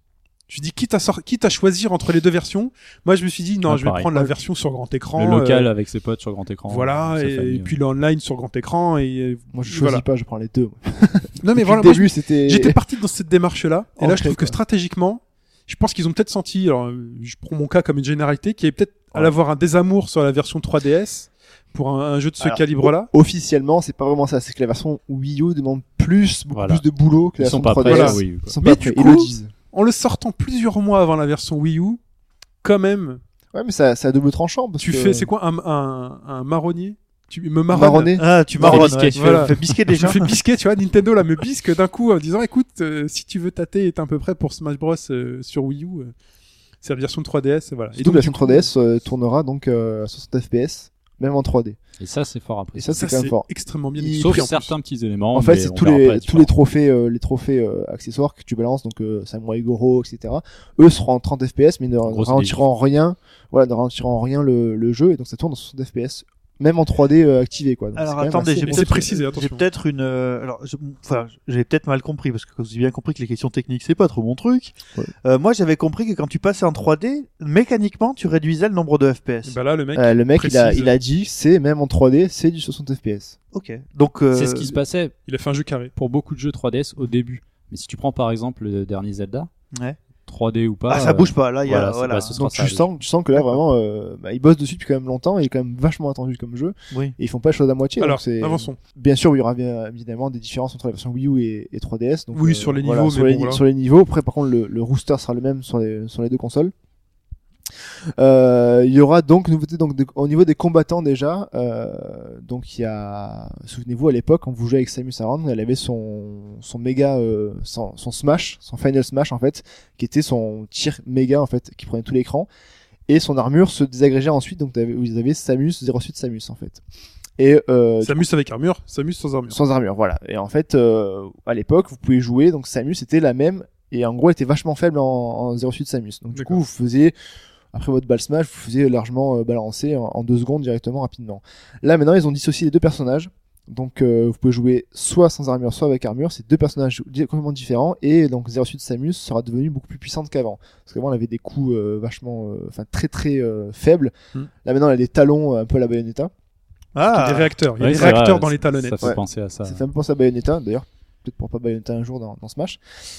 Je dis quitte à sor- quitte à choisir entre les deux versions, moi je me suis dit non,
Ah,
je vais
pareil.
prendre la version sur grand écran,
le local
euh,
avec ses potes sur grand écran.
voilà,
sa
et,
famille,
et puis l'online sur grand écran et euh,
Moi, je choisis
voilà.
pas, je prends les deux.
Non mais
Depuis
voilà,
le
moi,
début, c'était.
J'étais parti dans cette démarche-là, et là je
Ancré,
trouve que
quoi.
stratégiquement, je pense qu'ils ont peut-être senti, alors euh, je prends mon cas comme une généralité, qui est peut-être à l'avoir un désamour sur la version 3DS pour un, un jeu de ce
Alors,
calibre-là.
[LAUGHS] Officiellement, c'est pas vraiment ça. C'est que la version Wii U demande plus, beaucoup
Voilà.
plus de boulot que
euh. Ils
la
sont
version
pas
3DS.
prêts.
Voilà.
la Wii U,
Ils
quoi.
sont
Mais
pas
du
prêts.
coup-
Ils le disent.
En le sortant plusieurs mois avant la version Wii U, quand même,
Ouais, mais ça, ça a double tranchant. Parce
tu
que-
fais, c'est quoi, un, un, un marronnier Tu me marronnes
Marronné.
Ah, tu
Tu
marronnes,
fais
ouais,
bisquer,
tu
voilà.
fais- fais
[LAUGHS]
bisquer
Je
déjà.
[LAUGHS]
me fais bisquer, tu vois, Nintendo là me bisque d'un coup en disant écoute, euh, si tu veux tâter et t'es un peu prêt pour Smash Bros euh, sur Wii U, euh, c'est la version 3DS, voilà.
Et donc, la
du
version
coup,
3DS euh, tournera donc euh, à 60 FPS, même en 3D.
Et ça, c'est fort
Et ça,
apprécié.
ça
c'est quand
c'est
même fort.
extrêmement bien
Il-
écrit,
Sauf
en plus.
certains petits éléments.
En fait,
Oh, mais
c'est
on
tous
verra
les
pas la
tous les
différence.
trophées euh, les trophées euh, accessoires que tu balances donc euh, Samurai Goro etc. Eux seront en 30 FPS mais ne
gros,
ne
c'est
ralentiront en rien voilà ne ralentiront en rien le, le jeu et donc ça tourne en 60 FPS même en 3D euh, activé quoi. Donc, c'est
Alors
quand même
attendez,
assez
j'ai
bon.
peut-être
C'est précisé,
j'ai
attention.
peut-être une euh, alors je- enfin j'ai peut-être mal compris parce que comme vous avez bien compris que les questions techniques c'est pas trop mon truc.
Ouais.
Euh, moi j'avais compris que quand tu passais en 3D, mécaniquement tu réduisais le nombre de FPS.
Bah là, le mec,
Euh, le mec, il a,
précise.
il a dit, c'est même en 3D, c'est du 60 FPS.
OK. Donc euh,
C'est ce qui se passait
il a fait un jeu carré.
pour beaucoup de jeux 3DS au début. Mais si tu prends par exemple le dernier Zelda,
Ouais.
3D ou pas,
Ah, ça
euh,
bouge pas là, il y a
voilà, c'est
voilà.
pas- ce sera
Donc
ça,
tu
le-
sens, tu sens que là vraiment, euh, bah, il bosse dessus depuis quand même longtemps, il est quand même vachement attendu comme jeu,
Oui.
et ils font pas les choses à moitié.
Alors,
donc c'est- euh,
avançons.
Bien sûr, il y aura bien évidemment des différences entre la version Wii U et, et 3DS. Donc, euh,
Oui, sur les
voilà,
niveaux,
sur,
mais
les,
bon, voilà.
sur les niveaux. Après, par contre, le, le rooster sera le même sur les, sur les deux consoles. Euh, il y aura donc nouveauté donc de- au niveau des combattants déjà. euh, donc il y a, souvenez-vous à l'époque quand vous jouez avec Samus Aran, elle avait son son méga euh, son, son smash, son final smash en fait, qui était son tir méga en fait, qui prenait tout l'écran et son armure se désagrégeait ensuite. Donc t'avais- vous avez Samus 08 Samus en fait. Et euh,
Samus avec armure, Samus sans armure.
sans armure, voilà. Et en fait, euh, à l'époque, vous pouvez jouer, donc Samus était la même, et en gros, elle était vachement faible en, en 0 de Samus. Donc du coup,
D'accord.
vous faisiez, après votre balle smash, vous faisiez largement euh, balancer en, en deux secondes directement, rapidement. Là, maintenant, ils ont dissocié les deux personnages. Donc euh, vous pouvez jouer soit sans armure, soit avec armure. C'est deux personnages di- complètement différents. Et donc 08 Samus sera devenue beaucoup plus puissante qu'avant. Parce qu'avant elle avait des coups euh, vachement, euh, enfin très très euh, faibles.
Hmm.
Là maintenant elle a des talons euh, un peu à la Bayonetta.
Des
Ah,
réacteurs. Il y a
Ouais,
des
c'est vrai,
réacteurs dans
ça-
les talonnettes.
Ça fait
Ouais.
penser à ça.
Ça fait un peu penser à Bayonetta d'ailleurs. Peut-être pour pas Bayonetta un jour dans, dans Smash.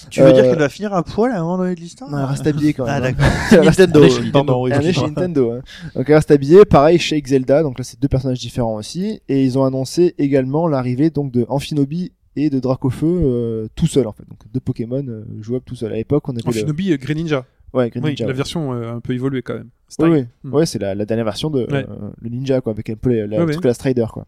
tu veux
Euh,
dire qu'elle va finir à poil à un moment donné de l'histoire
Non, elle reste habillée quand même.
Ah
hein.
d'accord.
[LAUGHS] Elle reste-
Nintendo.
Allez, chez Nintendo.
Pardon, oui,
elle est chez
excuse-moi.
Nintendo. hein. Donc elle reste habillée. Pareil, Shake Zelda. Donc là, c'est deux personnages différents aussi. Et ils ont annoncé également l'arrivée donc de Amphinobi et de Dracofeu euh, tout seul en fait. Donc deux Pokémon euh, jouables tout seul. À l'époque, on avait
En
le...
Shinobi euh, Green Ninja.
ouais, Green
Oui,
Ninja,
La
ouais.
version euh, un peu évoluée quand même. C'est
Oui,
dingue.
oui.
Hmm.
Ouais, c'est la, la dernière version de euh,
Ouais.
le ninja quoi, avec un peu la, la,
Ouais,
le
ouais.
truc à la Strider quoi.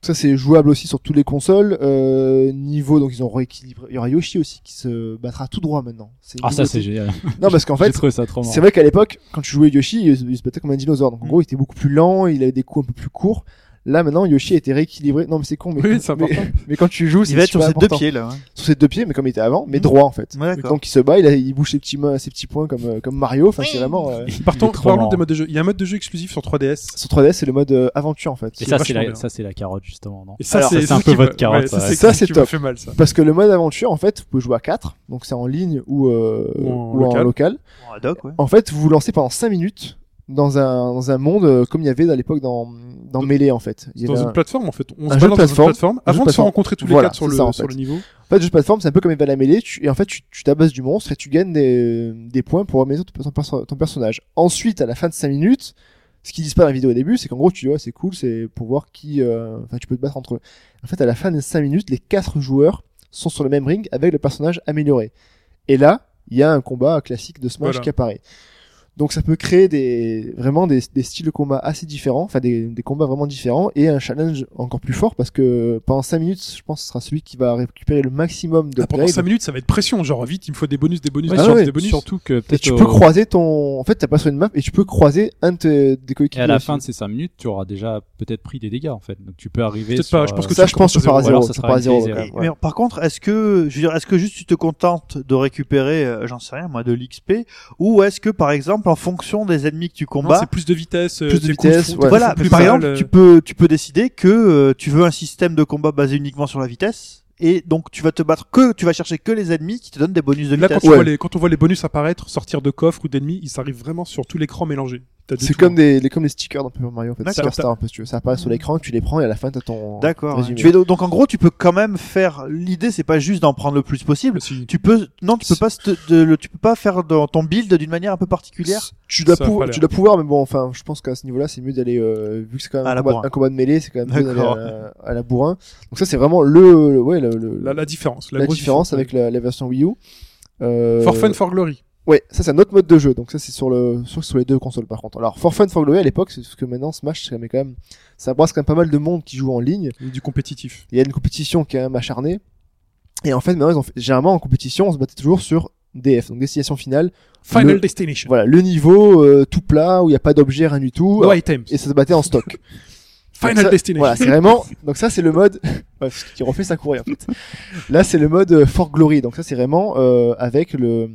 Ça c'est jouable aussi sur toutes les consoles. Euh, niveau donc ils ont rééquilibré. Il y aura Yoshi aussi qui se battra tout droit maintenant. C'est une
Ah, ça,
nouveauté.
c'est génial.
Non parce qu'en
J'ai
fait
trouvé ça trop marrant.
c'est vrai qu'à l'époque, quand tu jouais Yoshi, il, se- il se battait comme un dinosaure. Donc en
Hmm.
Mm.
gros, il était beaucoup plus lent, il avait des coups un peu plus courts. Là maintenant, Yoshi a été rééquilibré. Non mais c'est con, mais,
Oui, c'est
mais,
important.
[LAUGHS] mais quand tu joues, c'est
Il va être sur
super
ses deux
important.
pieds là. hein.
Sur ses deux pieds, mais comme il était avant, mais
Mm.
droit en fait.
Ouais, d'accord.
Donc il se bat, il, a- il bouge ses petits mains, ses petits points comme euh, comme Mario. Enfin c'est vraiment. euh,
Partons,
Il est trop
parlons
marrant.
des modes de jeu. Il y a un mode de jeu exclusif sur 3DS.
Sur 3DS, c'est le mode euh, aventure en fait.
Et
C'est
ça, c'est
vachement
la,
bien.
ça, c'est la carotte, justement. Non
Et ça,
Alors, ça, c'est un
ce
peu
qui
votre
me-
carotte,
ouais,
ça, ouais.
Ça,
ce qui
c'est
me
top.
fait mal, ça.
Parce que le mode aventure, en fait, vous pouvez jouer à 4, donc c'est en ligne ou, euh,
Ou en
ou
local.
Bon, ad hoc, ouais.
En fait, vous vous lancez pendant 5 minutes dans un, dans un monde euh, comme il y avait à l'époque dans, dans Melee, en fait. Il y
Dans
avait
une
un-
plateforme, en fait. On
un
se
jeu de
balance dans une
plateforme,
plateforme
un jeu
avant
de
de se
plateforme.
rencontrer tous les
Voilà,
quatre sur
c'est
le,
ça, en
sur le
fait.
niveau.
En fait, jeu de plateforme, c'est un peu comme Eva la Melee, tu, et en fait, tu, tu tabasses du monstre et tu gagnes des, des points pour améliorer ton, perso- ton personnage. Ensuite, à la fin de 5 minutes, ce qu'ils disent pas dans la vidéo au début, c'est qu'en gros, tu dis, ouais, c'est cool, c'est pour voir qui, euh, enfin, tu peux te battre entre eux. En fait, à la fin des 5 minutes, les 4 joueurs sont sur le même ring avec le personnage amélioré. Et là, il y a un combat classique de Smash
Voilà.
qui apparaît. Donc ça peut créer des vraiment des, des styles de combat assez différents, enfin des, des combats vraiment différents et un challenge encore plus fort parce que pendant 5 minutes, je pense que ce sera celui qui va récupérer le maximum de
Ah, pendant 5 minutes, ça va être pression. Genre, vite, il me faut des bonus, des bonus,
Ouais,
des
Ah
sur-
bonus,
ouais.
des bonus.
Surtout que
Et
peut-être
tu
au-
euh,
peux croiser ton en fait, t'as pas sur une map et tu peux croiser un de tes- des
et
coéquipiers.
à la
aussi.
fin de ces 5 minutes, tu auras déjà peut-être pris des dégâts en fait. Donc tu peux arriver.
Peut-être
sur,
pas, je pense
euh,
que
ça
tu
je pense que tu
commences
pars
à
à zéro,
zéro. Ou alors,
tu
ça
pars à
sera
zéro.
une
ouais.
crise,
Ouais.
Mais par contre, est-ce que, je veux dire, est-ce que juste tu te contentes de récupérer, euh, j'en sais rien, moi, de l'XP, ou est-ce que, par exemple, en fonction des ennemis que tu
Non,
combats,
c'est plus de vitesse. euh,
Plus de
tes coups
vitesse,
font- tes
ouais.
coups
voilà,
font
mais
plus
par
mal,
exemple,
euh,
tu peux, tu peux décider que euh, tu veux un système de combat basé uniquement sur la vitesse, et donc tu vas te battre que, tu vas chercher que les ennemis qui te donnent des bonus de
Là, quand,
vitesse.
tu
Ouais.
vois les, quand on voit les bonus apparaître, sortir de coffres ou d'ennemis, ils arrivent vraiment sur tout l'écran mélangé. T'as de tout.
C'est
hein.
comme des, les- comme les stickers dans Paper Mario en fait,
D'accord.
Sticker Star un peu si tu veux. ça apparaît sur l'écran, tu les prends et à la fin t'as ton
D'accord.
résumé.
ouais. Tu es donc en gros, tu peux quand même faire. L'idée, c'est pas juste d'en prendre le plus possible.
Si-
Tu peux, non, tu peux pas, se- de- le- tu peux pas faire dans ton build d'une manière un peu particulière.
Tu dois,
Ça a
pou-
pas hein. l'air.
tu dois pouvoir, mais bon, enfin, je pense qu'à ce niveau-là, c'est mieux d'aller, euh, vu que c'est quand même
À
un
la
combat,
bourrin.
un combat de mêlée, c'est quand même mieux d'aller à,
D'accord.
la- à la bourrin. Donc ça, c'est vraiment le, le- ouais, le, le-
La, la différence. La,
la
grosse
différence avec la, la version Wii U. Euh,
For Fun, For Glory.
Ouais, ça c'est un autre mode de jeu, donc ça c'est sur le sur, sur les deux consoles par contre. Alors For Fun For Glory à l'époque, c'est ce que maintenant Smash, ça met quand même, ça brasse quand même pas mal de monde qui joue en ligne.
Du compétitif.
Il y a une compétition qui est quand même acharnée. Et en fait, maintenant, ils ont fait- généralement en compétition, on se battait toujours sur DF, donc destination finale.
Final
Le-
Destination.
Voilà, le niveau euh, tout plat où il n'y a pas d'objet, rien du tout.
No items.
et ça se battait en stock.
[LAUGHS] Final
ça-
Destination.
Voilà, c'est vraiment. Donc ça, c'est le mode. [LAUGHS] Ouais, parce qu'il refait sa courir en fait. Là, c'est le mode euh, For Glory. Donc ça, c'est vraiment euh, avec le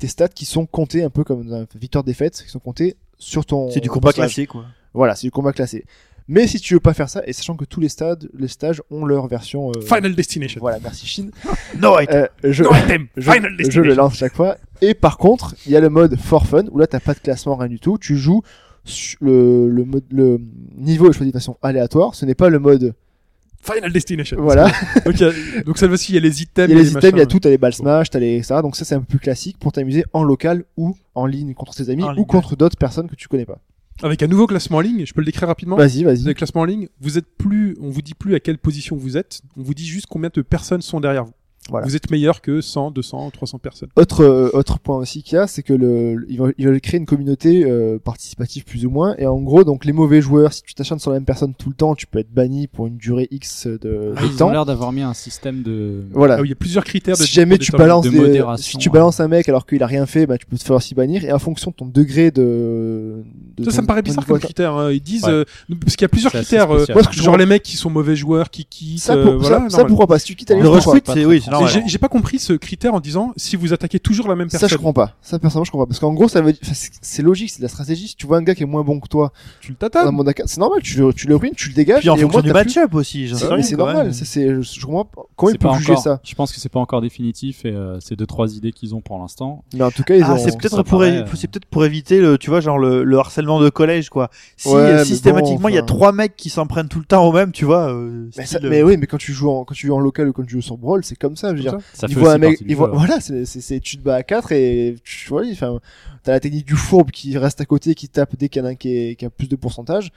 tes stats qui sont comptés un peu comme dans victoire-défaite, qui sont comptés sur ton.
C'est du combat
personnage.
classique, quoi.
Voilà, c'est du combat classé. Mais si tu veux pas faire ça, et sachant que tous les stades, les stages ont leur version. euh,
Final Destination.
Voilà, merci Chine.
No, it-
Euh, je,
No item.
je,
Final
je le
Destination.
lance chaque fois. Et par contre, il y a le mode for fun où là t'as pas de classement, rien du tout. Tu joues su- le, le, mode- le niveau est choisi de façon aléatoire. Ce n'est pas le mode
Final Destination.
voilà.
Donc, il y a- donc ça aussi, il y a les items.
Il y a
et
les items, il y a
machins.
tout, t'as les balles smash, t'as les ça. Donc ça c'est un peu plus classique pour t'amuser en local ou en ligne contre tes amis
En
ou
ligne,
contre d'autres personnes que tu connais pas.
Avec un nouveau classement en ligne, je peux le décrire rapidement.
Vas-y, vas-y.
Vous avez le classement en ligne, vous êtes plus, on vous dit plus à quelle position vous êtes, on vous dit juste combien de personnes sont derrière vous.
Voilà.
Vous êtes meilleur que 100, 200, 300 personnes.
Autre, euh, autre point aussi qu'il y a, c'est que le, le- ils, veulent, ils veulent créer une communauté euh, participative plus ou moins. Et en gros, donc les mauvais joueurs, si tu t'acharnes sur la même personne tout le temps, tu peux être banni pour une durée X de, de
Ah, Ils ont
temps.
l'air d'avoir mis un système de.
Voilà.
Ah oui, il y a plusieurs critères de
Euh, si jamais tu
déterminants.
balances
de
des-
modération,
si tu
ouais.
balances un mec alors qu'il a rien fait, bah, tu peux te faire aussi bannir. Et en fonction de ton degré de, de
Ça, ça
ton-
me paraît
ton
bizarre
niveau
comme critère. hein. Ils disent
Ouais.
euh, parce qu'il y a plusieurs
C'est assez
critères, euh,
spécial.
Moi, ce que je
genre
vois-
les mecs qui sont mauvais joueurs, qui quittent.
Ça,
euh,
pour-
voilà,
ça, ça
normal.
pourquoi pas Si tu quittes à
Le
l'époque,
recruit, c'est- oui, c'est
Mais
normal.
j'ai- J'ai pas compris ce critère en disant si vous attaquez toujours la même
Ça,
personne.
je comprends pas. Ça, personnellement, je comprends pas. Parce qu'en gros, ça veut dire, enfin, c'est- c'est logique, c'est de la stratégie. Si tu vois un gars qui est moins bon que toi,
Tu le
dans un
tatanes.
monde à quatre, c'est normal, tu le, tu le ruines, tu le dégages.
Puis en
et au
fonction
moins,
du
t'as plus-
match-up aussi, j'en sais
C'est
rien,
mais c'est
quand même.
normal. Ça, c'est, je, je comprends pas comment
C'est
ils peuvent
pas
juger
encore-
ça.
Je pense que c'est pas encore définitif et euh, c'est deux trois idées qu'ils ont pour l'instant.
Mais en tout cas, ils
Ah,
ont.
c'est peut-être
ça
pour,
paraît,
é-
euh,
c'est peut-être pour éviter le, tu vois, genre le, le harcèlement de collège, quoi. Si
Ouais,
euh,
mais bon,
systématiquement il y a
enfin.
trois mecs qui s'en prennent tout le temps au même, tu vois. euh,
Mais, ça-
style,
mais
euh,
oui, mais quand tu joues en, quand tu joues en local ou quand tu joues sur Brawl, c'est comme ça. Je veux dire,
Ça
il
fait
voit
aussi
un mec,
partie du
il voit,
jeu.
[LAUGHS]
voilà, c'est, c'est, c'est, tu te bats à 4 et tu vois, il- enfin, t'as la technique du fourbe qui reste à côté, qui tape dès qu'il y en a un qui, est- qui a plus de pourcentage.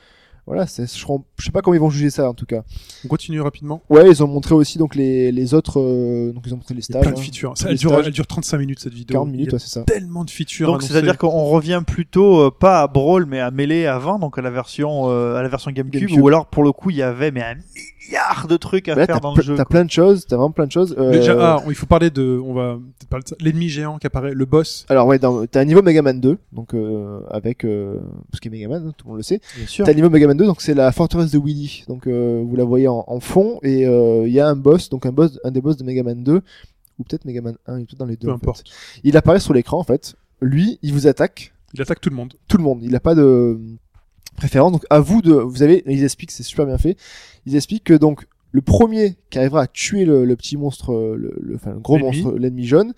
Voilà, c'est, je, comprends- je sais pas comment ils vont juger ça en tout cas.
On continue rapidement.
Ouais, ils ont montré aussi donc les, les autres, euh, donc ils ont montré
Il
les
y
stages.
a plein de
hein.
features.
Tous
Ça,
les
elle, dure,
stages.
elle dure 35 minutes cette vidéo.
40
Il y a
minutes, ouais, c'est ça.
Tellement de features.
donc c'est-à-dire qu'on revient plutôt euh, pas à Brawl mais à Melee avant, donc à la version euh, à la version GameCube,
GameCube.
ou alors pour le coup il y avait mais un milliard de trucs à
Là,
faire
t'as,
dans
ple-
le jeu.
t'as plein de choses, t'as vraiment plein de choses. euh,
Déjà, ah, il faut parler de. On va peut-être parler de ça. L'ennemi géant qui apparaît, le boss.
Alors ouais, dans- t'as un niveau Mega Man 2, donc euh, avec euh, parce que Mega Man, hein, tout le monde le sait.
Bien sûr.
T'as le niveau Mega Man 2, donc c'est la forteresse de Willy. Donc euh, vous la voyez en, en fond et euh, il y a un boss, donc un boss, un des boss de Mega Man 2 ou peut-être Mega Man 1, il est peut-être dans les deux.
Peu
en fait.
importe.
Il apparaît sur l'écran en fait. Lui, il vous attaque
Il attaque tout le monde.
tout le monde. Il n'a pas de euh, préférence. Donc à vous de, vous avez, ils expliquent, c'est super bien fait. Ils expliquent que donc le premier qui arrivera à tuer le, le petit monstre, euh, le, le- enfin le gros
L'ennemi.
monstre, l'ennemi jaune,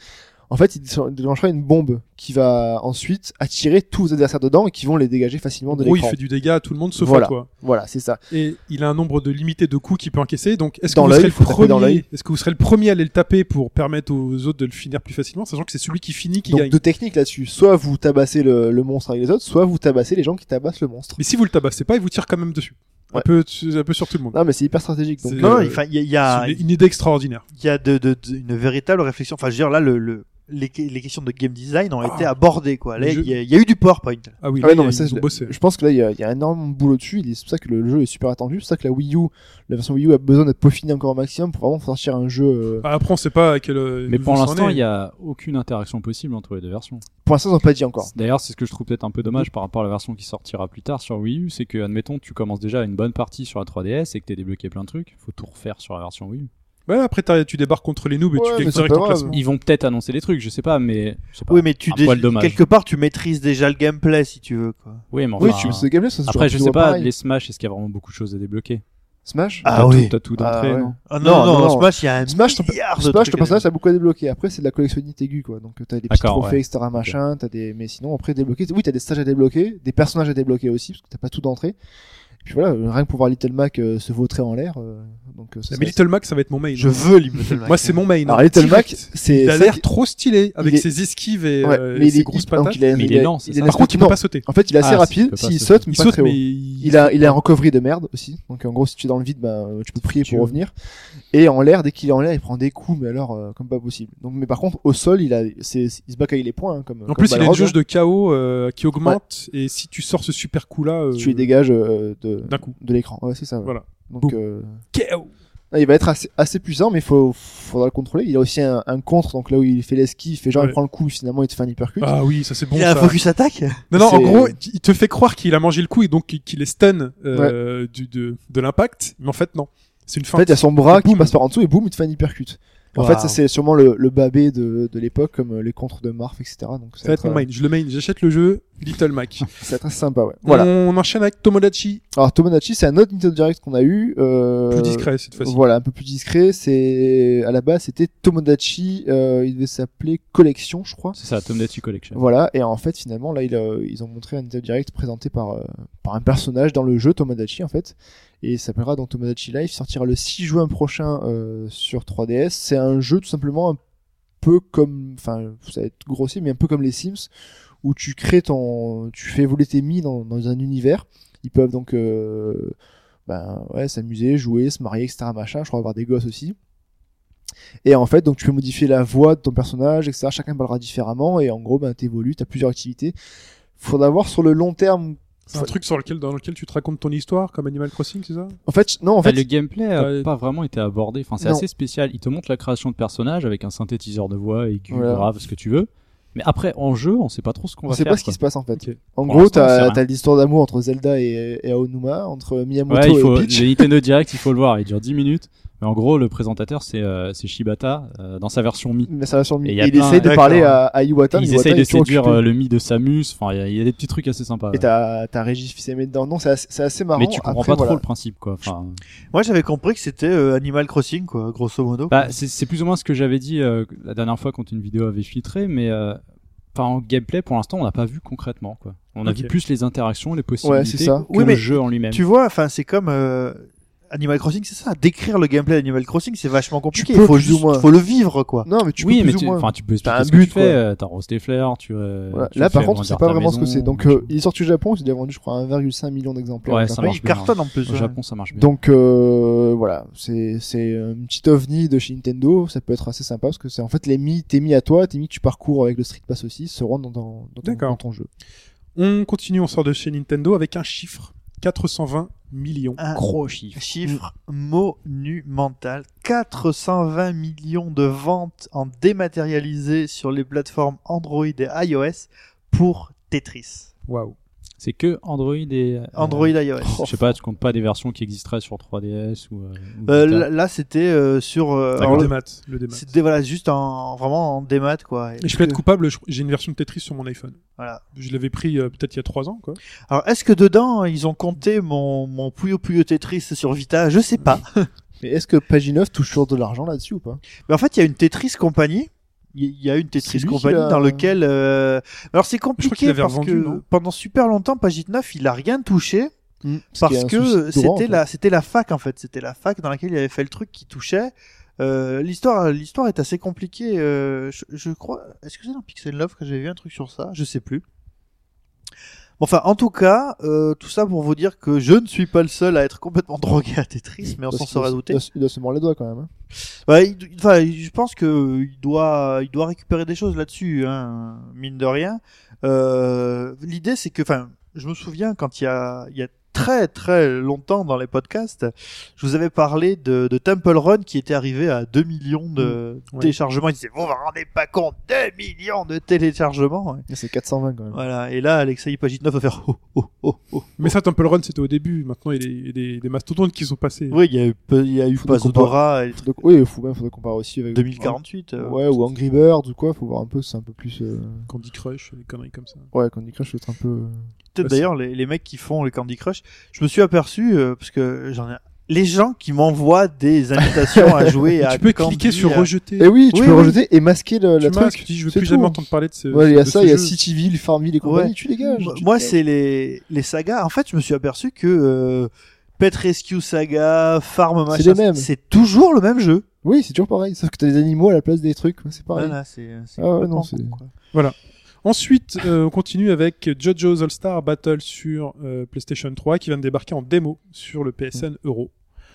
en fait, il déclen- déclenchera une bombe qui va ensuite attirer tous vos adversaires dedans et qui vont les dégager facilement
En
de
gros, il
l'écran.
fait du dégât à tout le monde sauf
Voilà.
à toi.
Voilà, c'est ça.
Et il a un nombre de limité de coups qu'il peut encaisser. Donc, est-ce que
Dans
vous
l'œil,
serez le
faut taper dans
premier
l'œil.
Est-ce que vous serez le premier à aller le taper pour permettre aux autres de le finir plus facilement, sachant que c'est celui qui finit qui
donc
gagne.
deux techniques là-dessus. Soit vous tabassez le, le monstre avec les autres, soit vous tabassez les gens qui tabassent le monstre.
Mais si vous le tabassez pas, il vous tire quand même dessus. Un
Ouais.
peu, un peu sur tout le monde.
Non, mais c'est hyper stratégique. Donc,
C'est-
Non,
euh,
enfin, il y a- il y
Ah,
a,
C'est une idée extraordinaire.
il y a de, de- de- une véritable réflexion. Enfin, je veux dire, là, le, le- les, que- les questions de game design ont été abordées, quoi. Là,
Le jeu-
il y, a- il y a eu du PowerPoint.
Ah oui, là,
Ah ouais, non,
ils
mais ça,
ont
je-
bossé.
Je pense que là, il y a, il y a un énorme boulot dessus. il est- C'est pour ça que le jeu est super attendu. C'est pour ça que la Wii U, la version Wii U a besoin d'être peaufinée encore au maximum pour vraiment sortir un jeu. euh,
Ah, Après, on sait pas à quel. euh,
Mais
niveau
pour
ça en
l'instant,
est.
il n'y a aucune interaction possible entre les deux versions.
Pour l'instant, ils n'ont pas dit encore.
C'est- D'ailleurs, c'est ce que je trouve peut-être un peu dommage par rapport à la version qui sortira plus tard sur Wii U, c'est que, admettons, tu commences déjà une bonne partie sur la 3DS et que t'es débloqué plein de trucs, faut tout refaire sur la version Wii U.
Ouais, après, t'as- tu débarques contre les noobs et
Ouais,
tu
mais
gagnes
c'est
direct
pas
en
grave.
classement.
Ils vont peut-être annoncer des trucs, je sais pas, mais je sais pas.
Oui, mais tu
un poil
dé-
dommage.
quelque part, tu maîtrises déjà le gameplay, si tu veux, quoi.
Oui, mais
Oui,
enfin,
tu veux ce gameplay, ça se joue
Après,
en
je
plus
sais
ou
pas,
pareil.
les Smash, est-ce qu'il y a vraiment beaucoup de choses à débloquer
Smash
Ah
T'as
oui.
tout- T'as tout
Ah
d'entrée,
ouais.
non
Ah
Non,
non, non,
non,
dans
non.
Smash, il y a un
Smash, ton-
milliard de
Smash,
trucs à
ton personnage a beaucoup à débloquer. Après, c'est de la collectionnite aiguë, quoi. Donc, euh, t'as des petits
D'accord,
trophées,
ouais.
etc., machin. T'as des, mais sinon, après, débloquer. Oui, t'as des stages à débloquer, des personnages à débloquer aussi, parce que t'as pas tout d'entrée. Et puis voilà, euh, rien que pour voir Little Mac euh, se vautrer en l'air. euh, donc, euh, ça,
Mais
ça-
Little Mac, ça va être mon main.
Je veux l'Immortal
Moi, c'est mon main.
Alors, Little
Direct.
Mac, c'est.
Il a
ça
l'air
qui-
trop stylé avec
est-
ses esquives et
Ouais,
euh,
mais il
ses
est
grosses
hyper- donc,
patates.
il a-
Mais il
il
est
a-
lent,
il
c'est
a
ça.
une
Par contre, il
non,
peut pas sauter.
En fait, il est assez
Ah, si, il
rapide.
peut pas
S'il
sauter.
saute, mais
Il
pas
saute,
très haut.
mais il-
Il a, il a un recovery de merde aussi. Donc en gros, si tu es dans le vide, ben, euh, tu peux prier
Dieu.
pour revenir. Et en l'air, dès qu'il est en l'air, il prend des coups, mais alors euh, comme pas possible. Donc, mais par contre, au sol, il a, c'est, il se bat avec les points. hein, comme,
En
comme
plus, il a une
Balrog,
jauge de KO euh, qui augmente et si tu sors ce super coup là,
hein. Tu les dégages euh, de,
d'un coup.
de l'écran. Ouais, c'est ça. ouais.
Voilà.
Donc
Boum.
euh,
KO.
non, il va être assez, assez puissant, mais faut, faudra le contrôler. Il a aussi un, un contre, donc là où il fait l'esquive, et genre
Ouais.
il prend le coup, finalement il te fait un hypercut.
Ah oui, ça c'est bon.
il y a un
ça.
focus attaque [LAUGHS]
Non, non, en
C'est-
gros, il te fait croire qu'il a mangé le coup et donc qu'il est stun euh, du, de, de l'impact, mais en fait, non. C'est une
En
feinte.
fait, il y a son bras
Et
qui
boum.
passe par en dessous et boum, il te fait un hypercut. En
Wow.
fait, ça c'est sûrement le, le babé de, de l'époque, comme euh, les contres de Marf, etc. Donc
Ça va être mon main. Je le main, j'achète le jeu Little Mac.
euh, ça va être assez sympa, ouais. [LAUGHS] Voilà.
On enchaîne avec Tomodachi,
Alors Tomodachi, c'est un autre Nintendo Direct qu'on a eu. Euh,
plus discret cette fois-ci.
Voilà, un peu plus discret. C'est à la base c'était Tomodachi, euh, il devait s'appeler Collection, je crois.
C'est ça, Tom Dachi Collection.
Voilà, et en fait finalement là il, euh, ils ont montré un Nintendo Direct présenté par euh, par un personnage dans le jeu Tomodachi en fait, et il s'appellera donc Tomodachi Live. Sortira le 6 juin prochain euh, sur 3DS. C'est un jeu tout simplement un peu comme, enfin ça va être grossier, mais un peu comme les Sims où tu crées ton, tu fais voler tes mines dans, dans un univers. Ils peuvent donc euh, ben ouais s'amuser, jouer, se marier, etc. Machin. Je crois avoir des gosses aussi. Et en fait, donc tu peux modifier la voix de ton personnage, etc. Chacun parlera différemment et en gros, ben t'évolues, t'as plusieurs activités. Faudra voir sur le long terme.
C'est un truc sur lequel, dans lequel tu te racontes ton histoire, comme Animal Crossing, c'est ça
En fait, non, en
Bah,
fait,
le gameplay a
t'as-
pas vraiment été abordé. Enfin, c'est
Non.
assez spécial. Il te montre la création de personnages avec un synthétiseur de voix, aigu,
Voilà.
grave, ce que tu veux. Mais après, en jeu, on sait pas trop ce qu'on
on
va
sait
faire.
pas ce qui
quoi.
se passe en fait.
Ok.
En
Pour
gros,
l'instant, on sait
t'as
rien.
t'as l'histoire d'amour entre Zelda et, et Aonuma, entre Miyamoto
Ouais, il faut,
et Peach.
le Nintendo Direct, il faut le voir. Il dure 10 minutes. Mais en gros, le présentateur, c'est euh, c'est Shibata euh, dans sa version Mi.
Mais ça va sur le-
Et
Et
il y a
il
plein- hein.
essaye de
d'accord.
parler à, à Iwata. mais
Ils
Iwata
essayent
est
de
toujours
séduire
occupé.
euh, le Mi de Samus. Enfin, il y a- il y, a des petits trucs assez
Et
sympas. ouais.
t'as t'as Régis fils-aimé dedans. Non, c'est assez, c'est assez marrant.
Mais tu comprends
Après,
pas
voilà.
trop le principe, quoi. Enfin,
Moi, j'avais compris que c'était euh, Animal Crossing, quoi, grosso modo.
Bah, c'est c'est plus ou moins ce que j'avais dit euh, la dernière fois quand une vidéo avait filtré, mais euh, enfin, en gameplay, pour l'instant, on n'a pas vu concrètement. Quoi. On a
Ok.
vu plus les interactions, les possibilités
c'est ça.
que
Oui,
le
mais
jeu en lui-même.
Tu vois, enfin, c'est comme euh, Animal Crossing, c'est ça. Décrire le gameplay d'Animal Crossing, c'est vachement compliqué.
peux
Il faut
plus ou
juste,
moins.
faut le vivre, quoi.
Non, mais tu
oui,
peux
mais
plus
tu,
ou moins.
enfin, tu peux
T'as
expliquer
un
ce que
but,
tu
quoi.
fais, euh, t'arroses tes fleurs, tu, euh,
Voilà.
tu
Là, par
fais
contre, on sait
grandir
pas
ta
vraiment ce que
maison,
c'est. Donc,
machin.
euh, il est sorti au Japon, il a vendu, je crois, 1,5 million d'exemplaires.
Ouais,
Donc,
ça
après,
Oui,
marche
il
bien.
cartonne en plus.
au
ouais.
Japon, ça marche bien.
Donc euh, voilà, c'est c'est euh, une petite ovni de chez Nintendo, ça peut être assez sympa parce que c'est en fait les mi, t'es mis à toi, t'es mis que tu parcours avec le Street Pass aussi, seront dans, dans, dans, ton,
D'accord.
dans ton jeu.
On continue, on sort de chez Nintendo avec un chiffre 420 millions.
Un
gros chiffre.
chiffre monumental. 420 millions de ventes en dématérialisé sur les plateformes Android et iOS pour Tetris.
Waouh.
C'est que Android et. euh,
Android iOS.
[LAUGHS] Je sais pas, tu comptes pas des versions qui existeraient sur 3DS ou. euh, ou
Euh,
Vita.
là, là, c'était euh, sur. euh,
Alors, Bah, le
alors,
démat, le démat.
c'était voilà, juste en, vraiment en démat, quoi. Et
Et je peux être coupable, je- j'ai une version de Tetris sur mon iPhone.
Voilà.
Je l'avais pris euh, peut-être il y a 3 ans, quoi.
Alors, est-ce que dedans, ils ont compté mon, mon Puyo Puyo Tetris sur Vita Je sais pas.
Mais est-ce que Paginov touche toujours de l'argent là-dessus ou pas
Mais en fait, il y a une Tetris compagnie. Il y- il y a une
C'est
Tetris
lui qui
compagnie
l'a-
dans lequel. euh, Alors, c'est
qu'il
compliqué
l'avait
parce
revendu,
que
non
pendant super longtemps, Pagite 9, il a rien touché.
qu'il y a
parce
un
que
souci de hein. droit, en
c'était
fait.
la c'était la fac en fait c'était la fac dans laquelle il avait fait le truc qui touchait euh, l'histoire l'histoire est assez compliquée euh, je, je crois est-ce que c'est dans Pixel Love que j'avais vu un truc sur ça je sais plus Bon, enfin en tout cas euh, tout ça pour vous dire que je ne suis pas le seul à être complètement [LAUGHS] drogué à Tetris mais on s'en
Parce qu'il
serait
doit-
douté
doit se- Il doit se mordre les doigts quand même. hein.
Ouais, Bah, il- il- enfin, je pense que euh, il doit, il doit récupérer des choses là-dessus, hein, mine de rien. Euh, L'idée, c'est que, enfin, je me souviens quand il y a, il y a très très longtemps dans les podcasts, je vous avais parlé de, de Temple Run qui était arrivé à 2 millions de
Mm,
ouais.
téléchargements. Il disait, vous vous rendez pas compte, 2 millions de téléchargements.
Mais C'est 420 quand même.
Voilà. Et là, Alexei Pajitnov va faire, oh, oh, oh, oh.
Mais ça, Temple Run, c'était au début. Maintenant, il y a des- il y a des, des mastodontes qui sont passés.
Oui, il y a eu, peu- il y a eu
Faut donc
Pasodora et
Donc oui, il faut même faudrait comparer aussi avec
2048. euh,
Ouais, ou Angry Birds ou quoi, faut voir un peu, c'est un peu plus euh,
hein, Candy Crush, des conneries comme ça.
ouais, Candy Crush peut être un peu euh,
Peut-être
Bah,
d'ailleurs les, les mecs qui font le Candy Crush. Je me suis aperçu euh, parce que j'en ai les gens qui
[LAUGHS]
m'envoient des invitations à jouer
Et
à
tu peux
Candy,
cliquer sur
à-
rejeter.
Et oui, tu
Oui,
peux
oui.
rejeter et masquer le,
tu
la
marques,
truc.
tu dis, je veux
C'est
plus
tout.
jamais entendre parler de ce.
Ouais, il y a
de
ça,
ce
il y a
jeu.
Cityville, Farmville et compagnie, tu dégages.
Moi-
tu
Moi,
dégages.
c'est les les sagas. En fait, je me suis aperçu que euh, Pet Rescue Saga, Farm
C'est
Machin,
les mêmes.
c'est toujours le même jeu.
Oui, c'est toujours pareil, sauf que t'as des animaux à la place des trucs, ouais, c'est pareil.
Voilà, c'est c'est
Ah ouais,
complètement
non, c'est-
con, quoi.
Ensuite, euh, on continue avec JoJo's All Star Battle sur euh, PlayStation 3 qui vient de débarquer en démo sur le PSN
Mmh.
Euro.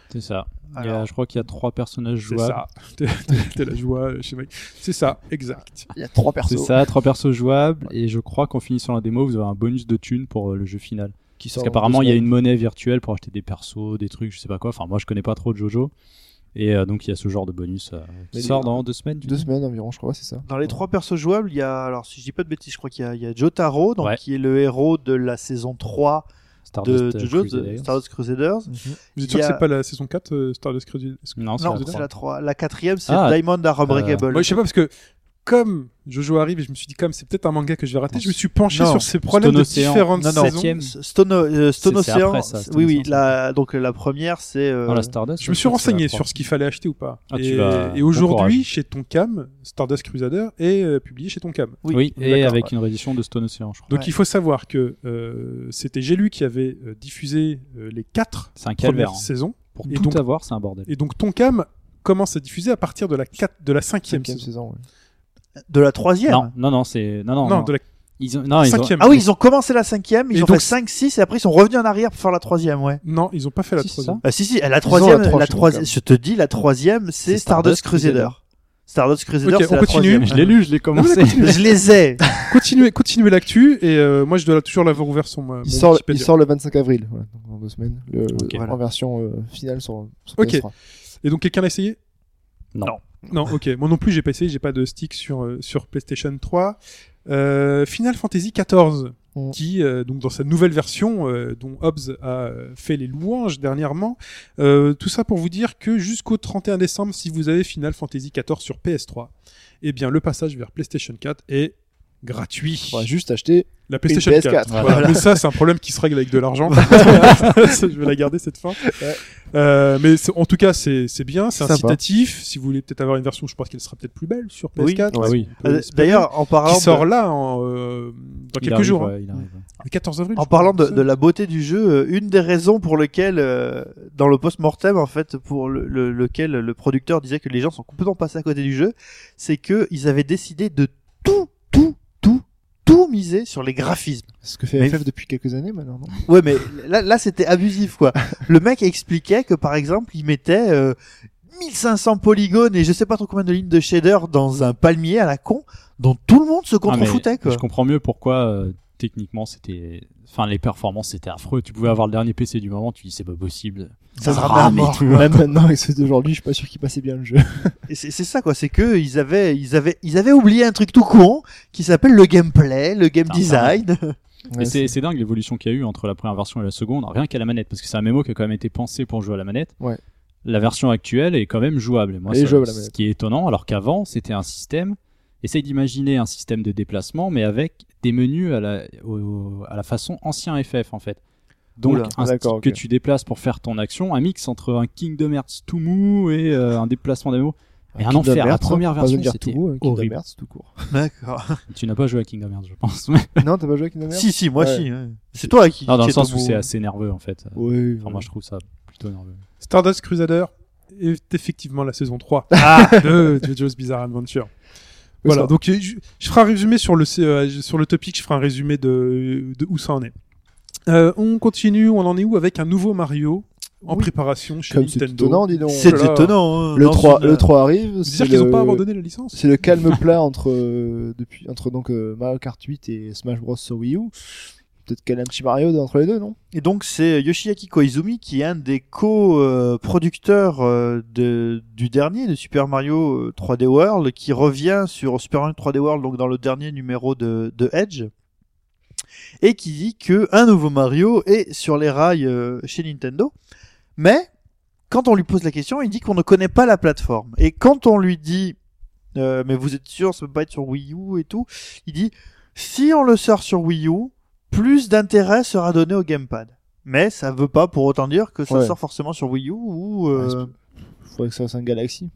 C'est ça. Il y a-
Alors.
je crois qu'il y a trois personnages
C'est
jouables.
ça. [LAUGHS] T'es- t'es- T'es la joie euh, chez Mike. C'est ça, exact.
Il y a trois
C'est
persos
ça, trois persos jouables. Et je crois qu'en finissant la démo, vous avez un bonus de thunes pour euh, le jeu final.
qui
Parce qu'apparemment, il y a une monnaie virtuelle pour acheter des persos, des trucs, je sais pas quoi. Enfin, moi, je connais pas trop de Jojo. Et euh, donc, il y a ce genre de bonus euh,
Mais
qui sort
les-
dans deux semaines. tu
deux
dis
semaines environ, je crois, ouais, c'est ça.
Dans les trois persos jouables, il y a alors si je dis pas de bêtises, je crois qu'il y a, il y a Jotaro, donc
Ouais.
qui est le héros de la saison 3 de
Stardust, euh,
Jojo's de
Crusader.
Stardust Crusaders.
Mhm.
Vous
Il
êtes sûr
y a-
que c'est pas la saison 4 euh, Stardust Crusader
Non, c'est
Non,
la
c'est
trois.
la 3. La quatrième, c'est
Ah,
Diamond Are Unbreakable.
Moi, je sais pas parce que comme Jojo arrive et je me suis dit comme c'est peut-être un manga que je vais rater, je me suis penché
Non.
sur ces problèmes
Stone
de
Ocean.
différentes
Non, non.
saisons.
Septième.
Stone, euh, Stone
C'est- c'est
Ocean.
après, ça, Stone
oui, oui.
Ocean,
La, donc la première, c'est. euh,
Non, la Stardust.
Je me suis
crois que c'est la
renseigné
trois.
sur ce qu'il fallait acheter ou pas.
Ah, tu
et
vas-
et
bon
aujourd'hui,
courage.
chez Tonkam, Stardust Crusader est euh, publié chez Tonkam.
Oui, et
D'accord,
avec une réédition de Stone Ocean, je crois.
Donc
Ouais.
il faut savoir que euh, c'était Gélu qui avait euh, diffusé euh, les quatre
C'est un calvaire.
premières
hein.
saisons.
Pour
Et
tout
donc-
avoir, c'est un bordel.
Et donc Tonkam commence à diffuser à partir de la, quatre- de la cinquième,
Cinquième
saison.
saison, ouais.
De la troisième.
Non, non, non, c'est. Non, non,
non,
non.
de la
Ils ont... Non, ils ont-
Cinquième.
Ah oui, ils ont commencé la cinquième, ils
Et
ont
donc-
fait 5, 6 et après ils sont revenus en arrière pour faire la troisième, ouais.
Non, ils ont pas fait la
Si, c'est
troisième.
Ah, si, si, la troisième,
trois
la
chez nous,
troisi-
quand même.
je te dis, la troisième, c'est
C'est
Stardust
Stardust
Crusader.
Crusader.
Stardust Crusader,
Ok,
c'est
on
la
continue.
troisième.
Je l'ai lu, je l'ai
Ah,
commencé.
Je les
[LAUGHS]
ai.
Continuez, continuez l'actu et euh, moi je dois toujours l'avoir ouvert sur ma. mon
Il sort, il
Wikipédia.
sort le 25 avril, voilà, donc dans deux semaines, le-
Ok.
en version euh, finale sur, sur
Ok.
PS3.
Et donc quelqu'un l'a essayé
Non.
Non, ok. Moi non plus, j'ai pas essayé, j'ai pas de stick sur euh, sur PlayStation 3. Euh, Final Fantasy XIV,
Mm.
qui euh, donc dans sa nouvelle version euh, dont Hobbs a euh, fait les louanges dernièrement. Euh, tout ça pour vous dire que jusqu'au 31 décembre, si vous avez Final Fantasy XIV sur PS3, eh bien le passage vers PlayStation 4 est gratuit.
On va juste acheter
La PlayStation
Une
4.
PS4,
Voilà.
voilà.
Mais ça, c'est un problème qui se règle avec de
[LAUGHS]
l'argent. [LAUGHS] je vais la garder cette fin. Euh, mais c'est- en tout cas, c'est c'est bien, c'est
Sympa.
incitatif. Si vous voulez peut-être avoir une version, je pense qu'elle sera peut-être plus belle sur
Oui.
PS4.
Ah oui.
on peut
Euh,
espérer.
D'ailleurs, en parlant
qui sort
de,
là en, euh, dans
Il
quelques
arrive,
jours, hein.
ouais, il arrive.
le 14 avril.
en
je crois,
parlant de,
c'est
de la beauté du jeu, euh, une des raisons pour lequel, euh, dans le post-mortem, en fait, pour le, le- lequel le producteur disait que les gens sont complètement passés à côté du jeu, c'est que ils avaient décidé de tout, tout, tout, tout miser sur les graphismes.
ce que fait
Mais-
FF depuis quelques années maintenant. non
Ouais, mais là, là c'était abusif, quoi. Le mec expliquait que, par exemple, il mettait euh, 1500 polygones et je sais pas trop combien de lignes de shader dans un palmier à la con, dont tout le monde se
Ah, mais
contrefoutait, quoi.
Je comprends mieux pourquoi euh, techniquement c'était, enfin les performances c'était affreux. Tu pouvais avoir le dernier PC du moment, tu dis c'est pas possible.
Ça se
Ah,
ramait à
mais
mort.
tout.
Même maintenant, avec ceux d'aujourd'hui, je suis pas sûr qu'ils passaient bien le jeu.
Et C'est c'est ça, quoi. C'est que ils avaient, ils avaient, ils avaient oublié un truc tout con qui s'appelle le gameplay, le game
Putain, [LAUGHS]
design.
Ouais,
Et c'est c'est dingue l'évolution qu'il y a eu entre la première version et la seconde, rien qu'à la manette, parce que c'est un mémo qui a quand même été pensé pour jouer à la manette.
Ouais.
La version actuelle est quand même jouable. Et moi,
Elle est
ça-
jouable, la
ce
manette.
qui est étonnant, alors qu'avant c'était un système. Essaye d'imaginer un système de déplacement, mais avec des menus à la, au- à la façon ancien FF en fait. Donc
Oula,
un
d'accord,
stick que
ok.
tu déplaces pour faire ton action, un mix entre un Kingdom Hearts tout mou et euh, un déplacement des mots. Et un
Kingdom
enfer, la
Hearts, hein,
première
pas besoin
version
de dire
c'était
tout haut, hein, Kingdom
horrible.
Hearts, tout court.
D'accord.
Tu n'as pas joué à Kingdom Hearts, je
[LAUGHS]
pense. mais-
non, t'as pas joué à Kingdom Hearts
si, si, moi,
Ouais.
si. ouais. C'est toi qui.
non, dans
qui
le
est au
sens où
bout.
c'est assez nerveux en fait.
Oui.
Enfin, moi je trouve ça plutôt nerveux.
ça. Stardust Crusader est effectivement la saison
[LAUGHS]
3
Ah,
de JoJo's Bizarre Adventure. Voilà, donc je, je ferai un résumé sur le, euh, sur le topic, je ferai un résumé de, de où ça en est. Euh, on continue, on en est où avec un nouveau Mario en
Oui. préparation
préparation chez
Comme c'est
Nintendo
étonnant, dis donc.
C'est
Oh là là.
étonnant. hein.
Le
Dans
3,
une-
le 3 arrive.
C'est-à-dire
c'est
qu'ils n'ont
le-
pas abandonné la licence
C'est le calme plat entre, euh, depuis, entre donc, euh, Mario Kart 8 et Smash Bros sur Wii U. Peut-être qu'il y a un petit Mario entre les deux, non
Et donc c'est euh, Yoshiaki Koizumi qui est un des co-producteurs euh, de, du dernier de Super Mario euh, 3D World qui revient sur Super Mario 3D World donc dans le dernier numéro de, de Edge et qui dit que un nouveau Mario est sur les rails euh, chez Nintendo mais quand on lui pose la question il dit qu'on ne connaît pas la plateforme et quand on lui dit euh, mais vous êtes sûr ça peut pas être sur Wii U et tout il dit si on le sort sur Wii U plus d'intérêt sera donné au gamepad. Mais ça veut pas pour autant dire que ça
Ouais.
sort forcément sur Wii U ou. euh,
Ouais, Faudrait que ça fasse un Galaxy.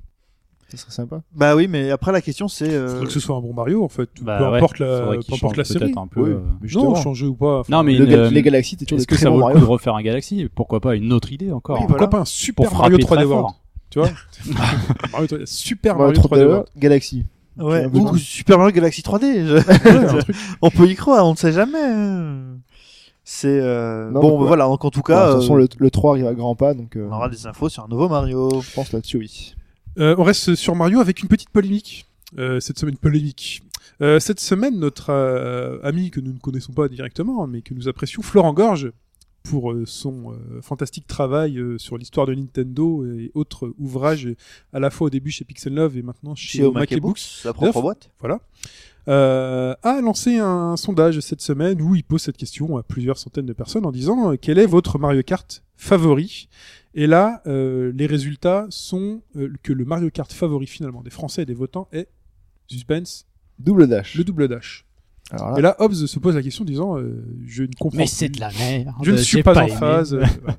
Ça serait sympa.
Bah oui, mais après la question c'est. euh,
Faudrait que ce soit un bon Mario en fait,
Bah
peu
ouais,
importe
faudrait
la, peu
qu'il change
importe la série.
peut-être un peu.
Oui,
euh,
mais
Non,
justement.
changer ou pas. enfin,
Non, mais
Le
une,
ga-
euh,
les Galaxy, t'es toujours
est-ce
des
que
très
ça
bons
vaut le coup
Mario.
de refaire un Galaxy Pourquoi pas une autre idée encore
Oui,
pourquoi
voilà.
pas un
Pour
super
frapper
Mario 3D
très
World
fort.
Tu vois Mario 3D Super
Mario
Mario 3D World.
Galaxy.
ouais,
un peu
ou
de-
Super Mario Galaxy 3D. je-
[LAUGHS]
Ouais,
[LAUGHS]
un truc.
on peut y croire, on ne sait jamais. hein. C'est. euh,
Non,
bon,
donc,
bah
ouais.
voilà, donc en tout
Bon,
cas,
de toute façon,
euh,
le, le 3 arrive à grands pas, donc euh,
on aura des infos sur un nouveau Mario.
je pense là-dessus, oui.
Euh, on reste sur Mario avec une petite polémique. Euh, cette semaine polémique. Euh, cette semaine, notre euh, ami que nous ne connaissons pas directement, mais que nous apprécions, Florent Gorge, pour euh, son euh, fantastique travail euh, sur l'histoire de Nintendo et autres ouvrages, à la fois au début chez Pixel Love et maintenant chez,
Chez Omake
Omake
Books, sa propre
Neuf.
boîte.
voilà, euh, a lancé un sondage cette semaine où il pose cette question à plusieurs centaines de personnes en disant euh, quel est votre Mario Kart favori Et là, euh, les résultats sont euh, que le Mario Kart favori finalement des Français et des votants est suspense
Double dash.
le double dash.
Alors là,
Et là, Hobbes se pose la question en disant euh, je ne comprends
Mais
plus.
c'est de la merde.
je ne suis
j'ai
pas, en
aimé. [LAUGHS]
phase. euh, voilà.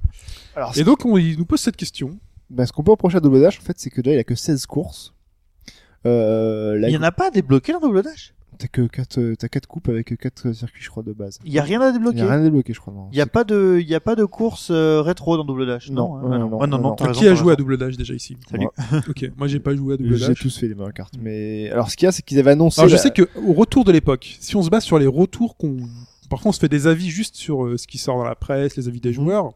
alors,
et donc, on, il nous pose cette question.
ben, ce qu'on peut reprocher à Double Dash, en fait, c'est que déjà, il a que 16 courses. Euh, là,
Il y en a pas débloqué dans Double Dash
T'as que 4 t'as quatre coupes avec 4 circuits je crois de base.
Il y a rien à
Il y a
débloquer.
rien débloqué je crois non.
Il y a pas de, il y a pas de course euh, rétro dans Double Dash.
Non,
hein.
non,
Ah
non,
Ah
non, non.
t'as raison,
Qui a
t'as
joué à
raison.
Double Dash déjà ici
Salut.
Ok, moi j'ai pas joué à Double
J'ai
Dash.
tous fait les Mario Kart mais alors ce qu'il y a c'est qu'ils avaient annoncé
Alors je
la-
sais que au retour de l'époque, si on se base sur les retours qu'on, parfois on se fait des avis juste sur euh, ce qui sort dans la presse, les
Mm.
avis des joueurs.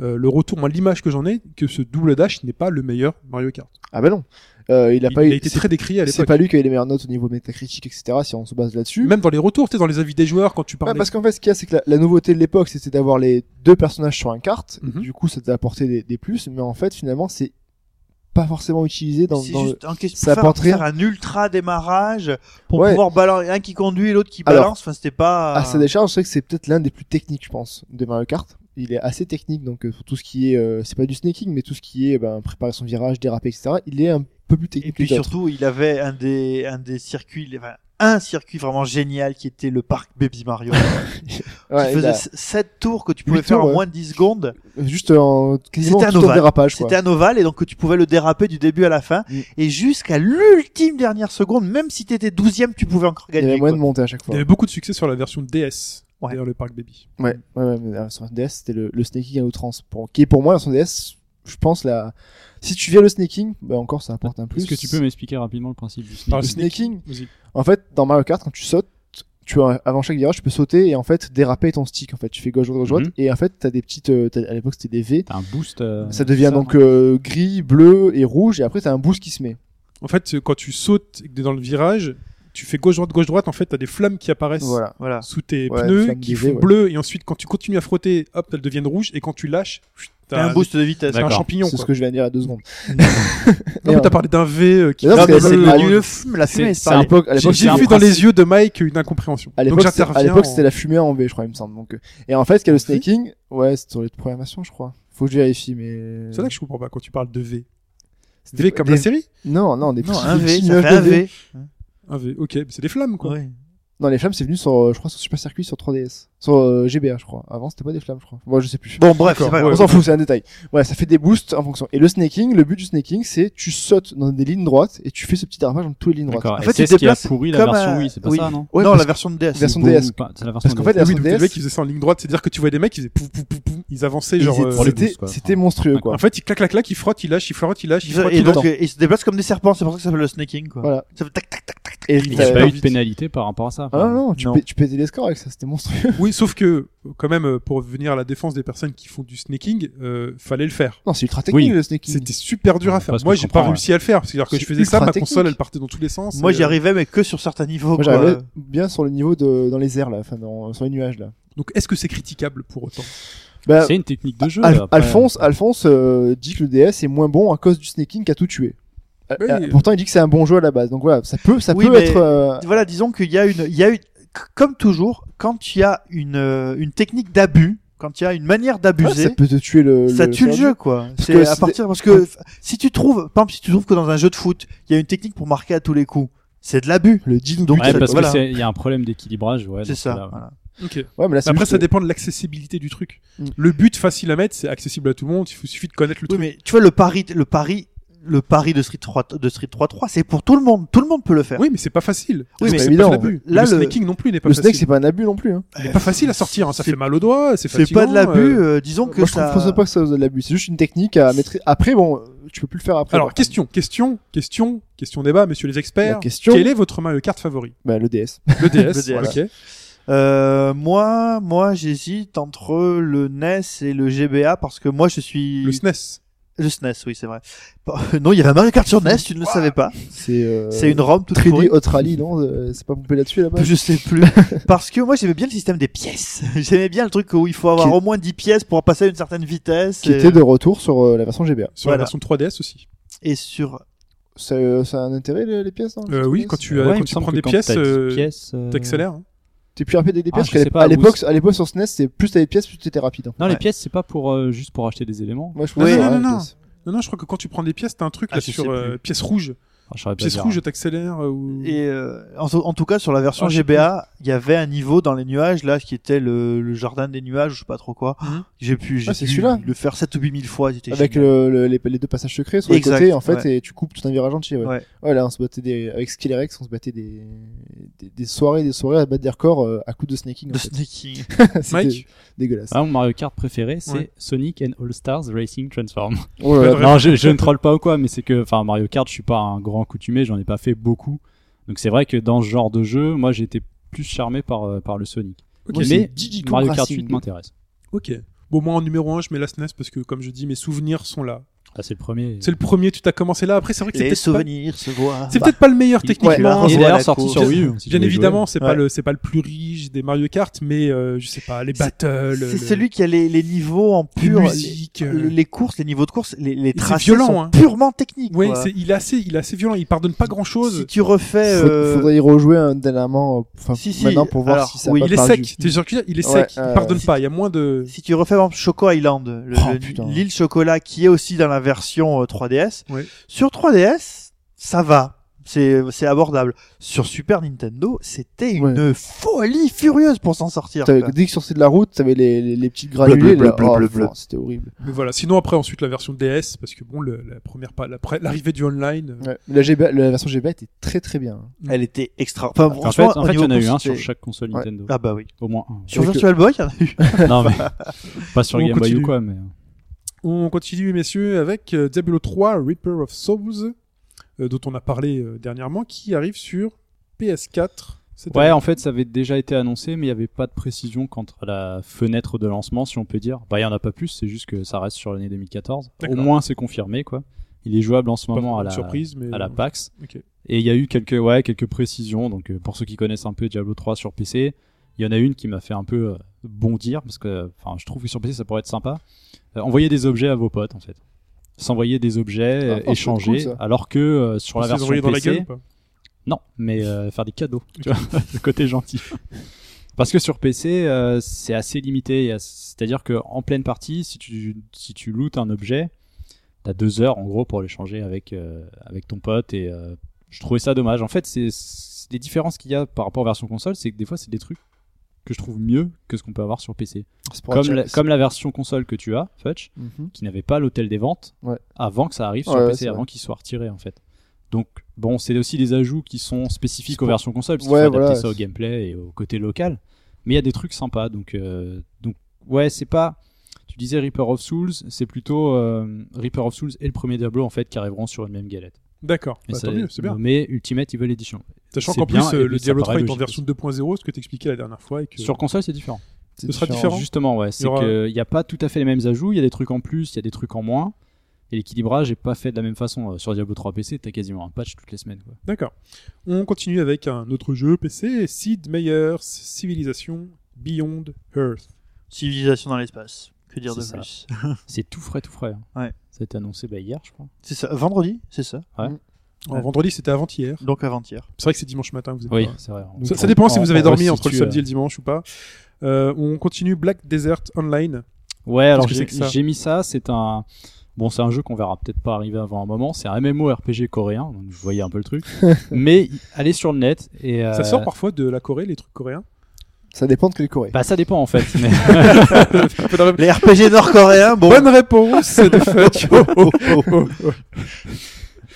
euh, le retour, moi l'image que j'en ai, que ce double dash n'est pas le meilleur Mario Kart.
Ah bah non. Euh, il a
Il,
pas
il
eu-
a été
c'est-
très décrié à
C'est
l'époque.
pas lui qui a eu les meilleures notes au niveau métacritique, etc. Si on se base là-dessus.
Même dans les retours, tu sais, dans les avis des joueurs quand tu
Ouais,
parles.
parce qu'en fait, ce qu'il y a, c'est que la, la nouveauté de l'époque, c'était d'avoir les deux personnages sur un carte.
Mhm.
Du coup, ça t'a apporté des, des plus, mais en fait, finalement, c'est pas forcément utilisé dans.
C'est
dans le-
juste un question
ça
pour faire,
apporte rien.
faire un ultra démarrage pour
Ouais.
pouvoir balancer un qui conduit et l'autre qui
Alors,
balance. Enfin, c'était pas.
Ah,
À sa décharge, c'est vrai que c'est peut-être l'un des plus techniques, je pense, de Mario Kart. Il est assez technique, donc euh, pour tout ce qui est, euh, c'est pas du snaking, mais tout ce qui est ben, préparer son virage, déraper, etc. Il est un peu plus technique.
Et puis
que d'autres.
surtout, il avait un des, un des circuits, enfin, un circuit vraiment génial qui était le parc Baby
[LAUGHS]
Mario.
Ouais,
qui
il
faisait
a-
7 tours que tu pouvais
Huit
faire
tours,
en
ouais.
moins de 10 secondes.
juste en quasiment
C'était un
tout en
ovale.
dérapage. Quoi.
C'était un ovale et donc que tu pouvais le déraper du début à la fin.
Mm.
Et jusqu'à l'ultime dernière seconde, même si t'étais 12ème, tu pouvais encore
Il y
gagner.
avait moyen de
quoi.
monter à chaque
Il
fois.
y avait beaucoup de succès sur la version DS,
Ouais.
d'ailleurs le parc baby.
Ouais, ouais, ouais, mais euh, sur DS, c'était le, le snaking à outrance. Pour, qui est pour moi, la version DS, je pense, la... si tu viens le snaking, bah encore, ça apporte un plus.
Est-ce que tu peux m'expliquer rapidement le principe du
Alors,
Le
sneak
snaking,
Vas-y.
en fait, dans Mario Kart, quand tu sautes, tu as- avant chaque virage, tu peux sauter et en fait déraper ton stick. En fait, tu fais gauche, droite, droite,
Mhm.
et en fait, t'as des petites. euh, t'as- à l'époque, c'était des V.
T'as un boost. euh,
Ça devient
ça,
donc
non
euh, gris, bleu et rouge, et après, t'as un boost qui se met.
En fait, euh, quand tu sautes et que t'es dans le virage, tu fais gauche droite gauche droite. En fait, t'as des flammes qui apparaissent.
Voilà.
Voilà.
sous tes
Ouais,
pneus
flamme
qui
UV,
font
ouais.
bleu et ensuite quand tu continues à frotter hop elles deviennent rouges et quand tu lâches chut,
T'as un boost de vitesse.
t'as un
D'accord.
champignon
C'est ce
quoi.
que je viens de dire à deux secondes.
non mais t'as parlé d'un V euh, qui
Mais non,
hein. Non,
parce
mais
que
c'est
c'est-
le-
à
le fume, la fumée,
c'est
c'est pareil.
à l'époque, à l'époque,
J'ai
j'ai
un
vu dans
principe.
les yeux de Mike une incompréhension
À
donc
l'époque, c'est- à
j'interviens
l'époque,
en-
c'était la fumée en V, je crois, il me semble. Donc, euh, et en fait, ce qu'il y a le snaking, ouais, c'est sur les programmations, je crois. Faut que je vérifie, mais.
c'est là que je comprends pas quand tu parles de V
C'était
V
pas-
comme
des-
la série
Non, non, des
Non,
petits-
un
des
V,
petits
ça
nuages
fait
de
un V.
un V ok mais c'est des flammes quoi
Ouais.
Non, les flammes, c'est venu sur, euh, je crois, sur Super Circuit, sur 3DS. Sur euh, GBA, je crois. Avant, c'était pas des flammes, je crois. Bon, je sais plus.
Bon, bref,
D'accord,
c'est pas
ouais,
grave.
On s'en fout, c'est un détail. Ouais, ça fait des boosts en fonction. Et le snaking, le but du snaking, c'est tu sautes dans des lignes droites et tu fais ce petit dérapage dans toutes les lignes droites.
D'accord.
En
Et
fait,
c'est
tu
ce qui a
déplaces
pourri la
comme
version
un-
Wii, c'est pas
oui.
ça, non
Ouais,
non,
parce,
la version de DS.
version
Boum,
DS.
pas- C'est la version
parce qu'en
Ah
fait, la
oui,
version
donc, les
DS,
mecs ils faisaient ça en ligne droite, c'est-à-dire que tu vois des mecs ils faisaient pouf, pouf, pouf, pouf, ils avançaient genre.
ils-
euh,
pour les
c'était-
boosts, quoi.
c'était monstrueux, quoi.
En fait, ils claquent, claquent, claquent, ils frottent, ils lâchent, ils frottent, ils lâchent, ils frottent.
Et
ils
donc,
lâchent.
euh, il se déplace comme des serpents, c'est pour ça que ça s'appelle le snaking, quoi.
Voilà.
Ça fait tac, tac, tac, tac, tac.
Et
tac.
Il n'y
t'as-
a pas eu de
vite.
pénalité par rapport à ça.
Ah
enfin.
non, non, tu,
Non.
pé- tu pétais les scores avec ça, c'était monstrueux.
Oui, sauf que quand même, euh, pour venir à la défense des personnes qui font du snaking, euh, fallait le faire.
[LAUGHS] Non, c'est ultra technique
Oui.
le snaking.
C'était super dur à
Ouais,
faire.
parce
Moi,
que je
j'ai pas
comprends,
réussi à le faire. C'est-à-dire que
C'est
je faisais ça, ma
ultra technique.
console, elle partait dans tous les sens.
Moi,
et,
j'y
euh,
arrivais, mais que sur certains niveaux,
Moi,
quoi.
j'arrivais
euh,
bien sur le niveau de, dans les airs, là, enfin, dans, sur les nuages, là.
Donc, est-ce que c'est critiquable pour autant
Bah,
C'est une technique de jeu.
Al-
après.
Alphonse, Alphonse euh, dit que le DS est moins bon à cause du snaking qui a tout tué. Euh,
Oui.
euh, pourtant, il dit que c'est un bon jeu à la base. Donc voilà, ça peut, ça
Oui,
peut
mais-
être. euh,
voilà, disons qu'il y a une, il y a une, comme toujours, quand il y a une, euh, une technique d'abus, quand il y a une manière
ouais, ça
d'abuser,
peut te tuer le.
ça tue le jeu, quoi.
Parce que
C'est à
c'est-
partir, parce que f- si tu trouves, par exemple, si tu trouves que dans un jeu de foot, il y a une technique pour marquer à tous les coups, c'est de l'abus.
Le 10 ou
Donc,
Ouais, parce
Voilà.
que c'est- il y a un problème d'équilibrage. Ouais,
C'est
dans ce
ça.
cas-là, ouais.
voilà.
Ok.
Ouais, mais là, c'est
Après,
juste-
ça dépend de l'accessibilité du truc.
Mm.
Le but facile à mettre, c'est accessible à tout le monde. Il faut- suffit de connaître le
Oui,
truc.
mais tu vois, le pari, le pari, le pari de Street 3, de Street 3 3, c'est pour tout le monde. Tout le monde peut le faire.
Oui, mais c'est pas facile.
Oui,
Donc,
mais
c'est
évident.
pas de l'abus.
Là,
le,
le-
snaking non plus n'est pas
Le snake, c'est
facile.
pas un abus non plus. Hein.
Il n'est pas facile à sortir. hein. Ça
c'est-
fait mal aux doigts. C'est
C'est pas de
fatigant,
l'abus,
euh.
euh, disons que
Moi, je
ça.
trouve pas que ça soit de l'abus. C'est juste une technique à maîtriser. Après, bon, tu peux plus le faire après.
Alors,
Par contre.
question, question, question, question débat, messieurs les
La
experts.
question-
Quel est votre Mario Kart
[LAUGHS]
favori
Bah, le
[LAUGHS]
DS.
Le DS.
Le DS.
voilà, ok.
Euh, moi, moi, j'hésite entre le NES et le GBA parce que moi, je suis
E
Le E SNES.
Le SNES, oui, c'est vrai. Bon, [LAUGHS] non, il y avait un Mario Kart sur NES, tu ne le savais pas.
C'est. euh,
C'est une Rome toute
3D
pourrie.
Hot Rally, non euh, C'est pas pompé là-dessus là-bas
Je sais
[LAUGHS]
plus. Parce que moi, j'aimais bien le système des pièces. [LAUGHS] J'aimais bien le truc où il faut avoir
Qui-
au moins 10 pièces pour passer à une certaine vitesse.
Qui
et...
était de retour sur euh, la version GBA.
Sur
Voilà.
la version 3DS aussi.
et sur...
Ça, euh, ça a un intérêt les, les pièces hein, non
Euh, oui, quand tu, as-
Ouais, il
quand
me
tu
semble
prends
que
des
quand
pièces,
t'as dix
euh,
pièces, euh,
t'accélères. hein.
T'es plus rapide avec des
Ah,
pièces.
je
parce
sais
qu'à
pas,
à
où
l'époque,
c'est-
à l'époque sur SNES, c'est plus t'avais des pièces, plus t'étais rapide. en fait.
Non,
Ouais.
les pièces, c'est pas pour euh, juste pour acheter des éléments.
Moi, je
Non,
non,
pense que
non,
c'est
non,
un
non.
PS.
Non, non, je crois que quand tu prends des pièces, t'as un truc
Ah,
là
je
sur
sais
euh,
plus.
pièces rouges.
Enfin, je saurais pas
Pièce
dire.
rouge, je t'accélère euh, ou...
Et euh, en, en tout cas, sur la version
Ah, je sais
GBA, il y avait un niveau dans les nuages, là, qui était le, le jardin des nuages, je sais pas trop quoi.
Mhm.
J'ai pu, j'ai
Ah, c'est
dû
celui-là
le faire 7 ou 8 000 fois. c'était
Avec
génial.
le- le- les, les deux passages secrets sur les
Exact,
côtés, en fait,
ouais.
et tu coupes tout un virage entier. Ouais.
Ouais.
Ouais, là, on se battait des, avec Skillerex, on se battait des, des, des soirées, des soirées à battre des records euh, à coups de snaking. en
de
fait.
sneaking.
C'était
Mike
dégueulasse.
Ah, mon Mario Kart préféré, c'est
Ouais. Euh,
Sonic and All Stars Racing Transform.
Oh là
pas
là.
de raison.
[LAUGHS] non, je, je ne troll pas ou quoi, mais c'est que, enfin, Mario Kart, je suis pas un grand coutumier, j'en ai pas fait beaucoup. Donc c'est vrai que dans ce genre de jeu, moi, j'ai été plus charmé par, euh, par le Sonic.
Ok,
Moi, c'est
mais
Diddy Kong
Mario Kart
Racing.
8 m'intéresse.
Ok. Bon, moi en numéro 1, je mets la SNES parce que, comme je dis, mes souvenirs sont là.
Ah, c'est le premier.
C'est le premier, tu t'as commencé là. Après, c'est vrai que c'est
Les
peut-être pas-
souvenirs se voient. Bah,
C'est peut-être pas le meilleur
Il-
ouais,
techniquement.
on
Il est
voit
d'ailleurs
la
sorti
course.
sur Wii U. hein, si vous
Bien
voulez
évidemment, c'est pas
Ouais.
le c'est pas le plus riche des Mario Kart, mais euh, je sais pas les
C'est-
battles,
C'est
le-
celui qui a les, les niveaux en
les
pur. Les,
musiques. euh,
les courses, les niveaux de course, les, les
c'est
tracés
violent,
sont
hein.
purement techniques.
Ouais,
quoi.
c'est- il est assez il est assez violent. Il pardonne pas grand chose.
Si tu refais.
Faut-
euh,
Faudrait y rejouer un dernièrement, euh, enfin,
Si, si,
maintenant pour voir
alors,
si ça a
oui,
pas
il est
perdu.
sec. Tu sais ce que je veux dire il est
Ouais,
sec.
euh,
il pardonne
si
pas. Il y a moins de.
Si tu refais par exemple Choco Island, le-
Oh,
le-
putain.
l'île Chocolat qui est aussi dans la version euh, 3DS,
Ouais.
sur 3DS, ça va. C'est c'est abordable. Sur Super Nintendo, c'était une folie furieuse pour s'en sortir.
T'avais-
quoi.
Dès que sur de la route, t'avais les, les, les petites granulés,
bleu,
là.
bleu,
Oh,
bleu, bleu.
putain, c'était horrible.
Mais voilà. Sinon après ensuite la version DS parce que bon le- la première pas la pre- l'arrivée du online. euh,
Ouais. La, GBA la version GBA était très très bien. hein,
Elle était extra. Enfin,
En fait,
franchement,
en
au
fait, il y
niveau
en a eu
course,
un sur
c'était-
chaque console
Ouais.
Nintendo.
Ah bah [LAUGHS] oui.
Au moins
[LAUGHS]
un.
Sur
Avec
Virtual Boy, il y en a eu. [LAUGHS]
non, mais pas sur
On
Game Boy
continue.
ou quoi, mais.
On continue messieurs avec euh, Diablo 3 Reaper of Souls euh, dont on a parlé euh, dernièrement qui arrive sur PS4. cette
Ouais,
année.
en fait, ça avait déjà été annoncé, mais il n'y avait pas de précision quant à la fenêtre de lancement, si on peut dire. Bah, il n'y en a pas plus, c'est juste que ça reste sur l'année 2014. Au
D'accord.
moins, c'est confirmé, quoi. Il est jouable en ce
Pas
moment
vraiment
à
de
la,
surprise mais euh,
à la PAX.
Ok.
Et il y a eu quelques, ouais, quelques précisions. Donc, euh, pour ceux qui connaissent un peu Diablo 3 sur PC, il y en a une qui m'a fait un peu euh, bondir, parce que enfin, je trouve que sur PC, ça pourrait être sympa. Euh, envoyer des objets à vos potes, en fait. S'envoyer des objets,
Ah,
euh,
ça peut être
échanger,
cool, ça.
alors que euh, sur
On
la
s'est
version
envoyé
PC,
dans la gueule ou pas
non, mais euh, faire des cadeaux, tu vois, [LAUGHS] le côté gentil. Parce que sur PC, euh, c'est assez limité. Il y a- C'est-à-dire que en pleine partie, si tu, si tu lootes un objet, t'as deux heures en gros pour l'échanger avec, euh, avec ton pote. Et euh, je trouvais ça dommage. En fait, c'est c'est les différences qu'il y a par rapport aux versions console, c'est que des fois, c'est des trucs que je trouve mieux que ce qu'on peut avoir sur PC.
C'est pour
Comme
attirer-
la, comme la version console que tu as, Fudge,
Mhm.
qui n'avait pas l'hôtel des ventes
Ouais.
avant que ça arrive sur
Ouais, ouais,
PC,
c'est
avant qu'il soit retiré en fait. Donc bon, c'est aussi des ajouts qui sont
C'est
spécifiques aux
pour-
versions console, parce
Ouais,
qu'il faut
voilà.
adapter ça au gameplay et au côté local. Mais il y a des trucs sympas, donc euh, donc ouais, c'est pas. Tu disais Reaper of Souls, c'est plutôt euh, Reaper of Souls et le premier Diablo en fait qui arriveront sur une même galette.
D'accord.
Et
Bah,
ça
tant
est
mieux, c'est bien.
nommé Ultimate Evil Edition.
Sachant
c'est
qu'en plus
bien,
euh,
et
le
ça
Diablo 3
paraît
est en
logique
version 2.0, ce que t'expliquais la dernière fois et que
Sur console, c'est différent.
C'est
ce sera différent.
Justement, ouais.
Il y
C'est
aura-
qu'il n'y a pas tout à fait les mêmes ajouts. Il y a des trucs en plus, il y a des trucs en moins. Et l'équilibrage est pas fait de la même façon. Euh, Sur Diablo 3 PC, t'as quasiment un patch toutes les semaines. Quoi.
D'accord. On continue avec un autre jeu PC, Sid Meier's Civilization Beyond Earth.
Civilisation dans l'espace. Que dire de
C'est
plus [LAUGHS]
C'est tout frais, tout frais. hein.
Ouais.
Ça a été annoncé bah, hier, je crois.
C'est ça. Vendredi, c'est ça.
Alors,
Ouais.
Vendredi, c'était avant-hier.
Donc avant-hier.
C'est vrai que c'est dimanche matin, vous êtes pas-
c'est vrai. hein.
Ça, ça dépend si vous avez dormi entre le samedi et le dimanche ou pas. Euh, on continue Black Desert Online.
Ouais, alors
que c'est
j'ai
que ça
j'ai mis ça. C'est un. Bon, c'est un jeu qu'on verra peut-être pas arriver avant un moment. C'est un MMORPG coréen, donc vous voyez un peu
[LAUGHS]
le truc. Mais y- allez sur le net et euh,
Ça sort parfois de la Corée, les trucs [LAUGHS] coréens.
Ça dépend de quelle Corée.
Bah ça dépend en fait. Mais...
[LAUGHS] Les RPG nord-coréens,
[LAUGHS]
bon.
Bonne réponse [LAUGHS] de Fuck. Oh, oh, oh, oh.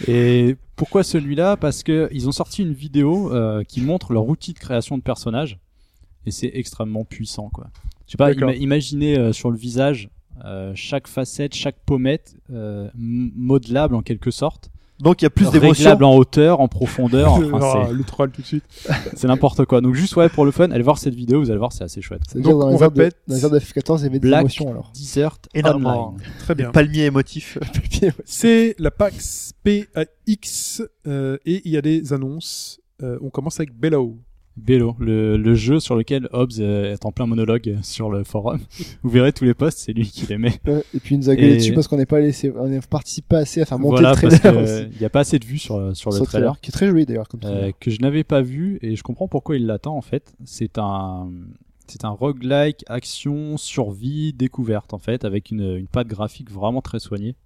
Et pourquoi celui-là Parce que ils ont sorti une vidéo euh, qui montre leur outil de création de personnages et c'est extrêmement puissant, quoi. Je sais pas,
D'accord.
ima- imaginez euh, sur le visage euh, chaque facette, chaque pommette euh, m- modelable en quelque sorte,
Donc il y a plus d'émotions.
réglable en hauteur,
[LAUGHS]
en profondeur. enfin,
Ah, le troll tout de suite.
c'est- c'est n'importe quoi. Donc juste ouais pour le fun, allez voir cette vidéo, vous allez voir, c'est assez chouette.
Ça veut dire
Donc,
dans
on
les heures de-
répète.
dans les heures de F14, il y avait des
Black
émotions
[LAUGHS]
alors.
Desert
Énormément.
Online.
Très bien.
Palmier [LAUGHS] émotif.
[LAUGHS] C'est la PAX PAX euh, et il y a des annonces. Euh, on commence avec Bellow.
Bello, le, le jeu sur lequel Hobbs euh, est en plein monologue sur le forum. [LAUGHS] Vous verrez tous les posts, c'est lui qui les met.
Ouais, Et puis il nous a gueulé
Et-
dessus parce qu'on n'est pas laissé, on ne participe pas assez à faire monter
voilà,
le
parce
trailer.
qu'il [LAUGHS]
aussi.
n'y a pas assez de vues sur, euh, sur le
Sur
trailer,
qui est très joli d'ailleurs comme
euh,
trailer.
que je n'avais pas vu et je comprends pourquoi il l'attend en fait. C'est un, c'est un roguelike, action, survie, découverte en fait, avec une, une patte graphique vraiment très soignée.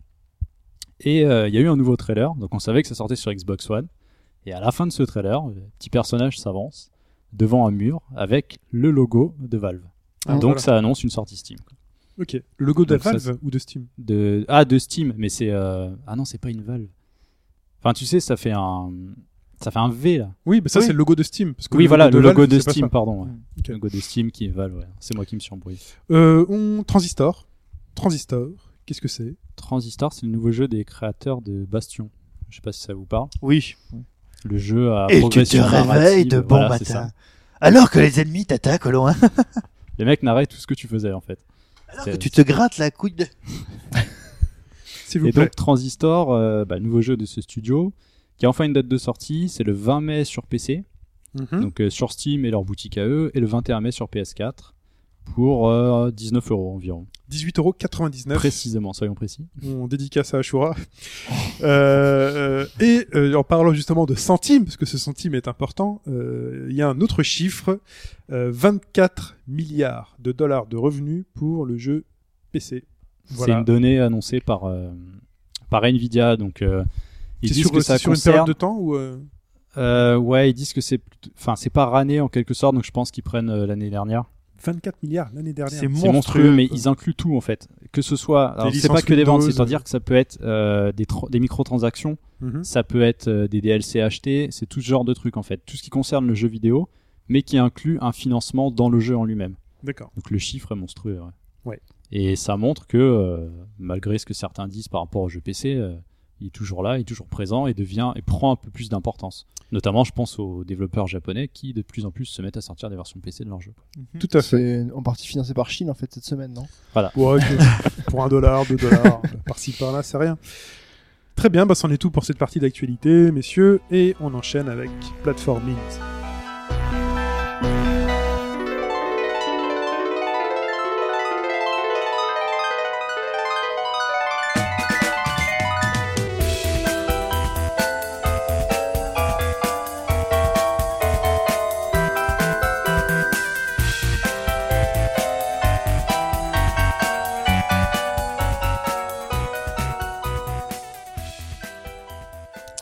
Et euh, il y a eu un nouveau trailer, donc on savait que ça sortait sur Xbox One. Et à la fin de ce trailer, le petit personnage s'avance devant un mur avec le logo de Valve.
Ah,
donc
voilà.
ça annonce une sortie Steam. quoi.
Ok. Le logo de
Donc ça,
Valve ou de Steam
De... Ah, de Steam, mais c'est... euh, Ah non, c'est pas une Valve. Enfin, tu sais, ça fait un... Ça fait un V là.
Oui, mais ça
Oui.
c'est le logo de Steam. Parce que
oui, voilà, le logo
Valve,
de
c'est pas
Steam,
ça.
pardon. ouais.
Ok.
Le logo de Steam qui est Valve, ouais. C'est moi qui me suis embrouillé.
Euh, on... Transistor. Transistor. Qu'est-ce que c'est
Transistor, c'est le nouveau jeu des créateurs de Bastion. Je sais pas si ça vous parle.
Oui.
Le jeu à
Et tu te
progression
réveilles
narrative,
de bon
voilà, c'est
matin.
ça.
Alors que les ennemis t'attaquent au loin.
[LAUGHS]
Les mecs narraient tout ce que tu faisais en fait.
Alors
C'est-
que tu te grattes la couille. de-
S'il vous
Et
plaît.
donc Transistor, euh, bah, nouveau jeu de ce studio, qui a enfin une date de sortie, c'est le 20 mai sur PC,
Mhm.
donc euh, sur Steam et leur boutique à eux, et le 21 mai sur PS4 pour euh, 19 euros environ.
18,99€.
Précisément, soyons précis.
On dédicace à Ashura. Euh, euh, et euh, en parlant justement de centimes, parce que ce centime est important, euh, il y a un autre chiffre euh, 24 milliards de dollars de revenus pour le jeu PC.
C'est
Voilà.
une donnée annoncée par euh, par Nvidia, donc euh, ils
C'est
disent
sur,
que ça
c'est sur une période
concerne.
de temps ou euh,
Euh, ouais, ils disent que c'est plutôt- enfin c'est par année en quelque sorte, donc je pense qu'ils prennent euh, l'année dernière.
Ah, 24 milliards l'année dernière.
C'est
C'est
monstrueux.
monstrueux, mais ils incluent tout en fait. Que ce soit, alors, c'est
licences
pas que des ventes,
Windows,
c'est-à-dire que ça peut être euh, des, tro- des microtransactions.
Mhm.
Ça peut être euh, des DLC achetés, c'est tout ce genre de trucs en fait. Tout ce qui concerne le jeu vidéo, mais qui inclut un financement dans le jeu en lui-même.
D'accord.
Donc le chiffre est monstrueux. ouais.
Ouais.
Et ça montre que, euh, malgré ce que certains disent par rapport au jeu PC, euh, il est toujours là, il est toujours présent et devient et prend un peu plus d'importance. Notamment, je pense aux développeurs japonais qui de plus en plus se mettent à sortir des versions PC de leur jeu.
Mhm.
Tout à fait.
C'est en partie financé par Chine en fait cette semaine, non
Ouais, que- pour un dollar, deux dollars, euh, par-ci par-là, c'est rien. Très bien, bah c'en est tout pour cette partie d'actualité, messieurs, et on enchaîne avec Platforming.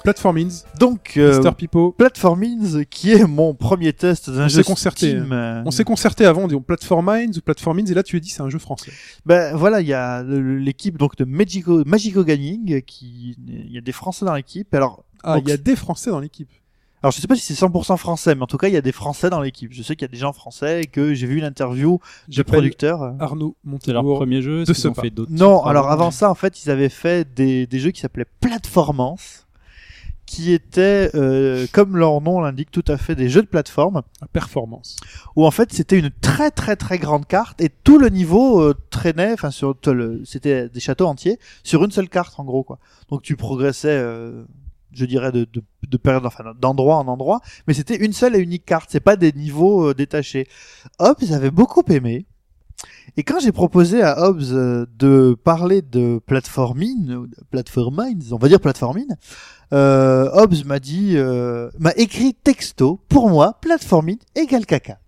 Platformings,
Donc, euh,
Mister Pipo.
Platformings, qui est mon premier test d'un
On
jeu
s'est concerté,
Steam, euh,
On s'est concerté avant, on dit Platformings ou Platformings, et là tu as dit c'est un jeu français.
Ben voilà, il y a le- l'équipe donc de Magico, Magico Gaming qui il y a des Français dans l'équipe. Alors
Ah,
Donc-
il y a des français dans l'équipe.
alors je sais pas si c'est 100% français, mais en tout cas il y a des Français dans l'équipe. Je sais qu'il y a des gens français et que j'ai vu l'interview du
J'appelle
producteur. euh,
Arnaud
C'est leur
Montebourg.
premier jeu,
de
est-ce qu'ils
ce
ont
pas.
fait d'autres
Non,
titres
alors avant ça en fait ils avaient fait des, des jeux qui s'appelaient Platformance, qui étaient euh, comme leur nom l'indique tout à fait des jeux de plateforme
Performance.
où en fait c'était une très très très grande carte et tout le niveau euh, traînait, enfin sur tout le- c'était des châteaux entiers sur une seule carte en gros quoi. Donc tu progressais, euh, je dirais de, de, de période, enfin d'endroit en endroit, mais c'était une seule et unique carte. C'est pas des niveaux euh, détachés. Hobbes avait beaucoup aimé. Et quand j'ai proposé à Hobbes euh, de parler de platforming, ou de platformines, on va dire platformine, euh, Hobbes m'a dit, euh, m'a écrit texto, pour moi, platformine égale caca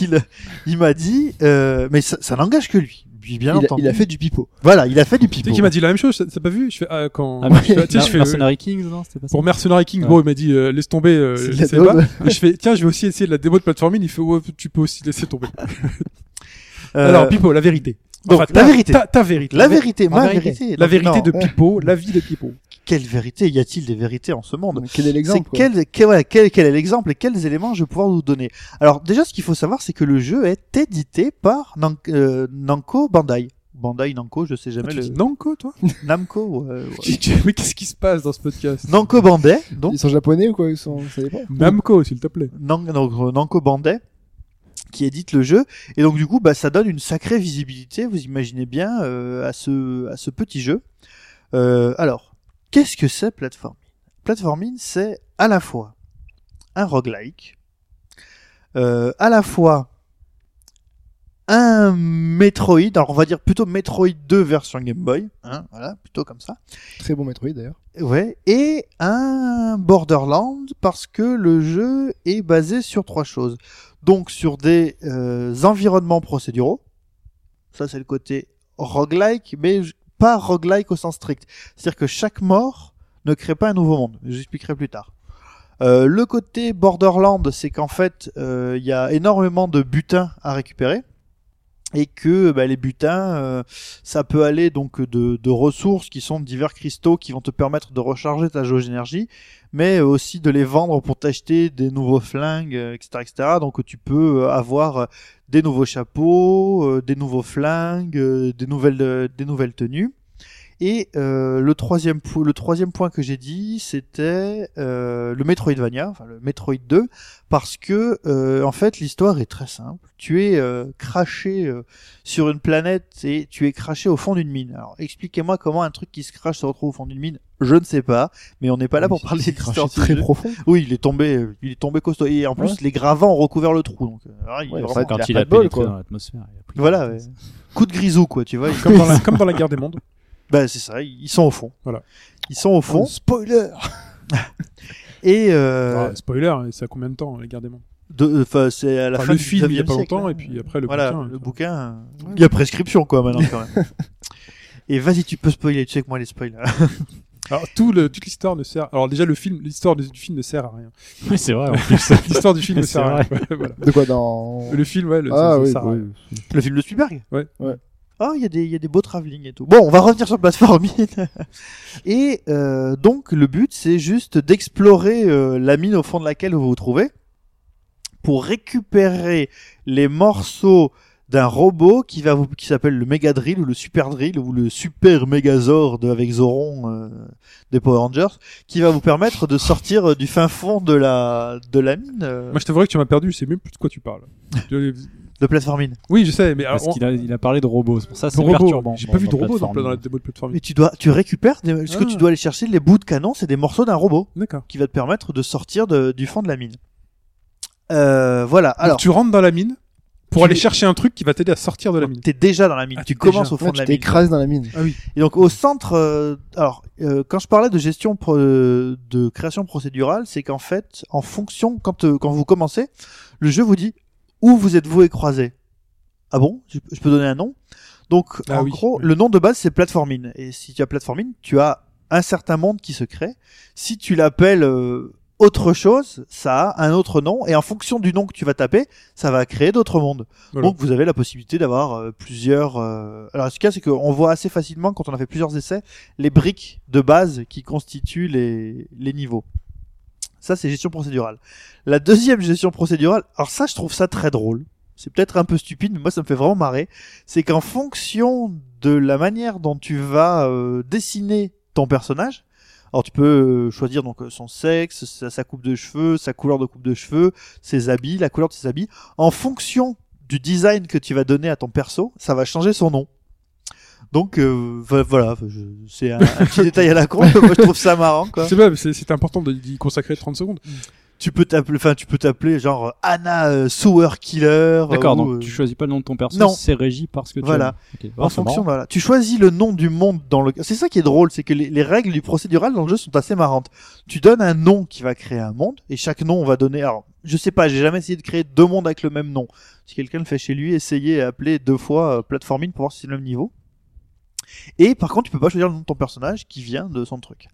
il, il m'a dit, euh, mais ça, ça n'engage que lui. Puis bien
il, a,
entendu.
il a fait du pipeau.
Voilà, il a fait du
Tu sais
pipeau.
qui m'a dit la même chose, t'as- t'as pas vu Je fais, ah, quand.
Ah, mais
[LAUGHS] Tu vois, tu sais, je fais, euh,
Mercenary Kings, non C'était pas ça
pour Mercenary King, bon, il m'a dit euh, laisse tomber, euh,
C'est de la
c'est
daube.
pas. Et je fais tiens, je vais aussi essayer de la démo de Platforming, il fait ouais, tu peux aussi laisser tomber.
Euh,
Alors, Pipo, la vérité.
donc,
Enfin,
la
ta-
vérité.
Ta, ta vérité.
la vérité, ma
en vérité.
vérité.
La
Non,
vérité
non.
de Pipo, la vie de Pipo.
Quelle vérité Y a-t-il des vérités en ce monde
Donc, Quel est
C'est
l'exemple quoi
quel, quel, voilà, quel, quel est l'exemple et quels éléments je vais pouvoir vous donner Alors déjà, ce qu'il faut savoir, c'est que le jeu est édité par Nan- euh, Namco Bandai. Bandai Namco, je sais jamais
Tu dis
le
Nanko,
[LAUGHS]
toi
Namco. ouais, ouais.
[LAUGHS] Mais qu'est-ce qui se passe dans ce podcast
Namco Bandai, donc
Ils sont japonais ou quoi Ils sont, ça dépend.
Namco, s'il te plaît.
Nan- donc, euh, Namco Bandai qui édite le jeu et donc du coup bah ça donne une sacrée visibilité vous imaginez bien euh, à ce à ce petit jeu Euh, alors qu'est-ce que c'est platforming platforming c'est à la fois un roguelike euh, à la fois un Metroid alors on va dire plutôt Metroid 2 version Game Boy hein, voilà plutôt comme ça
Très bon Metroid d'ailleurs.
Ouais, et un Borderland parce que le jeu est basé sur trois choses. Donc sur des euh, environnements procéduraux, ça c'est le côté roguelike, mais je- pas roguelike au sens strict. C'est-à-dire que chaque mort ne crée pas un nouveau monde. J'expliquerai plus tard. Euh, le côté Borderland, c'est qu'en fait, euh, il y a énormément de butins à récupérer. Et que bah, les butins, euh, ça peut aller donc de, de ressources qui sont divers cristaux qui vont te permettre de recharger ta jauge d'énergie, mais aussi de les vendre pour t'acheter des nouveaux flingues, euh, etc., etc. Donc tu peux euh, avoir euh, des nouveaux chapeaux, euh, des nouveaux flingues, euh, des nouvelles, euh, des nouvelles tenues. Et euh, le troisième po- le troisième point que j'ai dit, c'était euh, le Metroidvania, enfin le Metroid 2, parce que euh, en fait l'histoire est très simple. Tu es euh, craché euh, sur une planète et tu es craché au fond d'une mine. Alors expliquez-moi comment un truc qui se crache se retrouve au fond d'une mine. Je ne sais pas, mais on n'est pas là pour parler
C'est
d'histoire
craché
de ce
très
jeu.
profond.
Oui, il est tombé, euh, il est tombé costaud. Et en plus, les gravats ont recouvert le trou. Donc, euh, alors, il est
Ouais,
vraiment-
ça,
Quand
il a
il
pas
a
de bol,
pénétré
quoi.
dans l'atmosphère. il a pris-
Voilà, ouais. coup de grisou,
[LAUGHS]
quoi, tu vois. il-
Comme dans, la, comme dans la guerre des
[LAUGHS]
mondes.
Bah, c'est ça, ils sont au fond.
Voilà.
Ils sont au fond.
spoiler
Et euh,
Ah, spoiler, c'est à combien de temps, la guerre des mondes
de- enfin, c'est à la
Enfin,
fin
Le
du
film, il y a
19e
pas
siècle,
longtemps,
hein.
et puis après le
voilà,
bouquin.
le
enfin.
bouquin. euh, Il y a prescription, quoi, maintenant, quand même. [LAUGHS] Et vas-y, tu peux spoiler, tu sais que moi, les spoilers.
Alors, tout le, toute l'histoire ne sert. Alors, déjà, le film, l'histoire du du film ne sert à rien.
[LAUGHS] Oui, c'est vrai. en plus.
L'histoire du film ne
C'est
sert à rien. [LAUGHS] Voilà.
De quoi dans
Le film, ouais, le,
Ah
ça- ça
oui,
sert à
oui.
rien.
Le film de Spielberg
Ouais.
Ouais.
Ah, il y, a des- il y a des beaux travelling et tout. Bon, on va revenir sur platforming. [LAUGHS] et euh, donc, le but, c'est juste d'explorer euh, la mine au fond de laquelle vous vous trouvez pour récupérer les morceaux d'un robot qui va vous, qui s'appelle le Mega Drill ou le Super Drill ou le Super Megazord avec Zoron euh, des Power Rangers qui va vous permettre de sortir euh, du fin fond de la de la mine euh,
Moi, je t'avouerais que tu m'as perdu, je sais même plus de quoi tu parles. Je-
de platforming.
oui, je sais, mais alors,
Parce qu'il a, il a parlé de robots, c'est pour ça que
on-
c'est
robot,
perturbant.
J'ai
dans-
pas vu de
dans
robot dans,
plateforme.
dans la démo de plateforme.
Mais tu dois, tu récupères des, ce
Ah.
que tu dois aller chercher, les bouts de canon, c'est des morceaux d'un robot
D'accord.
qui va te permettre de sortir de- du fond de la mine. Euh, voilà. Alors,
Donc, Ah, tu rentres dans la mine pour
Tu-
aller chercher un truc qui va t'aider à sortir de la mine.
t'es déjà dans la mine.
Ah,
tu
t'es
commences
déjà.
au fond de
tu
la mine.
t'écrases dans la mine.
Et donc au centre, euh, alors euh, quand je parlais de gestion pro- euh, de création procédurale, c'est qu'en fait, en fonction quand euh, quand vous commencez, le jeu vous dit où vous êtes voué croisé. Ah bon je, je peux donner un nom. Donc
Ah
en
oui,
gros,
oui.
le nom de base c'est platforming. Et si tu as platforming, tu as un certain monde qui se crée. Si tu l'appelles euh, autre chose, ça a un autre nom. Et en fonction du nom que tu vas taper, ça va créer d'autres mondes.
Voilà.
Donc vous avez la possibilité d'avoir euh, plusieurs. euh, Alors ce cas c'est qu'on voit assez facilement quand on a fait plusieurs essais les briques de base qui constituent les, les niveaux. Ça c'est gestion procédurale. La deuxième gestion procédurale, alors ça je trouve ça très drôle. C'est peut-être un peu stupide, mais moi ça me fait vraiment marrer. C'est qu'en fonction de la manière dont tu vas euh, dessiner ton personnage, alors tu peux euh, choisir donc euh, son sexe, sa, sa coupe de cheveux, sa couleur de coupe de cheveux, ses habits, la couleur de ses habits. En fonction du design que tu vas donner à ton perso, ça va changer son nom. Donc euh, va- voilà, je- c'est un, un petit détail à la con, moi je trouve ça marrant quoi.
C'est pas- c'est c'est important de- d'y consacrer 30 secondes.
Tu peux t'appeler, enfin tu peux t'appeler genre euh, Anna euh, Sewer Killer. euh,
D'accord,
ou,
donc
euh,
tu choisis pas le nom de ton perso,
non.
c'est régi parce que tu
Voilà.
aimes. Ok.
en
Oh, c'est
fonction,
marrant.
voilà. Tu choisis le nom du monde dans le. C'est ça qui est drôle, c'est que les, les règles du procédural dans le jeu sont assez marrantes. Tu donnes un nom qui va créer un monde, et chaque nom on va donner. Alors, je sais pas, j'ai jamais essayé de créer deux mondes avec le même nom. Si quelqu'un le fait chez lui, essayez à appeler deux fois euh, platforming pour voir si c'est le même niveau. Et par contre, tu peux pas choisir le nom de ton personnage qui vient de son truc.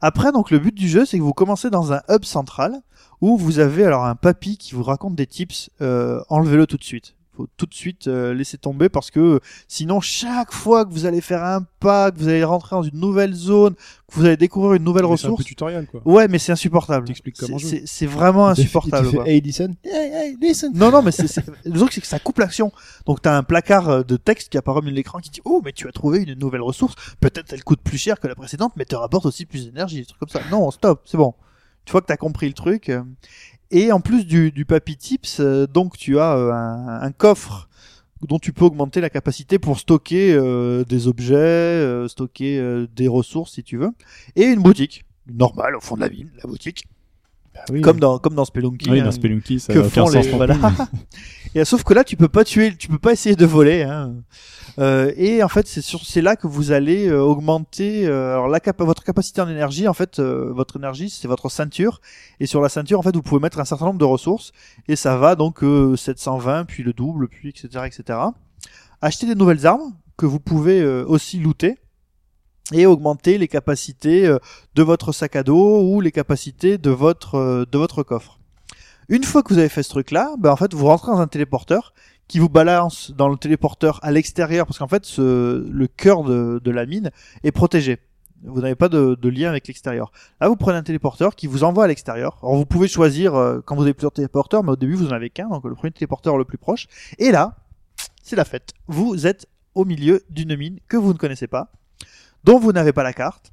Après, donc, le but du jeu, c'est que vous commencez dans un hub central où vous avez alors un papy qui vous raconte des tips. Euh, enlevez-le tout de suite. Faut tout de suite euh, laisser tomber parce que Sinon, chaque fois que vous allez faire un pas, que vous allez rentrer dans une nouvelle zone, que vous allez découvrir une nouvelle
Mais C'est un peu
ressource,
tutoriel, quoi.
ouais, mais c'est insupportable.
T'expliques
C'est-
comment jouer.
C'est c'est vraiment insupportable.
Il te
quoi.
fait, hey, listen. Hey, hey, listen.
Non, non, mais c'est, c'est- le truc, c'est que ça coupe l'action. Donc, t'as un placard euh, de texte qui apparaît au milieu de l'écran qui dit, oh, mais tu as trouvé une nouvelle ressource. Peut-être elle coûte plus cher que la précédente, mais te rapporte aussi plus d'énergie, des trucs comme ça. Non, stop, c'est bon. Tu vois que t'as compris le truc. euh. Et en plus du, du papy tips, euh, donc, tu as euh, un, un coffre dont tu peux augmenter la capacité pour stocker euh, des objets, euh, stocker euh, des ressources si tu veux, et une boutique normale au fond de la ville, la boutique,
Bah
comme dans comme dans Spelunky.
Oui,
hein,
dans Spelunky, ça
que
n'a euh, aucun
font les
[LAUGHS] sens non
voilà.
plus.
et euh, sauf que là tu peux pas tuer tu peux pas essayer de voler hein. Euh, et en fait c'est sur c'est là que vous allez euh, augmenter euh, alors la cap- votre capacité en énergie en fait euh, votre énergie c'est votre ceinture et sur la ceinture en fait vous pouvez mettre un certain nombre de ressources et ça va donc euh, 720 puis le double puis etc etc acheter des nouvelles armes que vous pouvez euh, aussi looter et augmenter les capacités euh, de votre sac à dos ou les capacités de votre, euh, de votre coffre. Une fois que vous avez fait ce truc-là, ben, en fait, vous rentrez dans un téléporteur qui vous balance dans le téléporteur à l'extérieur parce qu'en fait, ce, le cœur de, de la mine est protégé. Vous n'avez pas de, de lien avec l'extérieur. Là, vous prenez un téléporteur qui vous envoie à l'extérieur. Alors, vous pouvez choisir euh, quand vous avez plusieurs téléporteurs, mais au début, vous en avez qu'un, donc le premier téléporteur le plus proche. Et là, c'est la fête. Vous êtes au milieu d'une mine que vous ne connaissez pas dont vous n'avez pas la carte.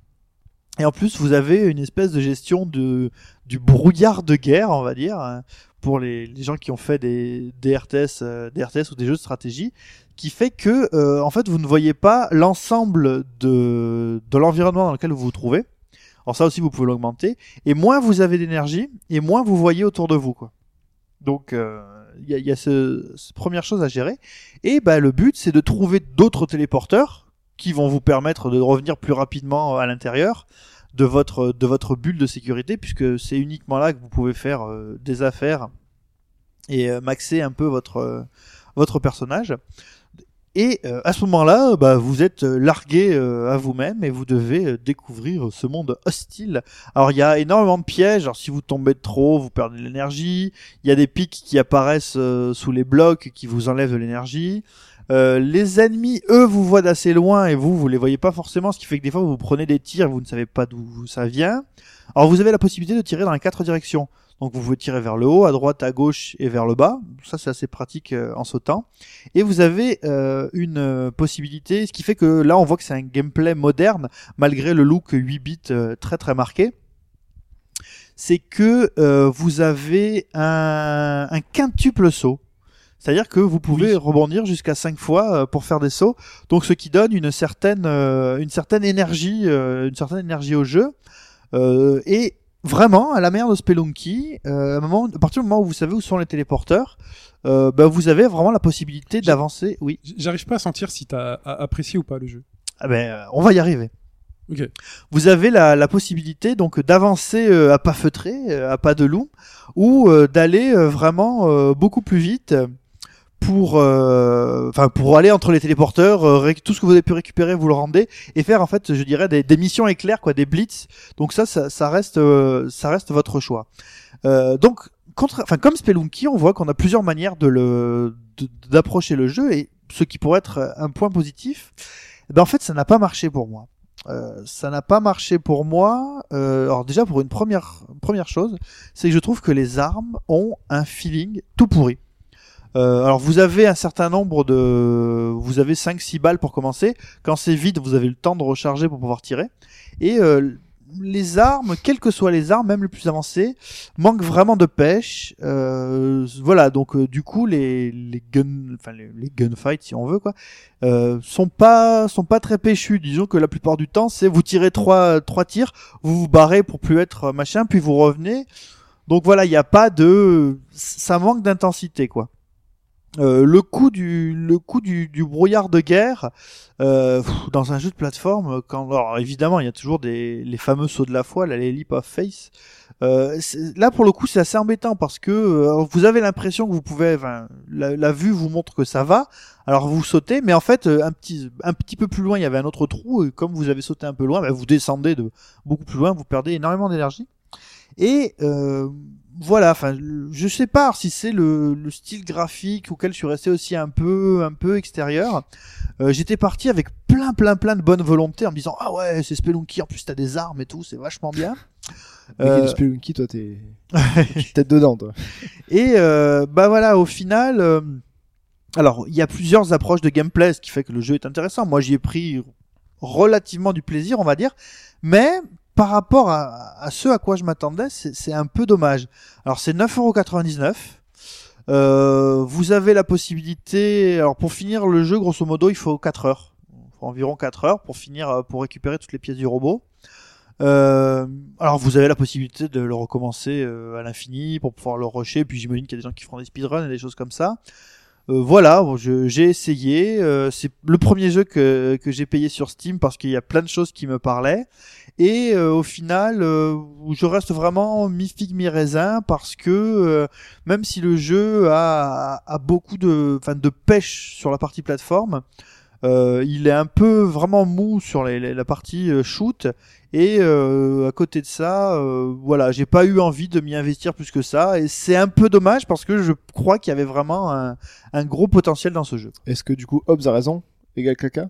Et en plus, vous avez une espèce de gestion de, du brouillard de guerre, on va dire, hein, pour les, les gens qui ont fait des, des, RTS, euh, des RTS ou des jeux de stratégie, qui fait que, euh, en fait, vous ne voyez pas l'ensemble de, de l'environnement dans lequel vous vous trouvez. Alors ça aussi, vous pouvez l'augmenter. Et moins vous avez d'énergie, et moins vous voyez autour de vous, quoi. Donc, euh, il y a, il y a ce, cette première chose à gérer. Et bah, le but, c'est de trouver d'autres téléporteurs qui vont vous permettre de revenir plus rapidement euh, à l'intérieur de votre, de votre bulle de sécurité, puisque c'est uniquement là que vous pouvez faire euh, des affaires et euh, maxer un peu votre, euh, votre personnage. Et euh, à ce moment-là, euh, bah, vous êtes euh, largué euh, à vous-même et vous devez euh, découvrir ce monde hostile. Alors il y a énormément de pièges. Alors si vous tombez de trop, vous perdez de l'énergie. Il y a des pics qui apparaissent euh, sous les blocs qui vous enlèvent de l'énergie. Euh, les ennemis, eux, vous voient d'assez loin et vous, vous les voyez pas forcément, ce qui fait que des fois vous prenez des tirs, et vous ne savez pas d'où ça vient. Alors vous avez la possibilité de tirer dans les quatre directions. Donc vous pouvez tirer vers le haut, à droite, à gauche et vers le bas. Ça c'est assez pratique euh, en sautant. Et vous avez euh, une euh, possibilité, ce qui fait que là on voit que c'est un gameplay moderne, malgré le look 8 bits euh, très très marqué. C'est que euh, vous avez un, un quintuple saut. C'est-à-dire que vous pouvez rebondir jusqu'à 5 fois euh, pour faire des sauts. Donc ce qui donne une certaine, euh, une certaine énergie, euh, une certaine énergie au jeu. Euh, et vraiment, à la manière de Spelunky, euh, à, un moment, à partir du moment où vous savez où sont les téléporteurs, euh, bah, vous avez vraiment la possibilité d'avancer. Oui,
J- J'arrive pas à sentir si t'as a- apprécié ou pas le jeu.
ah ben, euh, on va y arriver.
Ok.
vous avez la, la possibilité donc d'avancer euh, à pas feutré, euh, à pas de loup, ou euh, d'aller euh, vraiment euh, beaucoup plus vite pour, euh, enfin pour aller entre les téléporteurs, euh, réc- tout ce que vous avez pu récupérer, vous le rendez et faire en fait, je dirais des, des missions éclairs quoi, des blitz. Donc ça, ça, ça reste, euh, ça reste votre choix. Euh, donc contra- enfin comme Spelunky, on voit qu'on a plusieurs manières de le, de- d'approcher le jeu et ce qui pourrait être un point positif, ben en fait ça n'a pas marché pour moi. Euh, ça n'a pas marché pour moi. Euh, alors déjà pour une première première chose, c'est que je trouve que les armes ont un feeling tout pourri. Euh, alors vous avez un certain nombre de, vous avez 5-6 balles pour commencer. Quand c'est vide, vous avez le temps de recharger pour pouvoir tirer. Et euh, les armes, quelles que soient les armes, même les plus avancées, manquent vraiment de pêche. Euh, voilà, donc euh, du coup les les gun, enfin les, les gunfights si on veut quoi, euh, sont pas sont pas très péchus. Disons que la plupart du temps, c'est vous tirez trois trois tirs, vous vous barrez pour plus être euh, machin, puis vous revenez. Donc voilà, il n'y a pas de ça manque d'intensité quoi. Euh, le coup du le coup du, du brouillard de guerre euh, pff, dans un jeu de plateforme quand alors évidemment il y a toujours des les fameux sauts de la foi là, les leap of faith euh, c'est- là pour le coup c'est assez embêtant parce que euh, vous avez l'impression que vous pouvez enfin, la, la vue vous montre que ça va alors vous sautez, mais en fait euh, un petit un petit peu plus loin, il y avait un autre trou et comme vous avez sauté un peu loin, bah, vous descendez de beaucoup plus loin, vous perdez énormément d'énergie. Et euh, voilà, enfin le- je sais pas si c'est le, le style graphique auquel je suis resté aussi un peu un peu extérieur. Euh, J'étais parti avec plein plein plein de bonne volonté en me disant ah ouais c'est Spelunky en plus t'as des armes et tout c'est vachement bien.
Avec
Euh,
du Spelunky,
[LAUGHS]
toi, t'es tête dedans, toi.
Et euh, bah voilà, au final, euh, alors il y a plusieurs approches de gameplay, ce qui fait que le jeu est intéressant. Moi, j'y ai pris relativement du plaisir, on va dire, mais par rapport à, à ce à quoi je m'attendais, c'est c'est un peu dommage. Alors c'est 9,99€. Euh, vous avez la possibilité, alors pour finir le jeu, grosso modo, il faut 4 heures, Il faut environ 4 heures pour finir, euh, pour récupérer toutes les pièces du robot. Euh, alors vous avez la possibilité de le recommencer euh, à l'infini pour pouvoir le rusher, puis j'imagine qu'il y a des gens qui feront des speedruns et des choses comme ça. Euh, voilà, bon, je- j'ai essayé, euh, c'est le premier jeu que, que j'ai payé sur Steam parce qu'il y a plein de choses qui me parlaient, et euh, au final euh, je reste vraiment mi-figue mi-raisin parce que euh, même si le jeu a, a beaucoup de, enfin, de pêche sur la partie plateforme, Euh, il est un peu vraiment mou sur les- les- la partie euh, shoot. Et euh, à côté de ça, euh, voilà, j'ai pas eu envie de m'y investir plus que ça. Et c'est un peu dommage parce que je crois qu'il y avait vraiment un, un gros potentiel dans ce jeu.
Est-ce que du coup Hobbs a raison Égal caca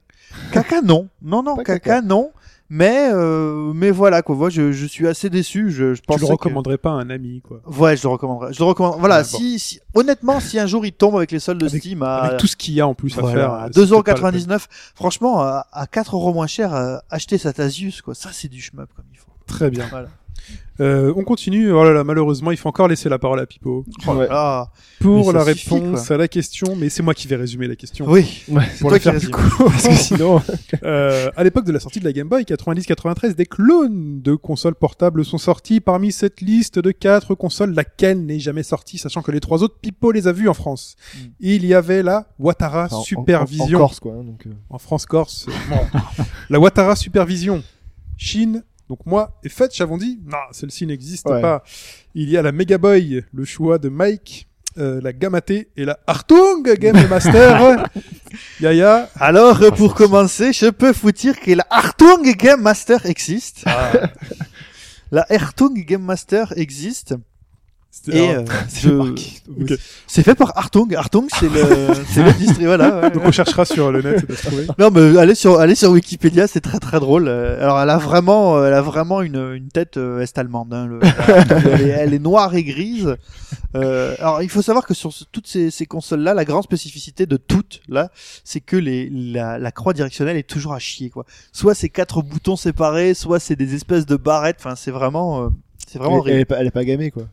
Caca, non. Non, non,
Pas
caca,
caca.
non. Mais, euh, mais voilà, quoi. Voilà, je, je suis assez déçu. Je, je
Tu
pensais
le
que-
recommanderais pas à un ami, quoi.
Ouais, je le recommanderais. Je le recommande. Voilà,
Ah, bon.
si, si- honnêtement, si un jour il tombe avec les soldes de
Avec-
Steam à,
Avec tout ce qu'il y a en plus
voilà,
à
à
faire. euh, c'est pas la peine.
2,99€, franchement, à, à 4 euros moins cher, euh, acheter sa Tasius, quoi. Ça, c'est du shmup comme il faut.
Très bien.
Voilà.
Euh, on continue. Oh là là, malheureusement, il faut encore laisser la parole à Pipo
Ouais.
Ah,
pour
Mais
la
ça suffit,
réponse à la question. Mais c'est moi qui vais résumer la [LAUGHS] question.
oui.
Ouais.
C'est
Pour
toi
la
qui
faire plus
résume.
court.
Parce que sinon,
Euh, à l'époque de la sortie de la Game Boy 90-93, des clones de consoles portables sont sortis. Parmi cette liste de quatre consoles, laquelle n'est jamais sortie, sachant que les trois autres, Pipo les a vues en France.
Mm.
Il y avait la Watara
enfin, en- en-
Supervision
En,
en,
Corse, quoi. hein, donc, euh,
France-Corse. euh, bon. [LAUGHS] la Watara Supervision Chine. Donc moi et Fetch avons dit, non, celle-ci n'existe
Ouais.
pas. Il y a la Mega Boy, le choix de Mike, euh, la Gamate et la Hartung Game Master. Yaya,
Alors, euh, pour commencer, je peux vous dire que la Hartung Game Master existe. [LAUGHS] la Hartung Game Master existe.
c'était- [LAUGHS]
Et
alors,
euh,
je-
je-
ok.
c'est fait par Hartung. Hartung, c'est le, c'est le district. Voilà. ouais.
Donc on cherchera sur le net, ça doit se trouver.
[LAUGHS] Non, mais allez sur, allez sur Wikipédia, c'est très très drôle. Euh, Alors, elle a vraiment, euh, elle a vraiment une, une tête euh, est-allemande. hein, le- [LAUGHS] elle, est, elle est noire et grise. Euh, alors, il faut savoir que sur ce- toutes ces, ces consoles-là, la grande spécificité de toutes, là, c'est que les, la, la croix directionnelle est toujours à chier, quoi. Soit c'est quatre boutons séparés, soit c'est des espèces de barrettes. Enfin, c'est vraiment, euh, c'est vraiment
elle, elle
horrible.
est pas, elle est pas gamée,
[LAUGHS]
quoi.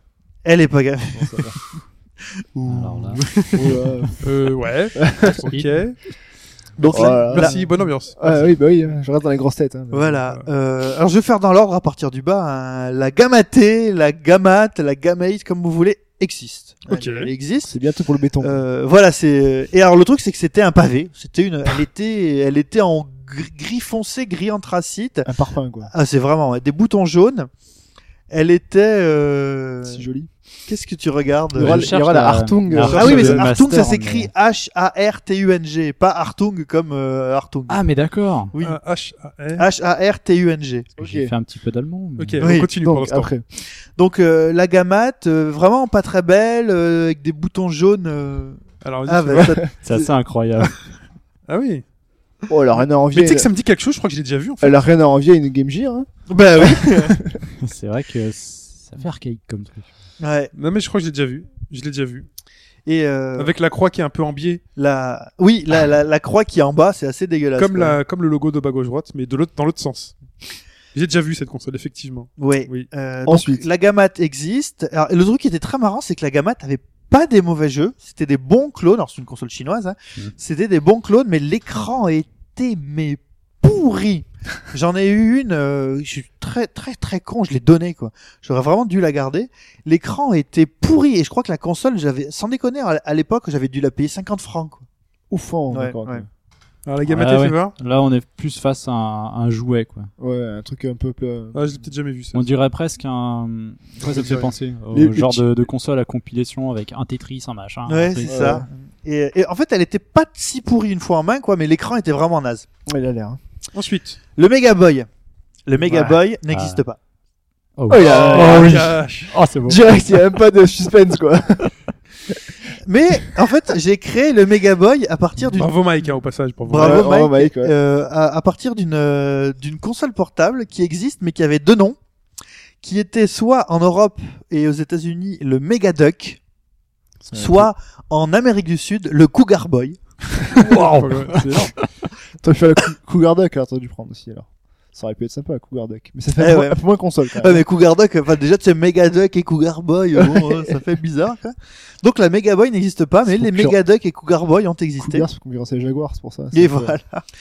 Elle est pas gamme.
Bon, ça va.
Alors là,
Oh là.
Euh, ouais. ok.
[LAUGHS] Donc,
Oh
la-
là là.
la-
Merci, bonne ambiance.
Ah oui, bah oui, hein, je reste dans les grosses têtes. hein.
Voilà. Euh, alors je vais faire dans l'ordre à partir du bas. hein. La gamatée, la gamate, la gamate, comme vous voulez, existe.
Ok.
Elle, elle existe.
C'est bien tout pour le béton.
Euh, voilà, c'est. Et alors le truc c'est que c'était un pavé. C'était une. Elle était. Elle était en gris, gris foncé, gris anthracite.
Un parfum, quoi.
Ah c'est vraiment ouais, des boutons jaunes. Elle était. euh,
Si joli.
Qu'est-ce que tu regardes
Il y aura-
Je
il y
cherche
aura la
la-
Hartung.
la
euh,
Ah oui, mais
de
c'est Hartung, ça
master,
s'écrit H-A-R-T-U-N-G, pas Hartung comme euh, Hartung.
Ah, mais d'accord.
oui.
Ah, H A R.
H-A-R-T-U-N-G.
J'ai
Ok.
fait un petit peu d'allemand. mais-
Ok,
Oui,
on continue pour
Donc,
l'instant.
après.
Donc euh, la gamate, euh, vraiment pas très belle, euh, avec des boutons jaunes. euh.
Alors, vas-y,
Ah,
c'est
bah,
vrai.
ça-
[LAUGHS]
C'est assez incroyable.
ah oui.
Oh, elle a rien à
Mais
envier.
tu sais que ça me dit quelque chose, je crois que je l'ai déjà vu en fait.
Elle Euh, a rien à envier à une Game Gear. hein.
bah oui.
c'est vrai que ça fait archaïque comme truc.
[LAUGHS] Ouais.
Non, mais je crois que je l'ai déjà vu. Je l'ai déjà vu.
Et euh,
Avec la croix qui est un peu en biais,
la, oui, la, la, la croix qui est en bas, c'est assez dégueulasse.
comme,
quoi.
la, comme le logo de bas gauche droite, mais de l'autre, dans l'autre sens. J'ai déjà vu cette console, effectivement.
Ouais.
Oui.
Euh,
Ensuite.
donc, la gamate existe. Alors, le truc qui était très marrant, c'est que la gamate avait pas des mauvais jeux. C'était des bons clones. Alors, c'est une console chinoise. Hein.
Mhm.
C'était des bons clones, mais l'écran était mais pourri. [LAUGHS] J'en ai eu une. euh, je suis très très très con. Je l'ai donnée quoi. J'aurais vraiment dû la garder. L'écran était pourri et je crois que la console, j'avais, sans déconner, à à l'époque, j'avais dû la payer 50 francs. Quoi.
Ouf, hein,
Ouais,
d'accord,
ouais.
Alors, la gamme
Ah, ouais.
fait voir
Là, on est plus face à un, un jouet, quoi.
quoi. Ouais, un truc un peu. euh,
Ah, je l'ai peut-être jamais vu ça.
On dirait presque un. Ouais, ça me fait penser au
Les- les
genre
petits-
de, de console à compilation avec un Tetris, un machin. un
ouais, Ah, c'est
truc. Euh,
ça. Et, et en fait, elle était pas si pourrie une fois en main quoi, mais l'écran était vraiment naze.
Ouais, il a l'air. hein.
Ensuite.
Le Mega Boy. Le Mega Boy
Ouais.
n'existe pas.
Oh,
euh,
Oh, il a-
Ah,
oh, oui.
cache.
Oh, c'est beau.
Direct, il n'y a même pas de suspense, quoi.
Mais en fait, j'ai créé le Mega Boy à partir d'une
Bravo Mike, hein, au passage. Bravo.
Bravo.
Ouais,
Mike.
ouais.
euh, à, à partir d'une euh, d'une console portable qui existe mais qui avait deux noms, qui était soit en Europe et aux États-Unis le Mega Duck, soit en Amérique du Sud le Cougar Boy.
Wow. C'est énorme.
T'aurais pu faire le cou- Cougar Duck, alors t'aurais dû prendre aussi, alors. Ça aurait pu être sympa, Cougar Duck. Mais ça fait
Eh
un, peu,
ouais.
un peu moins console, quand
Ouais,
même.
Ah, mais Cougar Duck, enfin déjà tu sais Mega Duck et Cougar Boy,
[LAUGHS]
bon, euh, ça fait bizarre. Quoi. Donc la Mega Boy n'existe pas, mais
C'est
les
pour pire.
Mega Duck et Cougar Boy ont existé.
Cougar, c'est pour concurrencer les Jaguars, c'est pour ça.
Et
C'est-
voilà.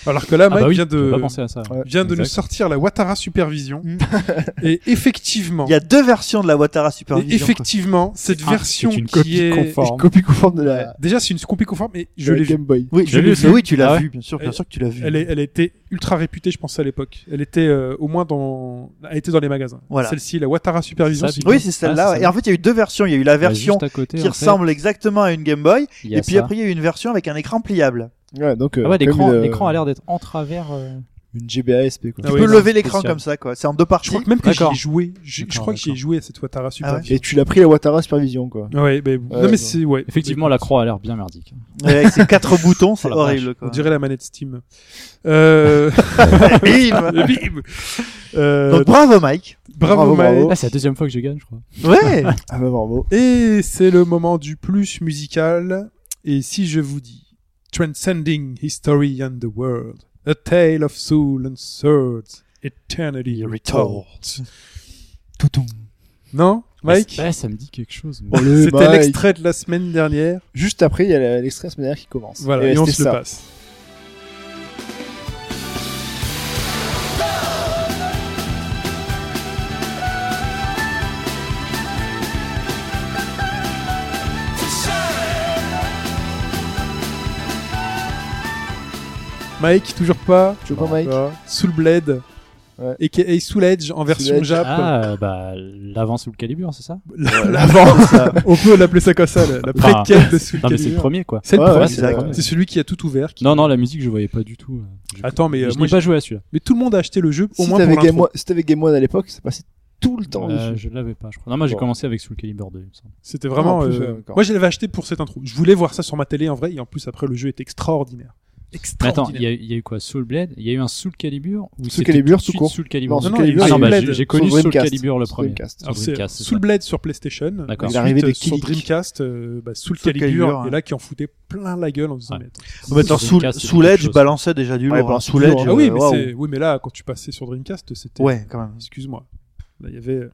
Alors que là,
Ah,
Mike
bah oui,
vient de.
j'avais pas pensé à ça.
Ouais.
vient de
Exact.
nous sortir la Watara Supervision.
Mm.
[LAUGHS] et effectivement,
Il y a deux versions de la Watara
et
Supervision. quoi.
effectivement, cette
Ah,
version
c'est une
qui
copie
est
conforme.
Copie conforme de la,
déjà c'est une copie conforme, mais
de
je
la
l'ai vue.
Game Boy.
Oui,
Tu l'as
je
vu
l'ai
aussi
vu. Oui, tu l'as
Ah ouais
vu, bien sûr, bien
Elle-
sûr que tu l'as vu.
Elle, est- elle était ultra réputée, je pense à l'époque. Elle était euh, au moins dans, elle était dans les magasins.
Voilà.
Celle-ci, la Watara Supervision.
Ça,
c'est-
Oui, c'est
Ah,
celle-là.
c'est
ouais.
ça.
et en fait, il y a eu deux versions. Il y a eu la
Bah,
version
juste à côté,
qui
en fait,
ressemble exactement à une Game Boy,
il y a
et puis
ça.
après, il y a eu une version avec un écran pliable.
Ouais, donc, euh,
Ah ouais,
comme
l'écran
une, euh,
l'écran a l'air d'être en travers. euh,
Une GBA SP, quoi.
Ah
Tu
oui,
peux
non,
lever
c'est
l'écran
spécial.
comme ça, quoi. C'est en deux
Je
parties.
crois que même que j'y ai
D'accord.
joué. Je, je
D'accord,
crois que j'y ai
d'accord.
joué à cette Watara Super.
ouais
Et tu l'as pris la Watara Supervision, quoi.
ouais, ben, non mais
bon.
c'est ouais.
Effectivement, la croix a l'air bien merdique.
Ouais, Avec ses quatre boutons, c'est
Oh la
horrible,
On
quoi.
dirait la manette Steam.
[LAUGHS]
Euh... [LAUGHS]
Bim
bim. Euh,
Donc bravo, Mike.
bravo,
bravo,
Maë.
bravo.
Ah, c'est la deuxième fois que je gagne, je crois.
Ouais.
Ah bah, bravo.
Et c'est le moment du plus musical. Et si je vous dis Transcending History and the World, A Tale of Soul and Swords, Eternity Retold. Non, Mike
Ouais, Bah, ça me dit quelque chose.
[LAUGHS]
mais-
Allez,
C'était
Mike.
l'extrait de la semaine dernière.
Juste après, il y a la- l'extrait semaine dernière qui commence.
Voilà, et, on
c'était
se le
ça.
passe. Mike, toujours pas. Euh,
Tu vois, Mike
Soul Blade.
Ouais.
Et et Soul Edge en version
Edge.
Jap.
Ah, euh, bah, l'avant sous le calibre, c'est ça
La-
[LAUGHS]
L'avant, on peut l'appeler ça comme ça, la, la
Enfin,
préquelle de Soul
Non, mais c'est le
Calibur.
premier, quoi.
C'est le
Ouais,
premier,
ouais,
c'est
c'est
le
vrai.
premier. C'est celui qui a tout ouvert. qui-
Non, non, la musique, je voyais pas du tout. euh, du coup.
Attends, mais euh,
je
moi,
n'ai pas joué à celui-là.
mais tout le monde a acheté le jeu au
Si
moins
t'avais
pour Bah,
Game,
l'intro.
One- si t'avais Game One à l'époque, ça passait tout le temps
Euh,
dessus.
je l'avais pas, je crois. Non, moi j'ai
Bon.
commencé avec Soul Calibur 2, il me semble.
C'était vraiment.
Ah, en plus,
euh,
ouais, d'accord.
Moi, je l'avais acheté pour cette intro. Je voulais voir ça sur ma télé en vrai, et en plus après le jeu est extraordinaire.
Mais attends, il
Extraordinaire.
y, a- il y a eu quoi Soul Blade Il y a eu un Soul Calibur ou
Soul
c'était
Calibur,
de suite
tout court.
Soul Calibur.
Non, Soul
Non, Calibur,
Ah non,
Soul
bah,
Blade.
j'ai j'ai connu
Sur
Soul
Dreamcast.
Calibur le
Sur
premier.
Dreamcast.
Sur
Alors, c'est
Dreamcast, c'est
Soul
ça.
Blade sur PlayStation,
D'accord.
ensuite,
Il est arrivé
euh,
des
sur
clics.
Dreamcast, euh, bah, Soul
Soul
Calibur,
Calibur,
et là qui en foutait plein la gueule en se disant
Ouais.
mais attends.
Mais attends,
Sur
sous,
Dreamcast, c'est
sous
quelque
l'edge,
chose.
balançait déjà du
Ouais,
lourd. hein.
balance
Sous
du lourd,
l'edge.
hein.
Ah oui,
euh,
mais
waouh.
c'est oui mais là quand tu passais sur Dreamcast, c'était
Ouais, quand même.
excuse-moi. Là, il y avait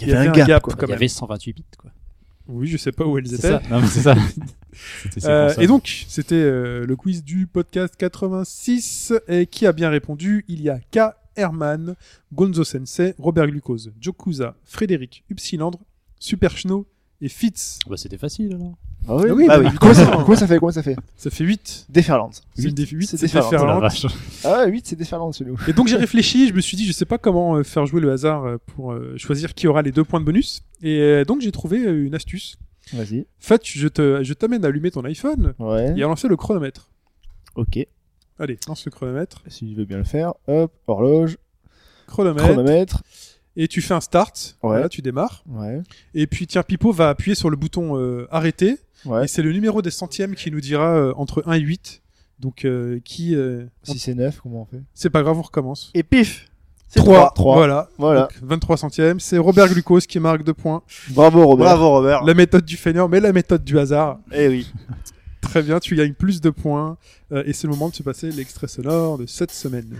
Il y avait un gap, quoi.
quand
Il y
même.
avait 128 bits, quoi.
Oui, je sais pas où elles
C'est
étaient.
ça Non, mais
[LAUGHS]
c'est ça. C'était ces
Euh,
consoles.
et donc, c'était euh, le quiz du podcast 86. Et qui a bien répondu Il y a K. Herman, Gonzo Sensei, Robert Glucose, Jokusa, Frédéric, Upsilandre, Super Schno et Fitz.
Bah, c'était facile alors.
Ah oui,
Ah oui,
bah
bah,
oui. Comment [LAUGHS] ça-
évidemment.
comment ça fait Comment ça fait
Ça fait 8.
Déferlante.
C'est une
Huit,
des 8, c'est
c'est déferlant.
Oh la
déferlant.
vache.
Ah ouais, 8, c'est déferlante celui-là.
Et donc j'ai réfléchi, je me suis dit, je sais pas comment euh, faire jouer le hasard euh, pour euh, choisir qui aura les deux points de bonus. Et euh, donc j'ai trouvé euh, une astuce.
Vas-y.
Fat, je te- je t'amène à allumer ton iPhone
Ouais.
et à lancer le chronomètre.
Ok.
Allez, lance le chronomètre.
Si tu veux bien le faire. Hop, horloge,
Chronomètre.
chronomètre.
Et tu fais un start.
Ouais.
Voilà, tu démarres.
Ouais.
Et puis tiens, Pipo va appuyer sur le bouton euh, arrêter.
Ouais.
Et c'est le numéro des centièmes qui nous dira euh, entre 1 et 8. Donc euh, qui... euh, on-
Si c'est 9, comment on fait
C'est pas grave, on recommence.
Et pif C'est trois.
Trois. Trois.
Voilà.
Voilà.
Donc, 23 centièmes. C'est Robert Glucose qui marque deux points.
Bravo Robert.
Bravo,
Ah.
Robert.
La méthode du feignant, mais la méthode du hasard.
Eh oui.
[LAUGHS] Très bien, tu gagnes plus de points. Euh, et c'est le moment de se passer l'extrait sonore de cette semaine.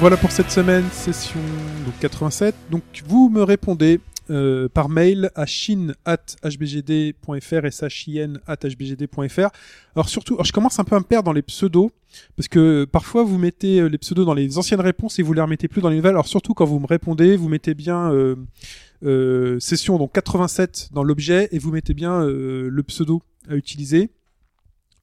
Voilà pour cette semaine, session donc 87. Donc vous me répondez euh, par mail à shin@hbgd.fr et shin@hbgd.fr. Alors surtout, alors je commence un peu à me perdre dans les pseudos parce que parfois vous mettez euh, les pseudos dans les anciennes réponses et vous les remettez plus dans les nouvelles. Alors surtout quand vous me répondez, vous mettez bien euh, euh, session donc 87 dans l'objet et vous mettez bien euh, le pseudo à utiliser.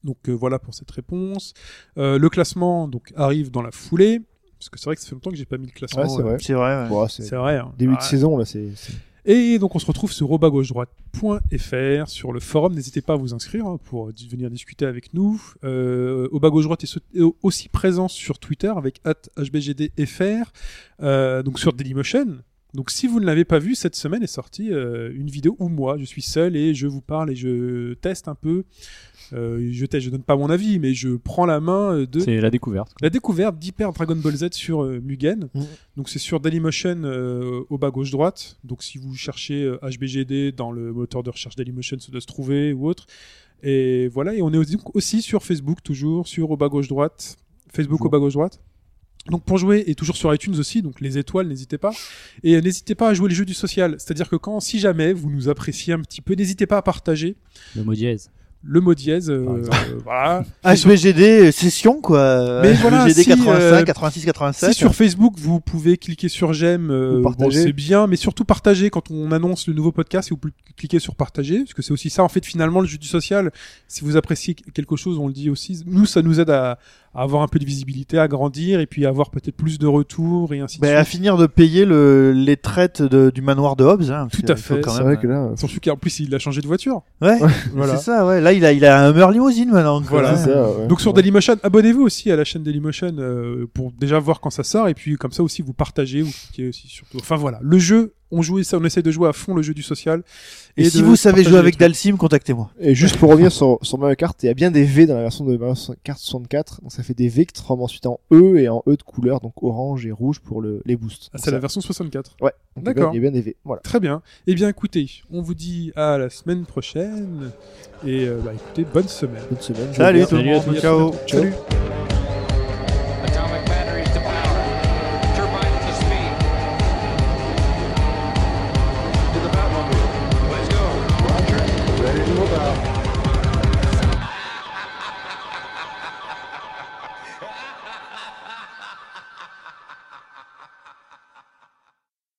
Donc euh, voilà pour cette réponse. Euh, le classement donc arrive dans la foulée parce que c'est vrai que ça fait longtemps que j'ai pas mis le classement.
Ouais, c'est
euh,
vrai.
C'est vrai. ouais.
Bon, c'est
C'est vrai. hein.
début
Ah,
de saison là, c'est. c'est-
et donc on se retrouve sur robagauche-droite.fr sur le forum. N'hésitez pas à vous inscrire hein, pour di- venir discuter avec nous. Euh, Au bas gauche droite est so- est au- aussi présent sur Twitter avec @hbgdfr, euh, donc sur Dailymotion. Donc si vous ne l'avez pas vu, cette semaine est sortie euh, une vidéo où moi je suis seul et je vous parle et je teste un peu. Euh, je teste, je donne pas mon avis, mais je prends la main euh, de
C'est la découverte. quoi.
la découverte d'Hyper Dragon Ball Z sur euh, Mugen.
Mhm.
Donc c'est sur Dailymotion euh, au bas gauche droite. Donc si vous cherchez euh, HBGD dans le moteur de recherche Dailymotion, ça doit se trouver ou autre. Et voilà, et on est aussi, aussi sur Facebook toujours, sur au bas gauche droite. Facebook
Toujours.
au bas gauche droite. Donc pour jouer et toujours sur iTunes aussi, donc les étoiles, n'hésitez pas. Et euh, n'hésitez pas à jouer les jeux du social, c'est-à-dire que quand, si jamais vous nous appréciez un petit peu, n'hésitez pas à partager
Le mot dièse.
le mot dièse, euh,
Par
euh, voilà.
HBGD session quoi.
Mais voilà,
HBGD
si,
85,
euh,
86, 87.
Si sur Facebook vous pouvez cliquer sur j'aime, euh,
Ou partager.
bon, c'est bien, mais surtout partager quand on annonce le nouveau podcast, si vous pouvez cliquer sur partager, parce que c'est aussi ça en fait finalement le jeu du social. Si vous appréciez quelque chose, on le dit aussi. Nous, ça nous aide à, à avoir un peu de visibilité, à grandir et puis à avoir peut-être plus de retours et ainsi de
Ben, à
suite.
finir de payer le, les traites de- du manoir de Hobbes. Hein,
Tout
parce
à
qu'il faut
fait,
quand
C'est
même-
vrai que là, euh,
Surtout qu'en plus il a changé de voiture.
Ouais,
Voilà.
c'est ça, ouais. Là, il a, il a un Hummer limousine maintenant. euh, quoi.
Voilà.
Ouais.
c'est ça, ouais.
Donc sur Dailymotion, abonnez-vous aussi à la chaîne Dailymotion euh, pour déjà voir quand ça sort et puis comme ça aussi vous partagez, vous cliquez aussi surtout. Enfin voilà, le jeu, on joue, on essaie de jouer à fond le jeu du social.
Et, si
de
vous savez
partager
jouer
les
avec
trucs.
Dalsim, contactez-moi.
Et juste pour revenir sur, sur Mario Kart, il y a bien des V dans la version de Mario Kart 64. Donc ça fait des V qui se transforment ensuite en E et en E de couleur, donc orange et rouge pour le, les boosts.
Ah, c'est la version 64.
Ouais. Donc, il y a bien-
D'accord.
Il y a bien des V. Voilà.
Très bien. Eh bien, écoutez, on vous dit à la semaine prochaine. Et euh, bah, écoutez, bonne semaine.
Bonne semaine. jouez
Salut
bien.
tout le
Salut à
monde.
tous.
Ciao.
Salut.